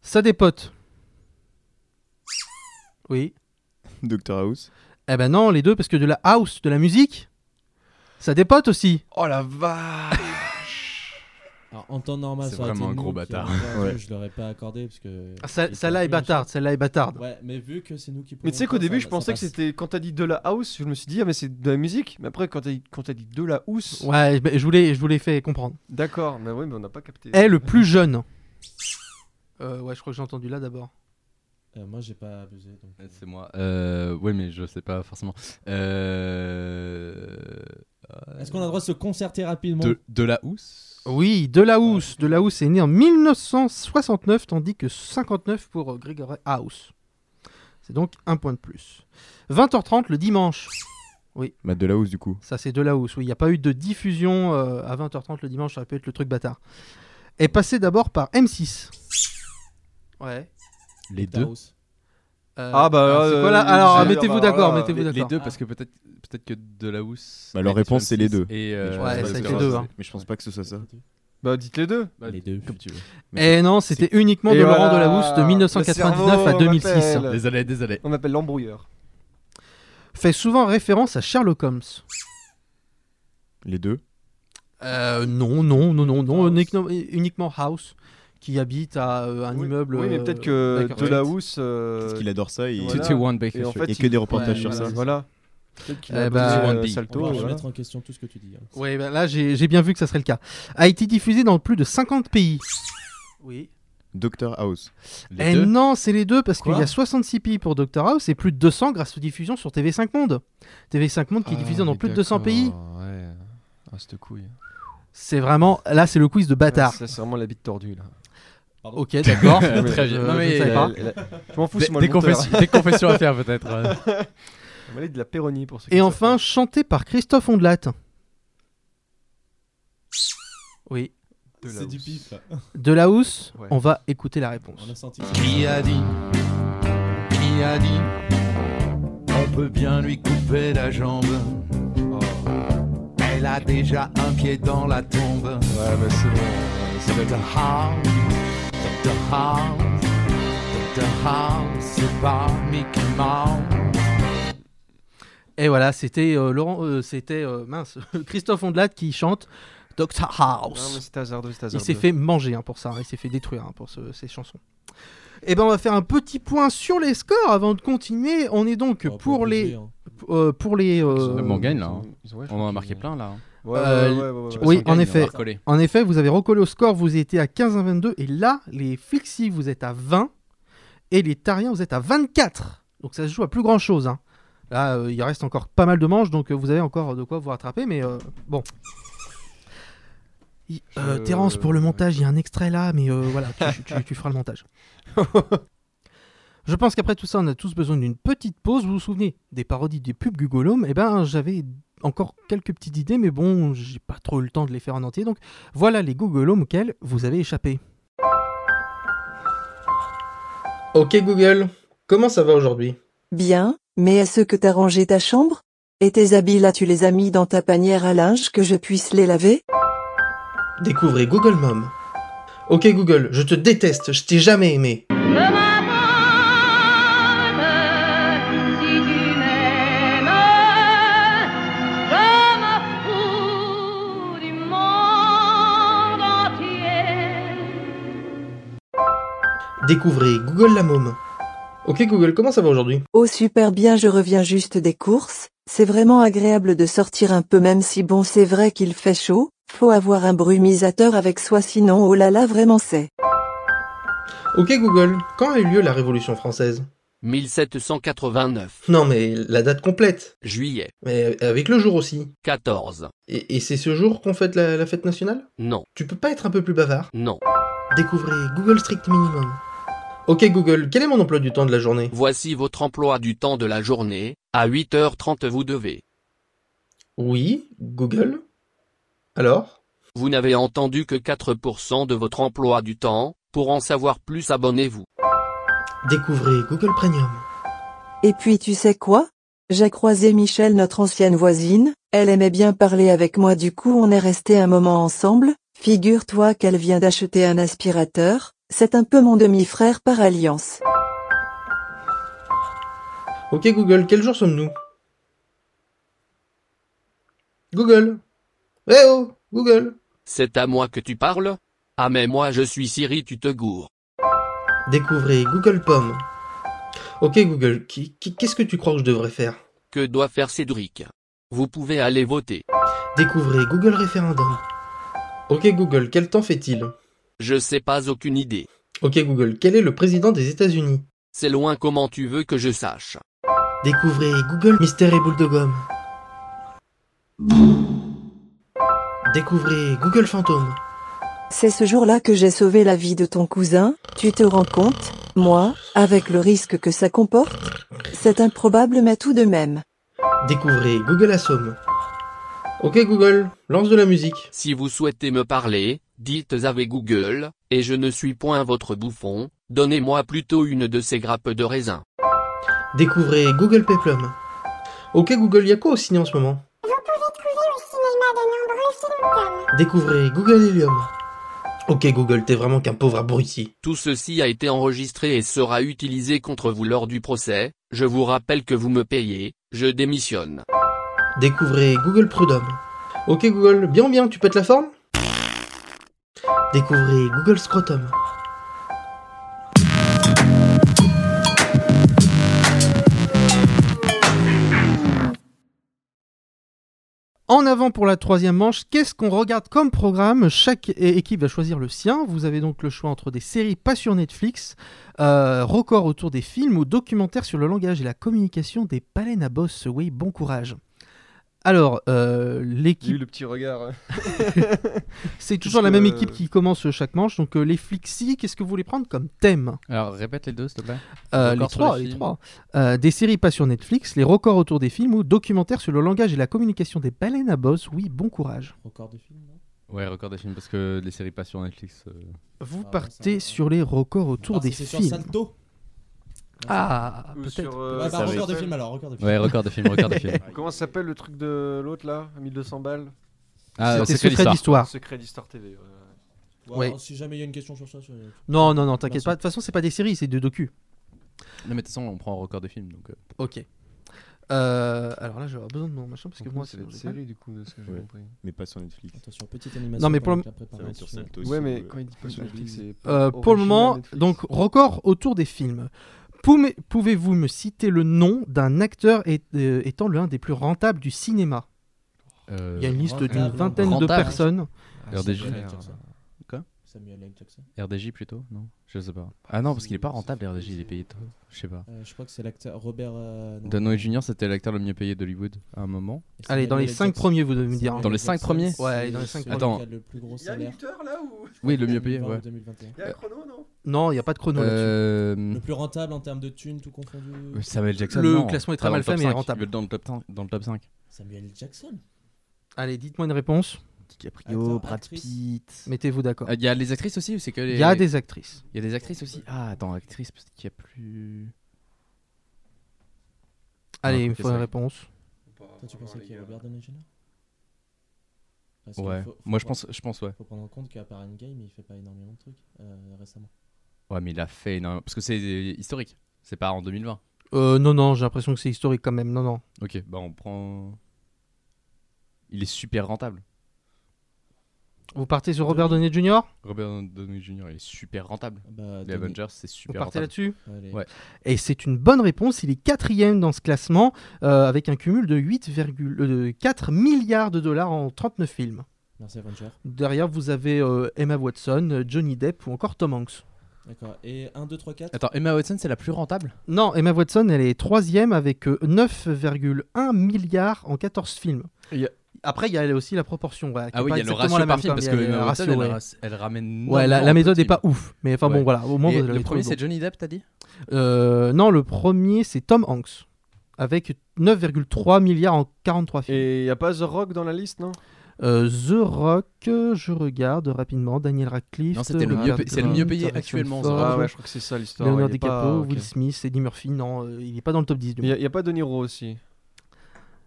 E: Ça dépote. Oui.
I: Dr. House.
E: Eh ben non, les deux, parce que de la house, de la musique, ça dépote aussi.
H: Oh la vache
G: Alors, en temps normal,
F: C'est
G: ça aurait
F: vraiment
G: été
F: un
G: nous
F: gros
G: qui
F: bâtard.
G: aurions perdu,
F: Ouais.
G: Je l'aurais pas accordé parce que.
E: Ah, celle-
G: il
E: Celle-là est
G: faut plus,
E: bâtarde, celle-là est bâtarde.
G: Ouais, mais vu que c'est nous qui.
H: Mais tu sais
G: prenons
H: qu'au
G: le temps,
H: début,
G: ça-
H: je pensais
G: ça
H: que
G: passe.
H: c'était quand t'as dit de la house, je me suis dit ah mais c'est de la musique. Mais après quand t'as dit, quand t'as dit de la house,
E: Ouais, ben, je vous l'ai je vous l'ai fait comprendre.
H: d'accord. Mais oui, mais on n'a pas capté.
E: Est le plus jeune. Euh, ouais, je crois que j'ai entendu là d'abord.
G: Euh, moi, j'ai pas abusé. donc, euh,
F: C'est moi. Euh, ouais, mais je sais pas forcément. Euh,
G: Est-ce qu'on a le droit de se concerter rapidement
F: de, de la housse
E: Oui, De La Housse. De La Housse est né en 1969, tandis que 59 pour euh, Gregory House. C'est donc un point de plus. 20h30 le dimanche. Oui,
I: Bah, de la housse, du coup.
E: ça c'est De La Housse. Oui, il n'y a pas eu de diffusion euh, à 20h30 le dimanche, ça aurait pu être le truc bâtard. Est passé d'abord par M6. Ouais.
F: Les
G: Dr.
F: deux.
G: House.
E: Euh,
H: Ah bah,
E: alors, c'est
H: euh,
E: quoi, là Alors
H: j'ai-
E: mettez-vous
H: bah,
E: d'accord,
H: voilà.
E: mettez-vous
F: Les, les
E: d'accord.
F: deux parce que peut-être peut-être que de la housse.
I: Bah, leur
F: Lady
I: réponse, c'est les deux.
F: Francis Et
I: Mais je
E: Ouais,
F: euh,
E: ça a
I: pense
E: été
I: pas
E: deux,
I: que-
E: hein.
I: Mais je pense pas que ce soit ça.
H: Bah dites les deux.
F: bah,
G: Les deux.
F: comme tu veux.
E: Eh non, c'était uniquement
H: Et
E: de Laurent
H: voilà.
E: Delahousse de
H: Le
E: 1999
H: cerveau
E: à 2006.
H: m'appelle.
F: Désolé, désolé.
H: On m'appelle l'embrouilleur.
E: Fait souvent référence à Sherlock Holmes.
I: Les deux.
E: Euh, non, non, non, non, non, uniquement, uniquement House qui habite à euh, un
H: Oui.
E: immeuble.
H: Oui, mais
E: euh,
H: peut-être que
E: Baker
H: de la
E: Street.
H: house. euh,
I: Parce qu'il adore ça et,
H: voilà.
F: 2-1 Baker
H: Et en
F: Street.
H: fait,
I: et que des
H: il-
I: reportages sur
G: Ouais, voilà.
I: ça.
H: Voilà. Peut-être qu'il
E: Eh
H: a
E: bah,
H: abusé, euh,
F: One Piece.
G: On
H: Salto.
G: va
H: voilà.
G: remettre en question tout ce que tu dis. hein.
E: Oui, ben là j'ai j'ai bien vu que ça serait le cas. A été diffusé dans plus de 50 pays. Oui.
I: Dr. House.
F: Les
E: Et
F: deux.
E: non, c'est les deux parce
G: Quoi
E: qu'il y a 66 pays pour Doctor House et plus de 200 grâce aux diffusions sur TV5 Monde. TV5 Monde
H: Ah,
E: qui est diffusé dans plus de 200 pays.
H: Ouais. Ah, cette couille.
E: C'est vraiment. Là, c'est le quiz de bâtard.
H: Ça, c'est vraiment la bite tordue là.
G: Pardon.
E: Ok, d'accord.
F: Très bien.
E: Je-
F: Non,
E: je
F: mais
E: ne savais
F: il-
E: pas.
H: Elle- elle- Je m'en fous,
F: Des,
H: c'est moi
F: des
H: le monteur.
F: confessions, des confessions à faire peut-être. euh.
H: On va aller de la péronie pour ceux qui
E: Et
H: savent
E: enfin, chanté par Christophe Ondelat. Oui.
H: pas. De la
G: C'est du
H: house.
G: pif. là.
E: De la housse,
H: Ouais.
E: on va écouter la réponse.
G: On a senti.
D: Qui a dit Qui a dit On peut bien lui couper la jambe. Elle a déjà un pied dans la tombe.
H: Ouais, bah c'est bon. ouais, C'est
D: The house, the house, the house, c'est pas Mickey Mouse.
E: Et voilà, c'était euh, Laurent, euh, c'était euh, mince, Christophe Ondelat qui chante Doctor
H: Non, mais
E: House.
H: c'est hasardeux, c'est
E: Il
H: hasardeux.
E: s'est fait manger hein, pour ça, hein, il s'est fait détruire hein, pour ce- ces chansons. Et ben on va faire un petit point sur les scores avant de continuer. On est donc
G: On va pas
E: pour
G: abuser,
E: les
G: hein.
E: euh, pour les euh,
F: Bon, on gagne,
H: Ils
F: là,
H: ont-
F: hein.
H: ils ont- ouais, je
F: On
H: crois
F: en a
H: qu'ils-
F: marqué plein là. hein.
H: Ouais, ouais,
E: Euh,
H: ouais, ouais, ouais, ouais.
E: oui,
F: Parce qu'on
E: en
F: gagne, on
E: effet.
F: va recoller.
E: En effet, vous avez recollé au score, vous étiez à 15 à 22 et là les Flixi vous êtes à 20 et les Tariens vous êtes à 24. Donc ça se joue à plus grand chose. hein. Là, euh, il reste encore pas mal de manches, donc euh, vous avez encore de quoi vous rattraper, mais euh, bon. Y- euh,
H: Je-
E: Terence, pour le montage, il y a un extrait là, mais euh, voilà, tu, tu- tu feras le montage. Je pense qu'après tout ça, on a tous besoin d'une petite pause. Vous vous souvenez des parodies des pubs Gugolom Eh ben, j'avais encore quelques petites idées, mais bon, j'ai pas trop eu le temps de les faire en entier. Donc voilà les Gugolom auxquels vous avez échappé.
A: Ok Google, comment ça va aujourd'hui
O: Bien, mais est-ce que t'as rangé ta chambre Et tes habits là, tu les as mis dans ta panière à linge que je puisse les laver
A: Découvrez Google Mom. Ok Google, je te déteste, je t'ai jamais aimé. Découvrez Google la môme. Ok Google, comment ça va aujourd'hui
O: Oh super bien, je reviens juste des courses. C'est vraiment agréable de sortir un peu même si bon c'est vrai qu'il fait chaud. Faut avoir un brumisateur avec soi sinon oh là là vraiment c'est.
A: Ok Google, quand a eu lieu la Révolution française
P: 1789,
A: Non mais la date complète,
P: juillet,
A: mais avec le jour aussi.
P: 14,
A: Et, et c'est ce jour qu'on fête la, la fête nationale
P: non,
A: Tu peux pas être un peu plus bavard
P: non.
A: Découvrez Google Strict Minimum. Ok Google, quel est mon emploi du temps de la journée
P: Voici votre emploi du temps de la journée, à 8h30 vous devez.
A: Oui, Google. Alors
P: Vous n'avez entendu que 4% de votre emploi du temps, pour en savoir plus abonnez-vous.
A: Découvrez Google Premium.
O: Et puis tu sais quoi J'ai croisé Michel notre ancienne voisine, elle aimait bien parler avec moi du coup on est resté un moment ensemble, figure-toi qu'elle vient d'acheter un aspirateur, c'est un peu mon demi-frère par alliance.
A: Ok Google, quel jour sommes-nous Google Eh oh Google
P: C'est à moi que tu parles Ah mais moi je suis Siri tu te gourres.
A: Découvrez Google Pomme. Ok Google, qui- qui- qu'est-ce que tu crois que je devrais faire
P: Que doit faire Cédric Vous pouvez aller voter.
A: Découvrez Google Référendum. Ok Google, quel temps fait-il
P: Je sais pas aucune idée.
A: Ok Google, quel est le président des États-Unis
P: C'est loin comment tu veux que je sache.
A: Découvrez Google Mystère et Boule de Gomme. Découvrez Google Fantôme.
O: C'est ce jour-là que j'ai sauvé la vie de ton cousin, tu te rends compte Moi, avec le risque que ça comporte C'est improbable mais tout de même.
A: Découvrez Google Assomme. Ok Google, lance de la musique.
P: Si vous souhaitez me parler, dites avec Google, et je ne suis point votre bouffon, donnez-moi plutôt une de ces grappes de raisin.
A: Découvrez Google Peplum. Ok Google, y a quoi au ciné en ce moment Découvrez Google Helium. Ok Google, t'es vraiment qu'un pauvre abruti.
P: Tout ceci a été enregistré et sera utilisé contre vous lors du procès, je vous rappelle que vous me payez, je démissionne.
A: Découvrez Google Prud'homme. Ok Google, bien bien, tu pètes la forme Découvrez Google Scrotum.
E: En avant pour la troisième manche, qu'est-ce qu'on regarde comme programme Chaque é- équipe va choisir le sien. Vous avez donc le choix entre des séries pas sur Netflix, euh, records autour des films ou documentaires sur le langage et la communication des baleines à bosse. Oui, bon courage. Alors, euh,
H: J'ai eu
E: l'équipe
H: le petit regard.
E: c'est toujours la même équipe qui commence chaque manche. Donc, euh, les Flixi, qu'est-ce que vous voulez prendre comme thème
Q: Alors répète les deux, s'il te plaît.
E: Euh, les
Q: Record sur
E: trois, les
Q: films.
E: trois. Euh, des séries pas sur Netflix, les records autour des films ou documentaires sur le langage et la communication des baleines à bosse. Oui, bon courage.
G: Record de film, non
Q: Ouais, record des films parce que les séries pas sur Netflix. euh,
E: Vous partez sur les records autour
G: Ah,
E: des
G: c'est
E: films.
G: sur Salto.
E: Ah,
H: Ou
E: peut-être.
H: sur, euh,
G: Ouais, bah,
H: ça
G: record
H: va.
G: de film, alors, record de film.
Q: Ouais, record de film, record de film.
H: Comment ça s'appelle le truc de l'autre là 1200 balles
Q: Ah,
E: C'était
Q: Secret
E: Secret d'Histoire.
H: Secret d'Histoire TV. ouais.
G: Bon,
E: Ouais.
G: alors, Si jamais il y a une question sur ça, sur-
E: Non, non, non, t'inquiète
G: Merci.
E: pas. De toute façon, c'est pas des séries, c'est des docus.
Q: Non, mais de toute façon, on prend record de films donc. euh,
E: Ok. Euh, alors là, j'aurai besoin de mon machin parce que
H: Donc,
E: moi,
H: c'est
E: sinon,
H: une
E: j'ai pas-
H: série du coup, de ce que j'ai
I: Ouais.
H: compris.
I: Mais pas sur Netflix.
G: Attention, petite animation.
E: Non, mais
G: pendant
E: pour
G: que la
I: Ça va être sur
G: préparation-
I: Salto aussi.
H: Ouais, mais
I: euh,
H: quand il dit pas sur Netflix, c'est. pas
E: Euh, pour le
H: original
E: moment,
H: Netflix.
E: donc record autour des films. Poume- Pouvez-vous me citer le nom d'un acteur et- euh, étant l'un des plus rentables du cinéma
Q: euh,
E: Il y a une liste d'une
G: rentable.
E: vingtaine de
Q: Rentable.
E: personnes.
G: Ah,
Q: RDJ.
G: Samuel L. Jackson.
Q: Quoi
G: Samuel L. Jackson.
Q: RDJ plutôt Non Je sais pas. Ah non, parce qu'il est pas rentable RDJ, il est payé trop. Je sais pas.
G: Euh, je crois que c'est l'acteur Robert. euh, non.
Q: Danoé Junior, c'était l'acteur le mieux payé d'Hollywood à un moment.
G: Et Samuel
E: Allez, dans les
G: L.
E: cinq
G: Jackson.
E: premiers, vous devez me dire.
G: Samuel
Q: Dans
G: L.
Q: les cinq
G: Jackson,
Q: premiers
G: c'est
E: Ouais, dans les cinq
G: celui
Q: premiers.
G: qui a le plus gros
C: Il y a une
G: salaire.
C: heure là ou
Q: Oui, le mieux payé,
G: 2020 ou
Q: ouais.
G: 2021.
C: Il y a un chrono non
E: Non, il n'y a pas de chrono là-dessus.
Q: Euh,
G: Le plus rentable en termes de thunes, tout confondu.
F: Euh,
Q: Samuel Jackson.
E: Le
Q: non.
E: classement est
Q: Pas
E: très
Q: dans
E: mal
Q: le top
E: fait, mais
Q: 5,
E: rentable.
Q: il est Dans le top 5. Dans le top 5.
G: Samuel L. Jackson.
E: Allez, dites-moi une réponse.
Q: DiCaprio,
G: Acteur,
Q: Brad
G: actrice.
Q: Pitt.
E: Mettez-vous d'accord.
Q: euh, Il y a les actrices aussi ou c'est que les.
E: Il y a des actrices.
Q: Il y a des actrices aussi. Ah, attends, actrice, parce qu'il y a plus.
E: Allez,
Q: Ah,
E: il me
Q: ok,
E: faut une
Q: ça.
E: réponse.
R: pas.
G: Toi, tu
R: vraiment
G: pensais
R: les
G: qu'il y
R: gars.
G: a Robert Downey Jr. Parce qu'il
F: Ouais,
G: faut- faut
F: moi je
G: prendre-
F: pense, je pense, ouais.
G: Faut prendre en compte qu'à part Endgame, il fait pas énormément de trucs euh, récemment.
F: Ouais, mais il a fait énormément. Parce que c'est euh, historique. C'est pas en 2020.
E: Euh, non, non, j'ai l'impression que c'est historique quand même. Non, non.
F: Ok, bah on prend. Il est super rentable.
E: Vous partez sur Robert Downey Jr.
F: Robert Downey Jr. il est super rentable.
Q: Ah, bah,
F: Les
G: Downey-
F: Avengers, c'est
E: Vous
F: super
E: partez
F: rentable.
E: là-dessus
G: Allez.
F: Ouais.
E: Et c'est une bonne réponse. Il est quatrième dans ce classement euh, avec un cumul de 8,4 milliards de dollars en 39 films.
G: Merci Avenger.
E: Derrière, vous avez euh, Emma Watson, euh, Johnny Depp ou encore Tom Hanks.
G: D'accord. Et 1, 2, 3, 4.
F: Attends, Emma Watson, c'est la plus rentable
E: Non, Emma Watson, elle est troisième avec euh, 9,1 milliards en 14 films.
F: Il y a-
E: Après, il y a aussi la proportion. voilà, qui
F: Ah
E: est
F: oui,
E: pas
F: il y a le
E: exactement la
F: ratio par
E: même
F: film,
E: comme
F: parce
E: il y
F: que
E: a le
F: Emma
E: ratio,
F: Watson, elle
E: ouais.
F: ra- elle ramène.
E: Ouais, la,
F: énormément
E: la
F: en
E: méthode
F: petit.
E: n'est pas ouf, mais enfin
F: Ouais.
E: bon, voilà, au moins
F: Et
E: vous
F: Le
E: l'avez trouvé
F: premier, c'est
E: bon.
F: Johnny Depp, t'as dit
E: Euh, non, le premier, c'est Tom Hanks, avec 9,3 milliards en 43 films.
H: Et y a pas The Rock dans la liste, non
E: Euh, The Rock, euh, je regarde rapidement, Daniel Radcliffe.
F: Non, c'était le
E: euh,
F: mieux
E: Robert
F: payé- c'est le mieux
E: Downey,
F: payé
E: Harrison
F: actuellement, The
E: Ford,
F: Rock.
H: Ah ouais, je crois que c'est ça, l'histoire,
E: Leonardo
H: il est pas-
E: DiCaprio,
H: ok.
E: Will Smith, Eddie Murphy, non, euh, il n'est pas dans le top 10. du
H: Il y
E: moins.
H: a, y a pas De Niro aussi.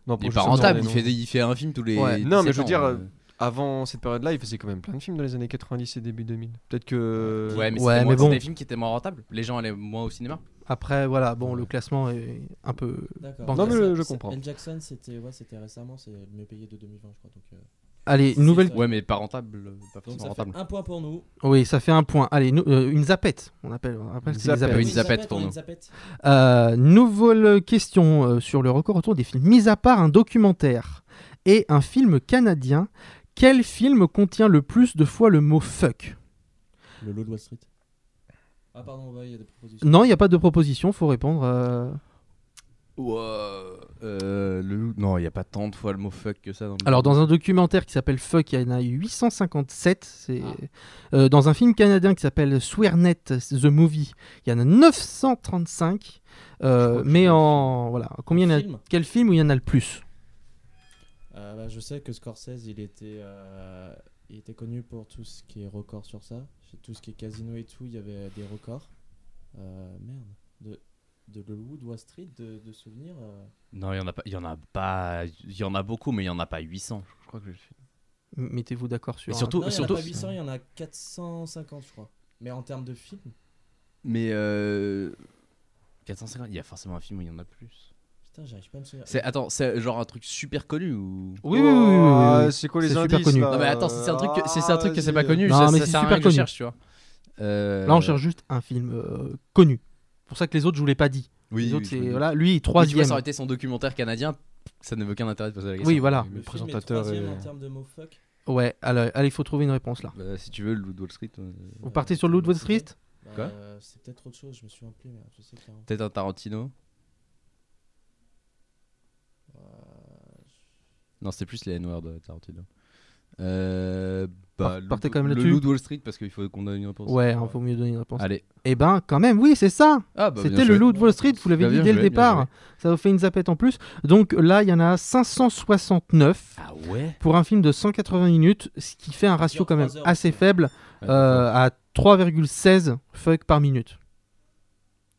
H: Non,
F: Il est
H: pour
F: pas
H: juste entendre
F: rentable, il
H: les
F: fait-
H: noms.
F: il fait un film tous les
H: Non, mais
F: 17
H: je veux
F: ans,
H: dire,
F: euh.
H: avant cette période-là, il faisait quand même plein de films dans les années 90 et début 2000. Peut-être que.
E: Ouais,
F: Ouais, mais, c'était moins-
E: mais bon.
F: c'était des films qui étaient moins rentables. Les gens allaient moins au cinéma.
E: Après, voilà, bon, le classement est un peu.
G: D'accord.
E: bancal.
G: Ça- ça- L. Jackson, c'était ouais, c'était récemment, c'est le mieux payé de 2020, je crois. Donc, euh,
E: Allez,
G: c'est-
E: une nouvelle.
G: c'est-
F: Ouais, mais pas rentable. Pas
G: Donc
F: forcément
G: ça
F: Ah, rentable.
G: fait un point pour nous.
E: Oui, ça fait un point. Allez, nous- euh, une zapette, on appelle. On appelle
F: Une
E: c'est des
F: zapette.
E: zapettes.
F: Oui, une zapette pour
G: Une
F: nous.
G: zapette.
E: Euh, nouvelle question euh, sur le record autour des films. Mis à part un documentaire et un film canadien, quel film contient le plus de fois le mot fuck
G: Le lot de Wall Street. Ah, pardon, ouais, il y a des propositions.
E: Non, il n'y a pas de proposition, faut répondre. euh.
F: Euh, le loup- Non, il n'y a pas tant de fois le mot fuck que ça. Dans le-
E: Alors, dans un documentaire qui s'appelle Fuck, il y en a eu 857. C'est... Euh, dans un film canadien qui s'appelle Swearnet The Movie, il y en a 935. euh, mais en. Voilà. Combien il y en a-
G: film
E: Quel film où il y en a le plus
G: Euh, bah, je sais que Scorsese, il était, euh, il était connu pour tout ce qui est record sur ça. Chez Tout ce qui est casino et tout, il y avait des records. Euh, merde. De, de Hollywood, Wall Street, de, de souvenirs. euh.
F: Non, il y en a pas. Il y en a pas. Il y en a beaucoup, mais il y en a pas 800. Je crois que je le fais.
E: M- Mettez-vous d'accord sur.
F: Et
E: un-
F: surtout-
G: Non, il y en a
F: surtout-
G: pas 800, il y en a 450, je crois. Mais en termes de films,
F: Mais euh, 450. Il y a forcément un film où il y en a plus.
G: putain, j'arrive pas à me souvenir.
F: C'est attends, c'est genre un truc super connu ou
G: Oh,
E: Oui, oui, oui, oui, oui,
G: ah,
E: oui.
H: C'est quoi les
E: C'est super
H: indices
E: connu.
H: là
F: Non mais attends, si c'est un truc, que- si c'est un truc que c'est
H: Ah,
F: pas connu,
E: Non,
F: ça,
E: mais
F: ça
E: c'est
F: sert à
E: super
F: rien que je
E: connu.
F: cherche, tu vois. Euh,
E: Là, on cherche juste un film euh, connu. C'est pour ça que les autres, je vous l'ai pas dit.
F: Oui,
E: les
F: oui,
E: autres,
F: je
E: c'est-
F: me doute.
E: voilà, lui, il est
F: Oui, tu vois,
E: troisième.
F: ça aurait été son documentaire canadien. Ça n'avait aucun intérêt de poser la question.
E: Oui, voilà.
G: Le,
H: Le
G: film est
H: présentateur
G: troisième
H: est-
G: en termes de mots fuck.
E: Ouais, alors, allez, il faut trouver une réponse là.
F: Bah, si tu veux, le Loup de Wall Street. euh,
E: Vous partez sur Loot Wall Street
G: Bah,
F: Quoi
G: euh, C'est peut-être autre chose, je me souviens plus, mais je sais qu'il y a un-
F: Peut-être un Tarantino.
E: Euh,
F: Non, c'était plus les noirs de Tarantino. Euh, bah,
E: Par- partez
F: Loup-
E: quand même
F: le
E: là-dessus.
F: Loup de Wall Street parce qu'il faut qu'on donne une réponse.
E: Ouais, il faut mieux donner une réponse.
F: Allez.
E: Eh ben, quand même, oui, c'est ça.
F: Ah, bah, bien
E: C'était le
F: joué.
E: loup de Wall Street, vous l'avez
F: Bah,
E: dit
F: bien
E: dès le
F: joué, bien
E: départ.
F: joué.
E: Ça vous fait une zapette en plus. Donc là, il y en a 569
F: Ah ouais.
E: pour un film de 180 minutes, ce qui fait un ratio quand même
G: trois heures,
E: assez faible euh, à 3,16 fuck par minute.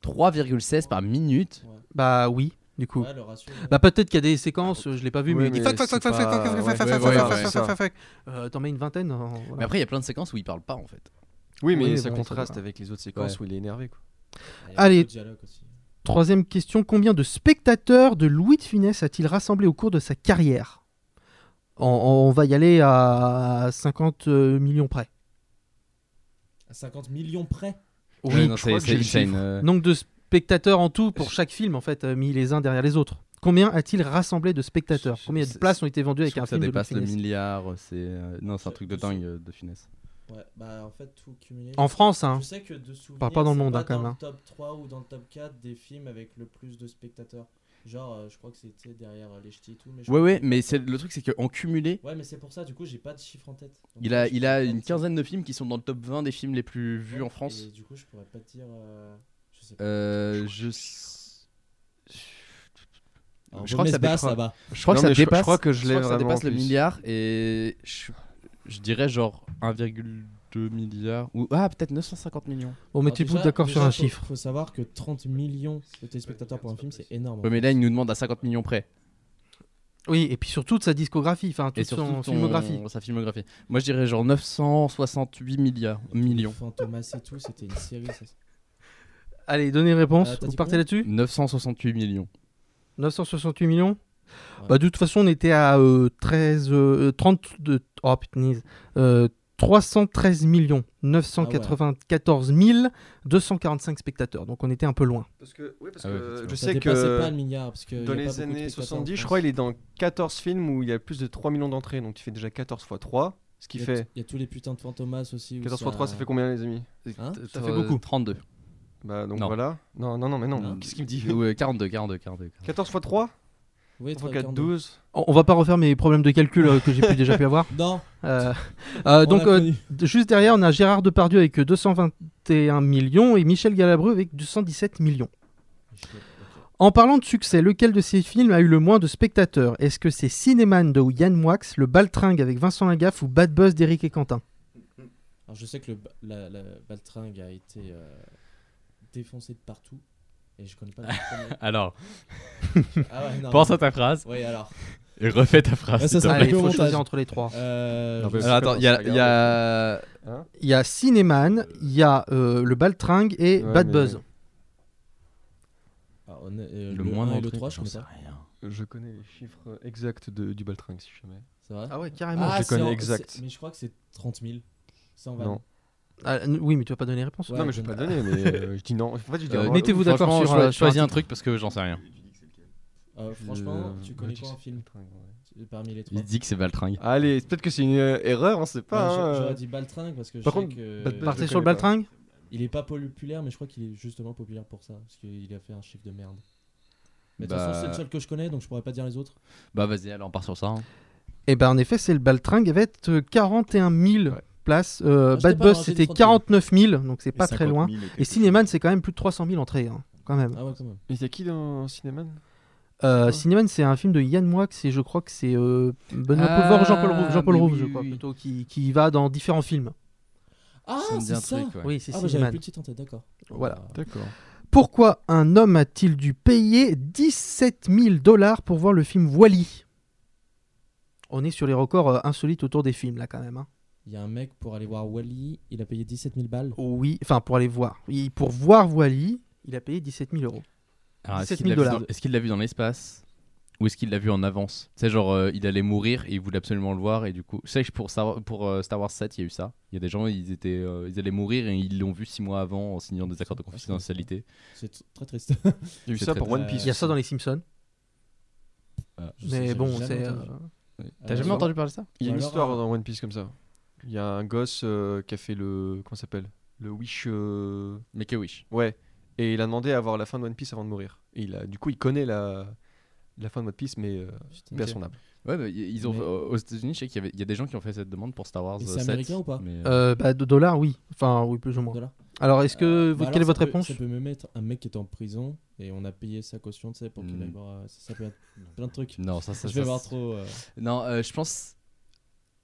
F: 3,16 par minute.
E: Bah oui, du coup.
G: Ouais, le ratio.
E: Bah peut-être qu'il y a des séquences, euh, je l'ai pas vu,
H: Ouais,
E: mais il dit
H: mais
E: fuck, fuck,
H: c'est
E: fuck, fuck, fuck,
H: pas-
E: fuck, fuck,
H: ouais,
E: fuck,
H: ouais,
E: fuck,
H: voilà,
E: fuck,
H: c'est
E: fuck,
H: ça.
E: fuck, fuck. Euh, T'en mets une vingtaine. en- voilà.
F: Mais après, il y a plein de séquences où il parle pas en fait.
H: Oui, mais
E: Oui, bah,
H: ça
E: bon,
H: contraste
E: ça
H: avec les autres séquences où il est énervé. Quoi.
E: Ah,
G: Il y a
E: Allez.
G: beaucoup de dialogues aussi.
E: Troisième question, combien de spectateurs de Louis de Funès a-t-il rassemblé au cours de sa carrière En- en- On va y aller à 50 millions près.
G: À 50 millions près.
E: Oui,
F: Ouais, non,
E: je
F: c'est-
E: crois que
F: c'est
E: j'ai le
F: Insane,
E: chiffre.
F: euh.
E: Nombre de spectateurs en tout pour chaque film, en fait, euh, mis les uns derrière les autres. Combien a-t-il rassemblé de spectateurs Combien de
F: c'est-
E: places ont été vendues avec
F: Je trouve
E: un
F: que ça
E: film de Louis de
F: dépasse le
E: Funès
F: milliard. C'est euh, non, c'est un truc de dingue euh, de finesse.
G: Ouais, bah en fait, tout cumulé.
E: En France, hein.
G: Je sais que de souvenir,
E: Parle pas dans le
G: c'est
E: monde, hein, quand
G: dans
E: même,
G: le top 3 ou dans le top 4 des films avec le plus de spectateurs. Genre, euh, je crois que c'était derrière euh, les ch'tis et tout. Mais je-
F: Ouais, ouais, mais c'est- le truc c'est qu'en cumulé,
G: Ouais, mais c'est pour ça, du coup, j'ai pas de chiffre en tête. Donc,
F: il a,
G: je
F: il a
G: pourrais pas
F: une
G: te dire.
F: quinzaine de films qui sont dans le top 20 des films les plus vus
G: Ouais,
F: en France.
G: Et du coup, je pourrais pas te dire. euh, je sais pas.
F: Euh, je. s-
G: Alors,
F: Je crois que ça
G: Gomez-Bass,
F: dépasse.
G: là-bas.
F: Je crois que
H: Non,
F: ça
H: mais je- je
F: dépasse.
H: crois que je l'ai
F: ça
H: vraiment
F: dépasse
H: en
F: le
H: plus.
F: milliard et je, je dirais genre 1,2 milliard ou ah peut-être 950 millions.
E: Bon, Oh, mais
G: Alors,
E: tu
G: déjà-
E: vous d'accord sur
G: déjà,
E: un
G: faut-
E: chiffre.
G: Faut savoir que 30 millions de téléspectateurs pour un film, c'est énorme.
F: Ouais, mais là il nous demande à 50 millions près.
E: Oui, et puis sur toute sa discographie, enfin toute
F: Et surtout
E: son
F: ton-
E: filmographie.
F: Sa filmographie. Moi, je dirais genre 968 milliards, millions.
G: Fantomas et tout, c'était une série. Ça.
E: Allez, donnez réponse.
G: Euh, t'as
E: Vous
G: dit
E: partez
G: combien
E: là-dessus
F: 968 millions.
E: 968 millions bah, De toute façon, on était à euh, 13, euh, 32, oh, putain, euh, 313 millions 994 245 spectateurs. Donc on était un peu loin.
H: Parce que, oui, parce
F: Ah ouais,
H: que
F: effectivement.
H: je
G: Ça
H: sais
G: dépassait
H: que,
G: pas le milliard, parce que y
H: dans
G: a pas beaucoup
H: les
G: de
H: années
G: spectateurs en
H: 70, je
G: France.
H: crois, il est dans 14 films où il y a plus de 3 millions d'entrées. Donc tu fais déjà 14 fois 3, ce qui
G: Il y a
H: fait.
G: t- Il y a tous les putains de fantomas aussi. où
H: 14 fois 3, ça fait combien, les amis
G: Hein
H: Ça
F: euh,
H: fait beaucoup.
F: 32.
H: Bah, donc
F: Non. euh,
H: voilà. Non, non, non, mais non.
F: Non.
H: Qu'est-ce qu'il me dit
F: Ouais, 42, 42, 42.
H: 14 fois 3
G: Oui,
H: 3
G: 3,
H: 4,
G: 42.
H: 12.
E: On, on va pas refaire mes problèmes de calcul euh, que j'ai pu déjà pu avoir.
G: Non.
E: Euh, euh,
G: On
E: donc
G: l'a
E: euh,
G: connu.
E: d- juste derrière, on a Gérard Depardieu avec euh, 221 millions et Michel Galabru avec 217 millions. En parlant de succès, lequel de ces films a eu le moins de spectateurs Est-ce que c'est Cinéman de Yann Moix, Le Baltringue avec Vincent Lagaffe ou Bad Buzz d'Éric et Quentin
G: euh,
H: Hmm.
G: Alors, je sais que le, ba- la, la baltringue a été euh, défoncée de partout. Et je connais pas le premier.
F: Alors.
G: Ah ouais, non,
F: Pense
G: mais-
F: à ta phrase.
G: Oui, alors.
F: Et refais ta phrase.
G: Ouais, ça,
F: s'il te
G: ça
F: plaît.
H: Ah,
E: Allez, faut choisir entre les trois.
G: Euh,
F: Non, mais
G: je-
F: alors, attends, il y a. il y a-
H: Hein
E: Il y a Cinéman, il y a euh, Le Baltringue et
H: Ouais,
E: Bad
H: mais-
E: Buzz.
G: Ah, on est- euh, le,
F: Le moins
G: 1 et le
F: d'entrées,
G: 3, je
F: j'en
G: connais
F: sais
G: pas.
H: Je connais les chiffres exacts de, du Baltringue, si jamais.
G: C'est vrai
E: Ah ouais, carrément.
H: Je
G: c'est
H: connais
G: en-
H: exact.
G: c'est- Mais je crois que c'est 30 000. C'est en
H: Non.
G: vanne.
E: Ah, n- oui, mais tu vas pas donner réponse.
G: Ouais,
H: non, mais je vais pas donner, mais euh, je dis non. En fait, je dis
F: Euh,
H: non.
E: mettez-vous d'accord
F: franchement,
E: sur,
F: choi-
E: euh, sur
F: choisis
E: un
F: un truc parce que j'en sais rien.
G: Euh, franchement,
H: Le-
G: tu connais
H: ouais,
G: quoi
H: tu
G: en
H: sais,
G: film
H: Baltringue, ouais.
G: Tu- Parmi les trois
F: Il dit que c'est Valtringue.
H: Allez, peut-être que c'est une euh, erreur, on sait pas.
G: Ouais, j'a-
H: hein, euh.
G: J'aurais dit Baltringue parce que je
H: Par
G: sais
H: contre,
G: que.
H: Bad Buzz,
E: Partez
H: je
E: sur
H: connais
E: le
H: pas.
E: Baltringue
G: Il est pas populaire, mais je crois qu'il est justement populaire pour ça. Parce qu'il a fait un chiffre de merde. Mais de toute façon,
F: Bah-
G: c'est le seul que je connais, donc je pourrais pas dire les autres.
F: Bah vas-y, alors on part sur ça. hein.
E: Et ben en effet, c'est le Baltringue avec euh, 41 000 places. Euh,
G: Ah, j'étais
E: Bad
G: pas
E: Buzz,
G: dans la
E: c'était
G: zone 30
E: 49 000, donc c'est pas très
S: 50 000
E: loin.
S: et
E: Et
S: quelque
E: Cinéman, c'est quand même plus de 300 000 entrées, hein, quand même.
G: Ah ouais, quand même. Ah
H: Mais il y a qui dans Cinéman
E: Euh, Cinéman, c'est un film de Yann Moix, et je crois que c'est euh, Benoît
F: Ah,
E: Poelvoorde, Jean-Paul Rouve, Jean-Paul
F: mais
E: Rouve,
F: oui,
E: je
F: oui,
E: crois,
F: oui.
E: plutôt, qui, qui va dans différents films.
G: Ah,
F: me dit
G: c'est
F: un
G: ça
F: truc, ouais.
E: Oui, c'est
G: Ah, bah, j'avais
E: Cinéman.
G: plus le titre en tête, d'accord.
E: Voilà.
G: Ah.
H: D'accord.
E: Pourquoi un homme a-t-il dû payer 17 000 dollars pour voir le film Wally On est sur les records euh, insolites autour des films, là, quand même. hein.
G: Il y a un mec pour aller voir Wally, il a payé 17 000 balles.
E: Oui, enfin, pour aller voir. Oui, pour voir Wally, il a payé 17 000 euros.
F: Alors, est-ce
E: 17
F: qu'il Ah, l'a
E: 000
F: vu
E: dollars.
F: dans- est-ce qu'il l'a vu dans l'espace ou est-ce qu'il l'a vu en avance Tu sais, genre, euh, il allait mourir et il voulait absolument le voir. Et du coup, je sais que pour, Star, pour euh, Star Wars 7, il y a eu ça. Il y a des gens, ils, étaient, euh, ils allaient mourir et ils l'ont vu six mois avant en signant des accords
H: Ah,
F: de confidentialité.
G: C'est t- très triste.
H: Il y a eu
F: C'est
H: ça
F: très
H: pour
F: bien.
H: One Piece.
E: Il y a ça dans Les Simpsons.
G: Ah, Je sais-
E: Mais
G: j'ai
E: bon,
G: jamais
E: c'est.
G: entendu.
E: euh,
F: T'as
G: Euh,
F: jamais
G: non.
F: entendu parler de ça
H: Il y a une
G: Alors,
H: histoire
G: euh,
H: dans One Piece comme ça. Il y a un gosse euh, qui a fait le. Comment ça s'appelle Le Wish. euh,
F: Make a Wish.
H: Ouais. Et il a demandé à avoir la fin de One Piece avant de mourir. Et il a, du coup, il connaît la, la fin de One Piece, mais euh,
G: Putain.
H: paix à
G: Ok.
H: son âme.
F: Ouais, bah, y- ils ont,
G: Mais-
F: euh, aux États-Unis, je sais qu'il y, avait- il y a des gens qui ont fait cette demande pour Star Wars
G: Et
F: euh,
G: c'est
F: 7.
G: américain ou pas
F: mais, euh,
E: euh, bah, de dollars, oui. Enfin, oui, plus ou moins.
G: Dollars.
E: Alors, est-ce que.
G: Euh,
E: vous-
G: bah
E: quelle
G: alors,
E: est votre
G: ça peut-
E: réponse
G: Ça peut me mettre un mec qui est en prison et on a payé sa caution, tu sais, pour qu'il
F: Mm.
G: aille voir. euh, Ça, ça peut être plein de trucs.
F: Non, ça, ça,
G: je vais
F: ça,
G: voir
F: c'est-
G: trop. euh,
F: Non, euh, je pense.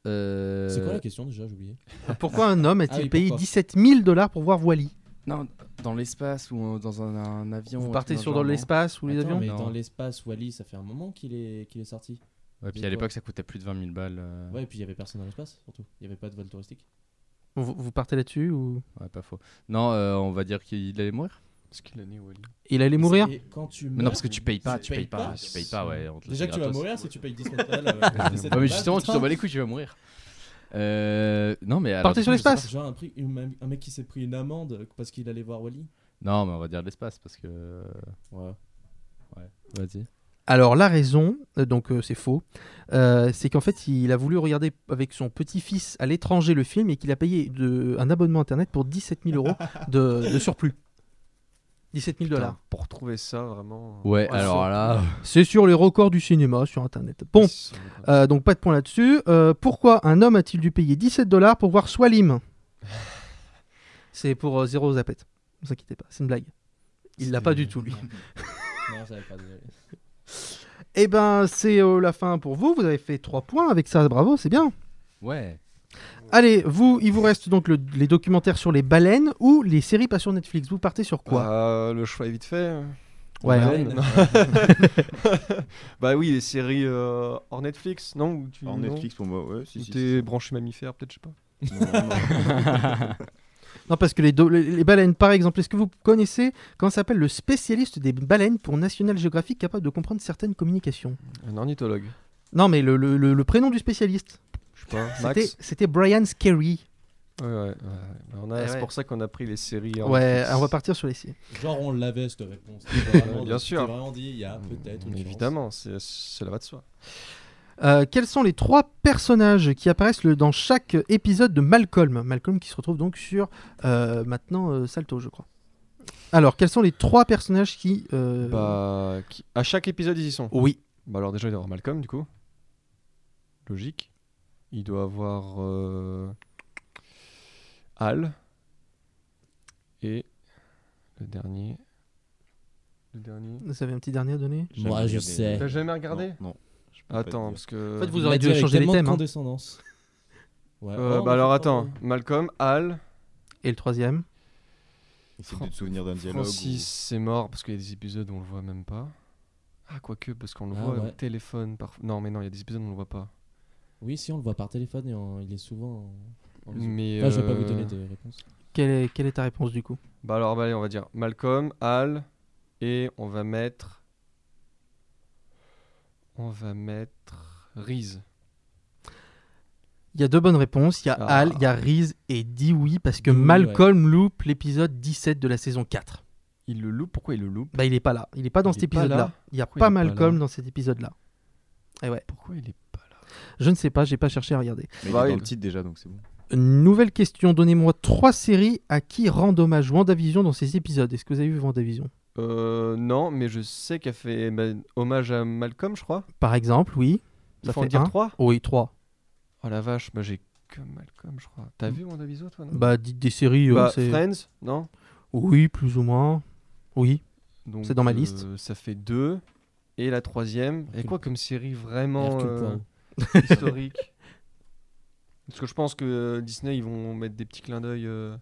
F: euh,
G: C'est quoi la question déjà J'ai oublié.
E: Pourquoi un homme
G: Ah
E: a-t-il
G: oui,
E: payé
G: pourquoi
E: 17 000 dollars pour voir Wally
F: Non, dans l'espace ou euh, dans un, un avion.
E: Vous
F: un
E: partez
F: truc
E: sur
F: le
E: dans
F: genre, non
E: l'espace ou les
G: Attends,
E: avions
G: mais
F: Non.
G: dans l'espace, Wally, ça fait un moment qu'il est, qu'il est sorti.
F: Ouais, puis
G: Mais
F: à
G: quoi
F: l'époque, ça coûtait plus de 20 000 balles. euh,
G: Ouais, et puis il y avait personne dans l'espace, surtout. Il y avait pas de vol touristique.
E: vous, vous partez là-dessus ou
F: Ouais, pas faux. Non, euh, on va dire qu'il allait mourir.
H: Parce qu'il a né Wally.
E: Il allait mourir
G: Et quand tu
F: Mais non,
G: meurs-
F: parce que tu payes pas,
G: Tu
F: tu payes
G: payes
F: pas,
G: pas
F: tu payes pas, ouais. on te le
G: Déjà
F: fait
G: que tu vas
F: gratos.
G: mourir si tu payes 19 balles. euh, 17
F: Ouais, mais
G: balles,
F: justement, tu
G: putain.
F: t'en bats les couilles, tu vas mourir. Euh, non, mais. alors,
E: Partez
F: du
E: sur
F: coup, je sais
E: l'espace
G: Genre un, prix- une- un mec qui s'est pris une amende parce qu'il allait voir Wally.
F: pas. Non, mais on va dire l'espace parce que.
G: Ouais.
F: Ouais, vas-y.
E: Alors la raison, euh, donc euh, c'est faux, euh, c'est qu'en fait il a voulu regarder avec son petit-fils à l'étranger le film et qu'il a payé de, un abonnement internet pour 17 000 euros de, de surplus. 17 000 dollars.
H: Putain, Pour retrouver ça, vraiment. euh,
F: Ouais, alors
H: c'est-
F: là.
E: C'est sur les records du cinéma sur internet. Bon,
H: c'est-
E: euh, donc pas de point là-dessus. Euh, pourquoi un homme a-t-il dû payer 17 dollars pour voir Swalim C'est pour euh, zéro zapette. Ne vous inquiétez pas, c'est une blague. Il l'a pas du tout lui.
G: Non, j'avais pas de.
E: Eh ben, c'est euh, la fin pour vous. Vous avez fait 3 points avec ça, bravo, c'est bien.
F: Ouais.
E: Allez, vous, il vous reste donc le- les documentaires sur les baleines ou les séries pas sur Netflix. Vous partez sur quoi
H: Euh, Le choix est vite fait.
E: Ouais,
H: Haleine.
E: hein.
H: Non. bah oui, les séries euh, hors Netflix, non ou tu-
I: Hors
H: non
I: Netflix, pour moi, ouais, si,
H: Ou
I: si,
H: T'es branché mammifère, peut-être, je sais
I: Non,
H: pas.
E: Non, parce que les, do- les- les baleines, par exemple, est-ce que vous connaissez comment s'appelle le spécialiste des baleines pour National Geographic capable de comprendre certaines communications
H: Un ornithologue,
E: Non, mais le, le- le- le prénom du spécialiste,
H: je sais pas.
E: c'était-
H: Max.
E: c'était Brian Skerry.
H: Ouais, ouais, ouais. Bah, on a-
E: Eh
H: c'est
E: ouais.
H: pour ça qu'on a pris les séries. hors
E: Ouais,
H: Netflix.
E: on va partir sur les séries.
G: Genre, on l'avait cette réponse.
H: Ouais, bien sûr. Mmh,
G: J'ai vraiment dit, il y a peut-être une chance.
H: Évidemment, c'est- cela va de soi.
E: Euh, quels sont les trois personnages qui apparaissent le- dans chaque épisode de Malcolm Malcolm qui se retrouve donc sur euh, maintenant euh, Salto, je crois. Alors, quels sont les trois personnages qui. euh,
H: Bah, qui- à chaque épisode, ils y sont.
E: Oui.
H: Bah alors déjà, il doit y avoir Malcolm, du coup. Logique. Il doit avoir euh, Al. Et le dernier. Le dernier.
E: Vous avez un petit dernier à donner
G: Moi, Jamais je regardé. sais.
H: T'as jamais regardé
I: Non, non. Je peux pas te
H: Attends,
I: dire.
H: parce que.
E: En fait, vous
G: Il
E: aurez
G: l'a
E: dû
G: dit avec
E: changer les
G: tellement de
E: thèmes, hein.
G: condescendance. Ouais.
H: Euh,
G: Oh,
H: bah
G: mais
H: alors
G: c'est pas
H: attends,
G: vrai.
H: Malcolm, Al,
E: Et le troisième
I: Essaye de te souvenir d'un dialogue.
H: Francis, c'est mort parce qu'il y a des épisodes où on le voit même pas. Ah, quoique, parce qu'on le
G: Ah,
H: voit au
G: ouais.
H: téléphone. Par... Non, mais non, il y a des épisodes où on le voit pas.
G: Oui, si, on le voit par téléphone et on- il est souvent. en- en-
H: Mais,
G: Enfin, je vais pas vous
H: euh,
G: donner de réponse.
E: Quelle est, quelle est ta réponse du coup
H: Bah alors, bah allez, on va dire Malcolm, Al, et on va mettre. On va mettre. Reese.
E: Il y a deux bonnes réponses. Il y a
H: Ah.
E: Al, il y a Reese et dit oui parce que
G: Dewey, ouais.
E: Malcolm loupe l'épisode 17 de la saison 4.
H: Il le loupe Pourquoi il le loupe
E: Bah, il est pas là. Il est pas dans
H: Il
E: cet
H: est pas
E: épisode-là.
H: là
E: Il n'y a
H: Pourquoi
E: pas
H: il est pas
E: Malcolm
H: là
E: dans cet épisode-là. Et ouais.
H: Pourquoi il est pas là
E: Je ne sais pas, j'ai pas cherché à regarder.
I: Mais
H: Bah,
I: il est dans
H: il-
I: le titre déjà, donc c'est bon.
E: Une nouvelle question. Donnez-moi trois séries à qui rend hommage WandaVision dans ces épisodes. Est-ce que vous avez vu WandaVision
H: Euh, non, mais je sais qu'elle fait bah, hommage à Malcolm, je crois.
E: Par exemple, oui.
H: Il faut en dire
E: un.
H: trois
E: Oui, trois.
H: Oh la vache, bah j'ai que Malcolm, je crois. T'as vu mon aviso, toi non
E: Hmm. Bah, dites des séries. euh,
H: Bah,
E: c'est-
H: Friends, non
E: Oui, plus ou moins. Oui.
H: Donc,
E: C'est dans ma
H: euh,
E: liste.
H: ça fait deux. Et la troisième. Et quoi comme série vraiment
G: Hercule
H: euh,
G: Poirot.
H: historique Parce que je pense que euh, Disney, ils vont mettre des petits clins d'œil. euh,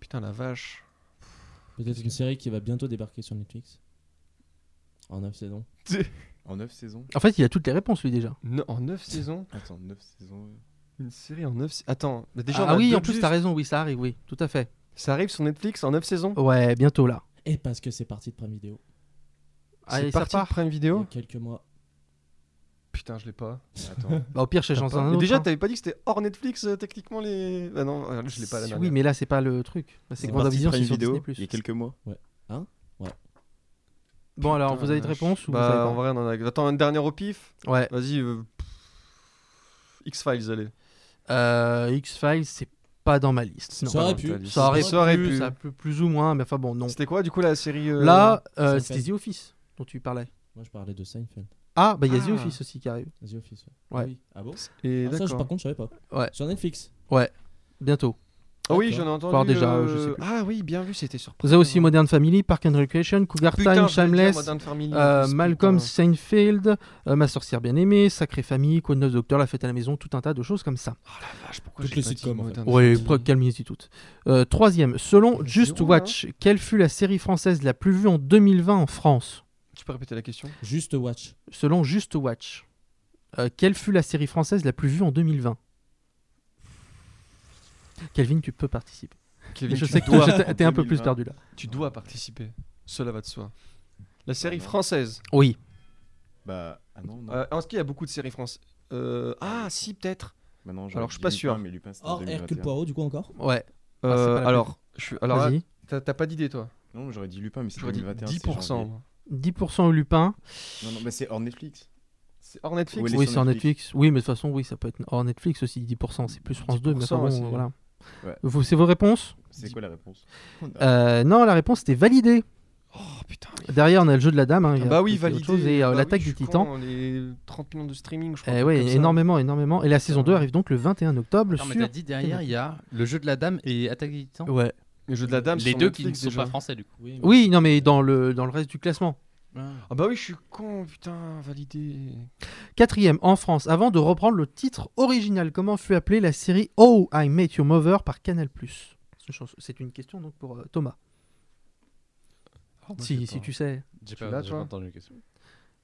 H: Putain, la vache.
G: Peut-être une série qui va bientôt débarquer sur Netflix. En 9 saisons.
I: En 9 saisons
E: En fait, il a toutes les réponses lui déjà.
H: Ne- en 9 saisons
I: Attends, 9 saisons. ouais.
H: Une série en 9 Attends, bah déjà. on
E: ah
H: a
E: oui,
H: deux
E: en plus,
H: juste.
E: t'as raison. Oui, ça arrive. Oui, tout à fait.
H: Ça arrive sur Netflix en 9 saisons
E: Ouais, bientôt là. Ah,
G: Et parce que c'est parti de Prime Video.
E: Allez,
H: C'est
E: ça
H: parti de
E: part.
H: Prime
G: Il y
H: Vidéo
G: a quelques mois.
H: Putain, je l'ai pas.
I: Attends.
E: Bah, au pire, chez
H: T'as
E: jean
H: pas- Mais déjà, t'avais pas dit que c'était hors Netflix euh, techniquement les. Bah non, euh, je l'ai pas la dernière.
E: Oui, mais là, c'est pas le truc. Bah, C'est que
G: C'est
E: WandaVision,
I: Prime
E: c'est sur Disney+.
I: vidéo, il y a quelques mois.
E: Bon, alors,
H: Hein Putain,
E: vous avez
H: la
E: de
H: vache.
E: réponses ou vous
H: Bah,
E: savez
H: en vrai, on en a. Attends, une dernière au pif.
E: pas Ouais.
H: Vas-y, euh, pff, X-Files, allez.
E: Euh, X-Files, c'est pas dans ma liste. non.
G: Ça aurait
H: Pas
G: pu.
H: dans ta liste.
E: Ça aurait,
H: Ça aurait
E: pu,
H: pu.
E: ça peut plus ou moins, mais enfin bon, non.
H: C'était quoi, du coup, la série euh,
E: Là, euh,
G: Seinfeld.
E: c'était The Office dont tu parlais.
G: Moi, je parlais de Seinfeld.
E: Ah, bah il y a The
H: Ah.
E: Office aussi qui arrive.
G: The Office.
E: Ouais.
G: Ah oui. Ah bon
H: Et
G: Ah, ça, je-
H: d'accord.
G: par contre, je savais pas.
E: Ouais.
G: Sur Netflix.
E: Ouais, bientôt.
H: Ah oui, j'en ai entendu.
E: Enfin, déjà, je sais plus.
H: Ah oui, bien vu, c'était sur.
E: Vous avez aussi Modern Family, Park and Recreation, Cougar Time, Shameless, euh, Malcolm, Seinfeld, euh, Ma sorcière bien-aimée, Sacrée Famille, Quoi de neuf Docteur, La fête à la maison, tout un tas de choses comme ça.
H: Oh
G: Toutes les sitcoms, en fait.
E: Ouais, pre- calmez-y toutes. Euh, troisième, selon
H: Zéro,
E: Just
H: là.
E: Watch, quelle fut la série française la plus vue en 2020 en France
H: Tu peux répéter la question
G: Juste Watch.
E: Selon Just Watch, euh, quelle fut la série française la plus vue en 2020 Calvin, tu peux participer.
H: Kevin,
E: je
H: tu
E: sais que
H: dois-
E: je t'ai- t'es un peu plus
I: 2020.
E: perdu là.
H: tu dois participer. Cela va de soi. La série française.
E: Oui.
I: Ah Bah, ah non, non.
H: Euh, Est-ce qu'il y a beaucoup de séries françaises Euh, Ah, si, peut-être.
I: Bah non,
H: alors, je suis
I: j'aurais
H: pas
I: dit
H: sûr.
I: Lupin, mais Lupin, c'était en
G: Hors Hercule
I: 2021.
G: Poirot, du coup, encore
E: Ouais. Ah, c'est
H: Euh,
E: pas la
H: alors, je suis... alors là,
E: Vas-y.
H: t'as t'as pas d'idée, toi
I: Non, mais j'aurais dit Lupin, mais c'est
H: J'aurais dit
I: 2021. c'est
H: 10%.
I: janvier.
H: moi.
E: 10% au Lupin.
I: Non, non, mais c'est hors Netflix.
H: C'est hors Netflix
I: Oui, Elle est
E: Oui,
I: sur
E: c'est en
I: Netflix.
E: Netflix. Oui, mais de toute façon, oui, ça peut être hors Netflix aussi, 10%. C'est plus France 2, mais enfin
H: 10%, ouais,
E: bon,
H: c'est-
E: voilà.
H: hein.
I: Ouais.
E: Vous- C'est vos réponses
I: C'est quoi la réponse
E: Euh, Non, la réponse était validée.
H: Oh putain.
E: Derrière, on a le jeu de la dame. hein, il y a
H: Bah oui,
E: autre- autre
H: validé.
E: chose, et euh,
H: Bah oui,
E: l'attaque
H: je
E: du
H: suis
E: titan.
H: con, Les 30 millions de streaming, je crois.
E: Eh
H: un
E: oui,
H: truc comme ça.
E: énormément, énormément. Et la saison 2 arrive donc le 21 octobre
T: Attends, mais
E: sur.
T: t'as dit derrière, il y a le jeu de la dame et Attaque des Titans.
E: Ouais.
H: Les jeux de la dame,
T: les
H: sur
T: deux qui ne
H: Netflix,
T: sont
H: déjà.
T: pas français du coup.
G: Oui.
E: Oui, non, mais dans le, dans le reste du classement.
H: Ah bah oui, je suis con, putain, validé.
E: Quatrième, en France, avant de reprendre le titre original, comment fut appelée la série Oh, I Met Your Mother par Canal C'est une chance- C'est une question donc pour euh, Thomas.
H: Ah,
Q: moi, je sais
E: si,
Q: pas.
E: si tu sais.
Q: J'ai Tu pas- l'as, j'ai pas toi entendu la question.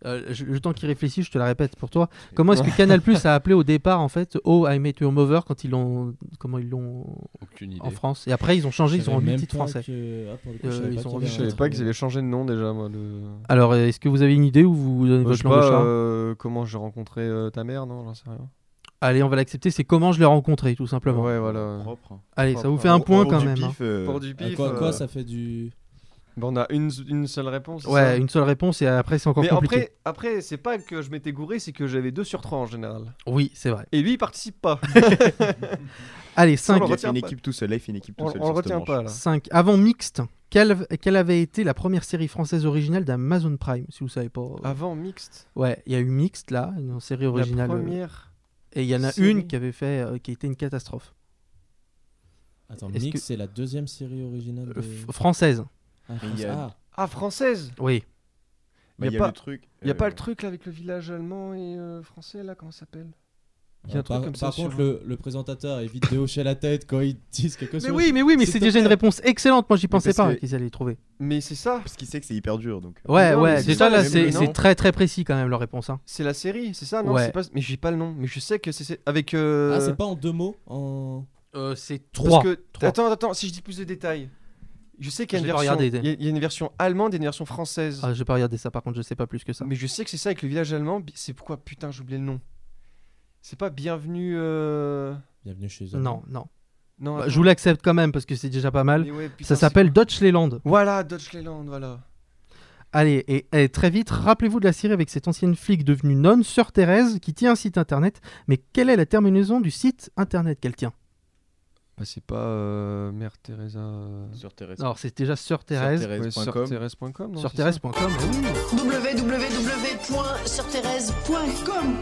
E: Euh, je- le temps qu'il réfléchit, je te la répète pour toi. Comment est-ce que Canal Plus a appelé au départ en fait Oh I Met Your Mover quand ils l'ont comment ils l'ont en France et après ils ont changé, ils ont remis le titre français.
H: Ah,
E: Euh, ils ont
H: Je
E: remis le
H: savais
E: titre.
H: pas qu'ils avaient changé de nom déjà, moi. Le...
E: Alors euh, est-ce que vous avez une idée ou vous donnez
H: Euh, je
E: votre
H: sais
E: langue au
H: pas
E: chat
H: euh, comment j'ai rencontré euh, ta mère, non J'en sais rien.
E: Allez, on va l'accepter. C'est comment je l'ai rencontré, tout simplement.
H: Ouais, voilà. Propre.
E: Allez, ça
H: Propre.
E: vous fait un
H: Pour-
E: point
H: pour
E: quand
H: du
E: même.
H: pif,
E: hein.
H: euh, Pour du pif,
G: Quoi,
H: euh,
G: quoi, ça fait du.
H: Bon, on a une, une seule réponse. c'est ça
E: Ouais, une seule réponse et après c'est encore
H: Mais
E: compliqué.
H: après, après c'est pas que je m'étais gouré, c'est que j'avais 2 sur 3 en général.
E: Oui, c'est vrai.
H: Et lui, il participe pas.
E: Allez,
H: Ça, on le
E: 5.
H: retient pas. On- On le retient pas là.
E: 5. Avant Mixte, quelle, quelle avait été la première série française originale d'Amazon Prime, si vous savez pas euh,
H: Avant Mixte
E: Ouais, il y a eu Mixte là, une série originale. euh,
H: première
E: Et il y en a
H: série.
E: une qui avait fait, euh, qui était une catastrophe.
G: Ah, Attends,
E: Est-ce que-
G: Mix, c'est la deuxième série originale.
E: Euh,
G: de-
E: f- française.
G: Ah,
E: Mais il y
G: française.
E: a-
G: Ah.
H: Ah, française
E: Oui.
H: Il
I: Bah,
H: n'y
I: il y
H: a,
I: a
H: pas
I: le truc,
H: Il y a
I: euh,
H: pas le truc là avec le village allemand et euh, français là, comment ça s'appelle Il y a un
G: Ah,
H: truc
G: par,
H: comme ça.
G: par
H: sur-
G: contre, le, le présentateur évite de hocher la tête quand ils disent quelque chose.
E: Mais oui, mais oui, mais c'est déjà une réponse excellente. Moi, j'y pensais
H: parce
E: pas hein,
H: que-
E: qu'ils allaient trouver.
H: Mais c'est ça
I: Parce qu'il sait que c'est hyper dur donc.
E: Ouais,
H: non, mais
E: ouais.
H: c'est
E: Déjà
H: ça,
E: là,
H: mais
E: c'est
H: oui,
E: c'est
H: non.
E: très très précis quand même leur réponse. hein.
H: C'est la série, c'est ça Non,
E: Ouais.
H: c'est pas... mais j'ai pas le nom. Mais je sais que c'est- c'est avec. euh,
G: Ah, c'est pas en deux mots en...
E: Euh, C'est
H: Parce
E: trois.
H: que-
E: Trois.
H: Attends, attends, si je dis plus de détails. Je sais qu'il y a
E: J'ai
H: une
E: pas
H: version.
E: regardé.
H: il y a- il y a une version allemande et une version française.
E: Ah, j'ai pas regardé ça. Par contre, je sais pas plus que ça.
H: Mais je sais que c'est ça avec le village allemand. bi- C'est pourquoi putain j'ai oublié le nom. C'est pas bienvenue. euh,
G: Bienvenue chez eux.
E: Non, non.
H: Non,
E: Bah,
H: attends.
E: je vous l'accepte quand même parce que c'est déjà pas mal.
H: Mais ouais, putain,
E: ça s'appelle Deutschland.
H: Voilà, Deutschland, voilà.
E: Allez, et, et très vite, rappelez-vous de la série avec cette ancienne flic devenue nonne, Sœur Thérèse, qui tient un site internet. Mais quelle est la terminaison du site internet qu'elle tient
H: Bah, c'est pas euh, Mère Teresa. euh,
Q: Sœur Thérèse.
E: Alors, c'est déjà Sœur Thérèse.
H: Ouais, Sœur Thérèse.com. non,
E: Sœur
H: c'est ça
E: Thérèse.com, bah oui.
U: www.surthérèse.com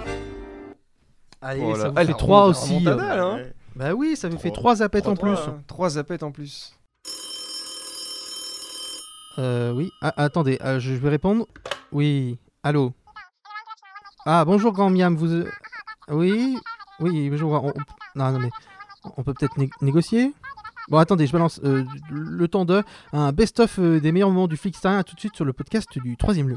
E: Allez,
H: Oh là,
E: ça vous
H: elle
E: fait
H: est
E: 3
H: remontada,
E: aussi.
H: remontada, là, hein.
E: Ouais. Bah oui, ça vous fait
H: Trois.
E: 3 appettes en
H: Trois,
E: plus.
H: trois, Trois zappettes en plus.
E: Euh, oui. Ah, attendez, euh, je je vais répondre. Oui. Allô. Ah, bonjour grand miam, vous... euh, Oui. Oui, bonjour. on- on- Non, non, mais... On peut peut-être né- négocier Bon, attendez, je balance euh, le temps de... Un best-of euh, des meilleurs moments du flic star. tout de suite sur le podcast du troisième lieu.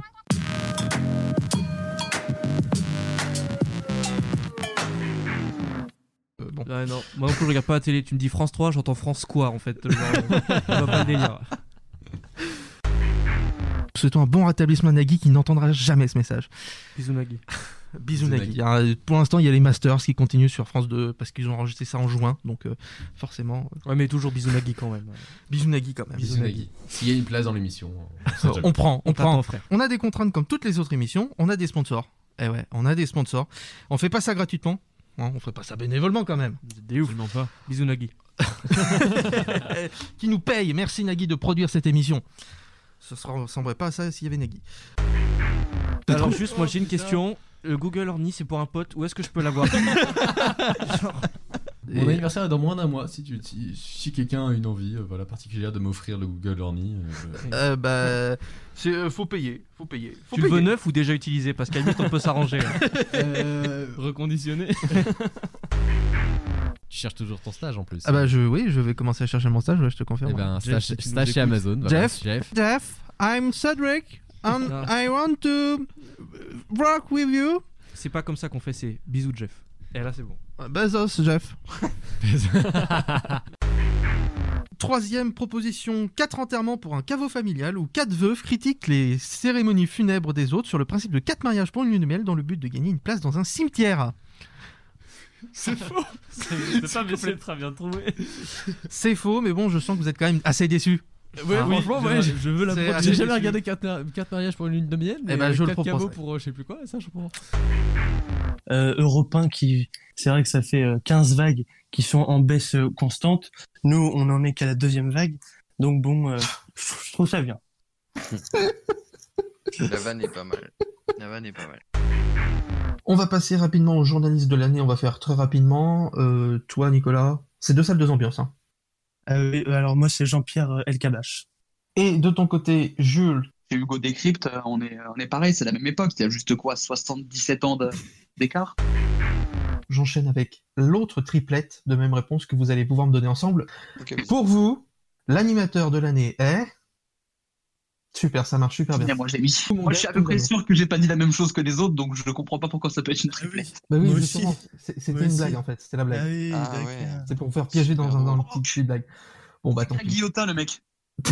V: Ouais, non. Moi non plus, je regarde pas la télé. Tu me dis France 3, j'entends France quoi en fait Genre, Je vois pas le délire.
E: Souhaitons un bon rétablissement à Nagui qui n'entendra jamais ce message.
V: Bisous Nagui.
E: Bisous Nagui. Euh, Pour l'instant, il y a les Masters qui continuent sur France 2 parce qu'ils ont enregistré ça en juin, donc euh, forcément. euh,
V: Ouais, mais toujours bisous Nagui quand même.
E: Bisous Nagui quand même.
V: Bisous Nagui.
Q: S'il y a une place dans l'émission, sait
E: on
Q: jamais.
E: prend, on, prend.
V: t'attend, frère.
E: On a des contraintes comme toutes les autres émissions. On a des sponsors. Eh ouais, on a des sponsors. On fait pas ça gratuitement. hein, on fait pas ça bénévolement quand même.
V: Des ouf. Non pas. Bisous Nagui.
E: qui nous paye. Merci Nagui de produire cette émission. Ça ne ressemblerait pas à ça s'il y avait Nagui.
V: Alors juste, moi j'ai une question. Le Google Orni, c'est pour un pote. Où est-ce que je peux l'avoir Genre-
E: Et-
Q: Mon anniversaire est dans moins d'un mois. Si, tu- si, si quelqu'un a une envie euh, voilà, particulière de m'offrir le Google Orni, euh, je-
E: Euh, bah, c'est, euh, faut payer, faut payer. Faut
V: Tu le veux
E: payer.
V: neuf ou déjà utilisé Parce qu'à la limite, on peut s'arranger. hein.
Q: Euh, Reconditionné. tu cherches toujours ton stage en plus.
E: Ah bah je, oui, je vais commencer à chercher mon stage, ouais, je te confirme.
Q: Eh ben,
E: Jeff,
Q: stage-
E: si tu nous
Q: stage chez
E: écoutes.
Q: Amazon, voilà,
E: Jeff,
Q: Jeff. Ah.
E: Jeff, I'm Cedric, and I want to rock with you.
V: C'est pas comme ça qu'on fait, c'est bisous Jeff. Et là, c'est bon.
E: Bezos, Jeff. Troisième proposition, quatre enterrements pour un caveau familial où quatre veuves critiquent les cérémonies funèbres des autres sur le principe de quatre mariages pour une lune de miel dans le but de gagner une place dans un cimetière.
V: C'est faux C'est pas mais c'est très bien trouvé
E: C'est faux, mais bon, je sens que vous êtes quand même assez déçus.
Q: Euh,
E: Ah,
Q: Ouais, oui, Ah, franchement, ouais, je, je veux la
E: C'est
Q: prendre.
E: assez
Q: J'ai jamais
E: déçu.
Q: regardé 4, mariages pour une lune de miel, mais
E: ben,
Q: euh,
E: je le
Q: quatre
E: propose.
Q: caveaux pour euh, je sais plus quoi, ça je comprends.
W: euh, Europe 1 qui, c'est vrai que ça fait euh, 15 vagues qui sont en baisse euh, constante. Nous, on en est qu'à la deuxième vague. Donc bon, euh, je trouve ça bien.
X: La vanne est pas mal. La vanne est pas mal.
E: On va passer rapidement aux journalistes de l'année, on va faire très rapidement. Euh, toi, Nicolas, c'est deux salles, deux ambiances. hein.
W: Euh, et, euh, alors moi, c'est Jean-Pierre euh, Elkabach.
E: Et de ton côté, Jules
X: Chez Hugo Décrypte, euh, on est, on est pareil, c'est la même époque. Il y a juste quoi 77 ans de- d'écart
E: J'enchaîne avec l'autre triplette de même réponse que vous allez pouvoir me donner ensemble. Pour vous, l'animateur de l'année est Super, ça marche super bien.
B: Tiens, moi, je l'ai mis. Moi, je suis à peu près sûr que j'ai pas dit la même chose que les autres, donc je comprends pas pourquoi ça peut être une réplique.
E: Bah oui, justement, c'est- c'était
B: Moi
E: une
B: aussi.
E: blague en fait, c'était la blague.
B: Ah oui, Ah d'accord. ouais.
E: C'est pour vous faire piéger dans, un, dans le petit petit blague. Bon bah tant
B: Ah,
E: pis.
B: Guillotin, le mec.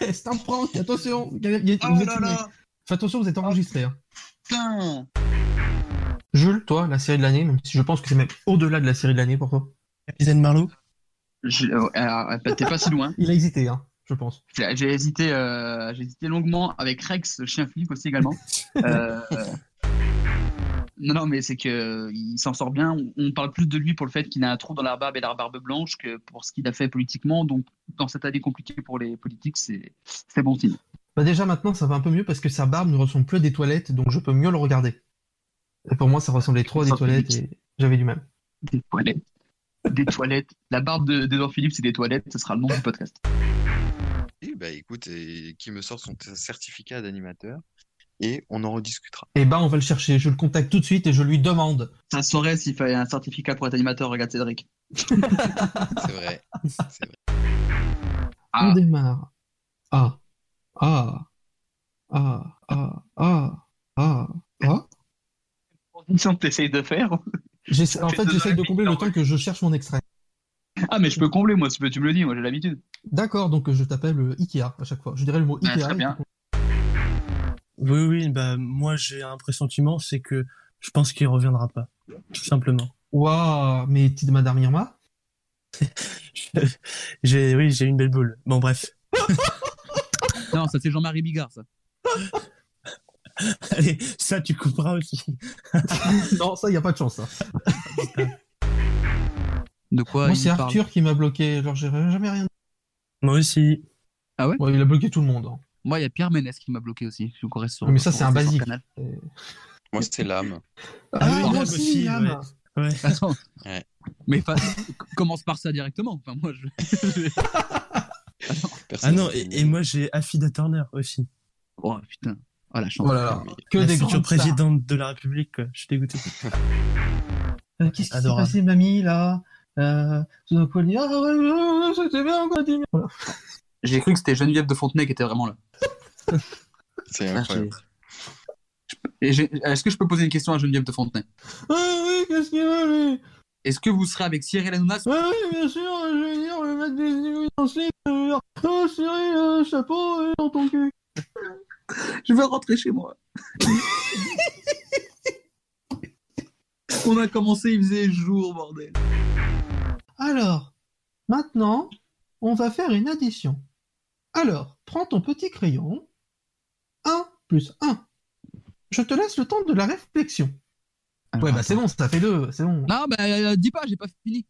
E: C'est un prank, attention il y a- il y a-
B: Oh
E: vous êtes
B: là
E: filmé.
B: là.
E: Fais attention, vous êtes enregistré. hein.
B: Putain
E: Jules, toi, la série de l'année, même si je pense que c'est même au-delà de la série de l'année pour toi.
B: Capitaine Marlowe euh, T'es pas si loin.
E: Il a hésité, hein, je pense.
B: J'ai j'ai hésité, euh, j'ai hésité longuement avec Rex, le chien Philippe aussi également. Euh, non, non, mais c'est que il s'en sort bien. On on parle plus de lui pour le fait qu'il a un trou dans la barbe et la barbe blanche que pour ce qu'il a fait politiquement. Donc, dans cette année compliquée pour les politiques, c'est c'est bon signe.
E: Bah déjà maintenant ça va un peu mieux parce que sa barbe ne ressemble plus à des toilettes donc je peux mieux le regarder. Et pour moi ça ressemblait trop à des toilettes et j'avais du mal.
B: Des toilettes. Des toilettes. La barbe de- d'Edouard Philippe, c'est des toilettes. Ce sera le nom du podcast.
H: Eh bah écoute, et, qui me sort son t- certificat d'animateur et on en rediscutera.
E: Et bah on va le chercher, je le contacte tout de suite et je lui demande.
B: Ça saurait s'il fallait un certificat pour être animateur, regarde Cédric.
H: C'est vrai.
E: On démarre. Ah. Ah. Ah. Ah. Ah. Ah. Ah.
B: Condition que t'essayes de faire.
E: J'essa- En fait j'essaye de combler le temps que je cherche mon extrait.
B: Ah, mais je peux combler, moi, si tu veux, tu me le dis, moi j'ai l'habitude.
E: D'accord donc je t'appelle euh, Ikea à chaque fois. Je dirais le mot
B: Ah,
E: Ikea.
B: très bien.
G: Oui, oui, bah, moi j'ai un pressentiment, c'est que je pense qu'il reviendra pas, tout simplement.
E: Waouh, mais petite madame Irma
G: J'ai, oui, j'ai une belle boule. Bon, bref.
X: Non, ça c'est Jean-Marie Bigard, ça.
G: Allez, ça tu couperas aussi.
E: non, ça, il n'y a pas de chance. hein. ça.
X: De quoi
E: Moi,
X: il
E: c'est
X: parle
E: Arthur qui m'a bloqué. Genre, j'ai jamais rien.
G: Moi aussi.
X: Ah ouais
E: Il a bloqué tout le monde. hein.
X: Moi, il y a Pierre Ménès qui m'a bloqué aussi. Je reste sur,
E: Mais ça, c'est un
X: reste sur
E: basique.
X: Canal.
H: Moi, c'était l'âme.
E: Ah,
X: oui,
E: moi
X: l'âme
E: aussi, l'âme.
G: Ouais.
X: Attends.
H: Ouais.
X: Mais fa- commence par ça directement. Enfin, moi, je...
G: ah non, et, et moi j'ai Affida Turner aussi.
X: Oh putain. Oh la chance.
G: Oh là là.
E: Que
G: la
E: des
G: future
E: grandes stars.
G: présidente de la République, quoi. Je suis dégoûté.
E: Euh, Qu'est-ce qui s'est
G: Adorable.
E: passé, mamie, là euh, tout d'un coup, elle dit Ah, ouais, ouais, ouais, c'était bien, quoi, dis- Voilà.
X: J'ai cru que c'était Geneviève de Fontenay qui était vraiment là.
H: C'est
X: incroyable. Est-ce que je peux poser une question à Geneviève de Fontenay
E: Ah oui, qu'est-ce qu'il veut, lui
X: Est-ce que vous serez avec Cyril Hanouna
E: Ah oui, bien sûr, je vais venir, le mettre des nouilles dans le slip, euh, Oh, Cyril, euh, chapeau euh, dans ton cul.
X: Je vais rentrer chez moi. On a commencé, il faisait jour, bordel.
E: Alors, maintenant, on va faire une addition. Alors, prends ton petit crayon. 1 plus 1. Je te laisse le temps de la réflexion. ouais, bah c'est bon, ça fait deux, c'est bon.
X: Non, bah euh, dis pas, j'ai pas fini.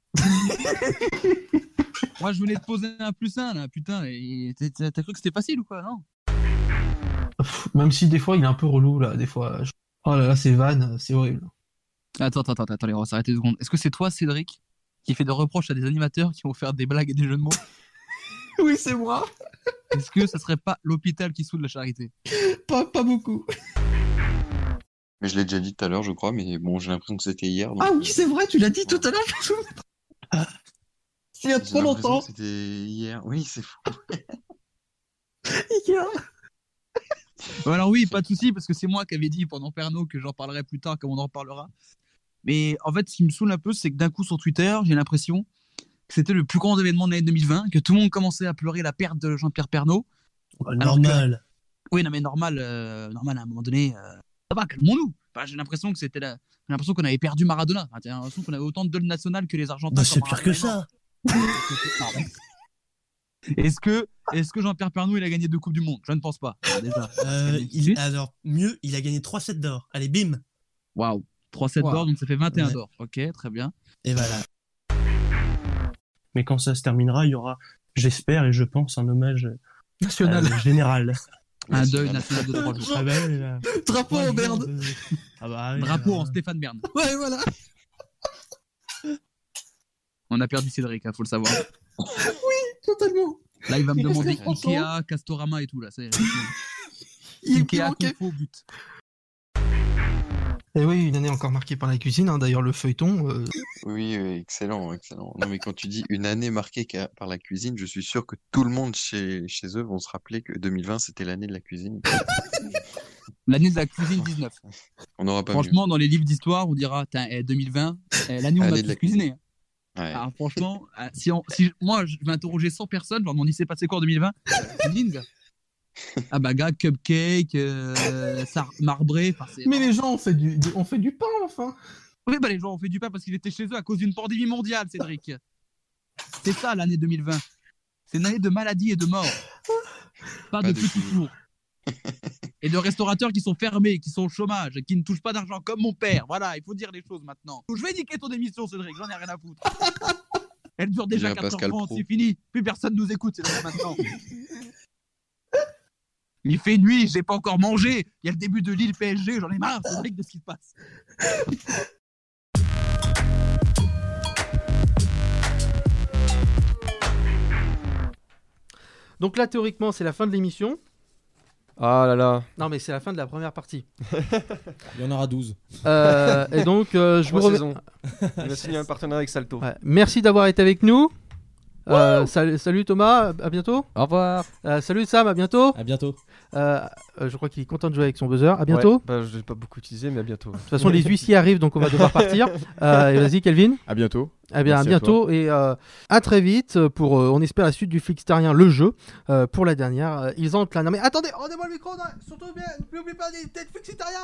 X: Moi, je voulais te poser un plus un, là, putain. et t'as- T'as t'as cru que c'était facile ou quoi, non
E: Même si des fois il est un peu relou là, des fois. je- Oh là là, ces vannes, c'est horrible.
X: Attends, attends, attends, attends, on va s'arrêter deux secondes. Est-ce que c'est toi, Cédric, qui fait des reproches à des animateurs qui vont faire des blagues et des jeux de mots
E: Oui, c'est moi.
X: Est-ce que ça serait pas l'hôpital qui soude la charité
E: Pas, pas beaucoup.
H: Mais je l'ai déjà dit tout à l'heure, je crois, mais bon, j'ai l'impression que c'était hier. donc-
E: Ah oui, c'est vrai, tu l'as dit tout à l'heure, je me souviens pas. C'est il y a
H: J'ai
E: trop
H: l'impression
E: longtemps.
H: que C'était hier. Oui, c'est fou.
X: Bon, Alors oui, pas de souci, parce que c'est moi qui avais dit pendant Pernaud que j'en parlerai plus tard, comme on en parlera. Mais en fait, ce qui me saoule un peu, c'est que d'un coup sur Twitter, j'ai l'impression que c'était le plus grand événement de l'année 2020, que tout le monde commençait à pleurer la perte de Jean-Pierre Pernaud. Alors que-
G: Normal.
X: Oui, non, mais normal, euh, normal à un moment donné, euh, ça va, calmons-nous. Enfin, j'ai l'impression que c'était la... J'ai l'impression qu'on avait perdu Maradona. Enfin, j'ai l'impression qu'on avait autant de deuil national que les Argentins.
G: Bah, c'est
X: comme
G: pire
X: Maradona.
G: que ça.
X: Non, mais- Est-ce que, est-ce que Jean-Pierre Pernaud il a gagné deux coupes du monde Je ne pense pas. Ah, déjà.
G: Euh, il- alors, mieux, il a gagné 3 sets d'or. Allez, bim.
X: Waouh. 3 sets
G: Wow.
X: d'or, donc ça fait 21
G: Ouais.
X: d'or. Ok, très bien.
G: Et voilà. Mais quand ça se terminera, il y aura, j'espère et je pense, un hommage euh,
E: National.
G: euh, général.
X: Un deuil national de trois jours.
G: Ah bah oui, là.
E: Drapeau
G: Trois
E: en
G: jours
E: berne.
G: de- Ah bah oui,
X: Drapeau
G: là.
X: en Stéphane Bern.
E: Ouais, voilà.
X: On a perdu Cédric, hein, faut le savoir.
E: Totalement.
X: Là, il va me
E: Il reste
X: demander
E: les Français.
X: Ikea, Castorama et tout. Là, ça y est.
E: Il est
X: Ikea,
E: bloqué.
X: Kung Fu, but.
E: Et Eh oui, une année encore marquée par la cuisine. hein. D'ailleurs, le feuilleton. euh,
J: Oui, oui, excellent, excellent. Non, mais quand tu dis une année marquée ca- par la cuisine, je suis sûr que tout le monde chez, chez eux vont se rappeler que 2020, c'était l'année de la cuisine.
X: L'année de la cuisine 19.
J: Ah, On n'aura pas
X: Franchement, dans les livres d'histoire, on dira Tain, eh, 2020, eh, l'année où on
J: Année
X: a
J: de la
X: tous cuisiné.
J: mieux. Ouais.
X: Alors, franchement, euh, si, on- si je- moi je vais interroger 100 personnes, genre, on y s'est passé quoi en 2020 Dingue. Ah bah gars, cupcake, euh, sar- marbré, enfin, c'est-
E: Mais les gens, on fait du, du- on fait du pain, enfin.
X: Oui, bah les gens ont fait du pain parce qu'ils étaient chez eux à cause d'une pandémie mondiale, Cédric. C'est ça l'année 2020. C'est une année de maladies et de morts. Pas, de,
J: de
X: petits fours. et de restaurateurs qui sont fermés, qui sont au chômage, qui ne touchent pas d'argent, comme mon père. Voilà, il faut dire les choses maintenant. Je vais niquer ton émission, Cédric, j'en ai rien à foutre. Elle dure déjà
J: Dirait Pascal
X: 4h30,
J: Pro.
X: c'est fini. Plus personne nous écoute, Cédric, maintenant. Il fait nuit, j'ai pas encore mangé. Il y a le début de l'île PSG, j'en ai marre, Cédric, de ce qui se passe.
E: Donc là, théoriquement, c'est la fin de l'émission.
H: Ah là là.
E: Non, mais c'est la fin de la première partie.
G: Il y en aura 12.
E: Euh, et donc, euh, je vous
H: Trois
E: remets-
H: saisons. Il a signé un partenariat avec Salto.
E: Ouais. Merci d'avoir été avec nous. Euh, salut, salut Thomas, à bientôt. Euh,
Q: Au revoir.
E: salut Sam, à bientôt. Euh,
G: À bientôt.
E: je crois qu'il est content de jouer avec son buzzer. À bientôt.
H: Ouais, bah, je l'ai pas beaucoup utilisé, mais à bientôt.
E: De toute façon, les huissiers arrivent, donc on va devoir partir. Euh, et vas-y, Kelvin.
I: À bientôt.
E: Eh bien, à
I: Merci à
E: bientôt et euh, à très vite pour, euh, on espère, la suite du Flickstarien, le jeu. Euh, pour la dernière, euh, ils entrent là. Non, mais attendez, rendez-moi le micro, non, surtout bien, n'oublie pas des têtes Flickstarien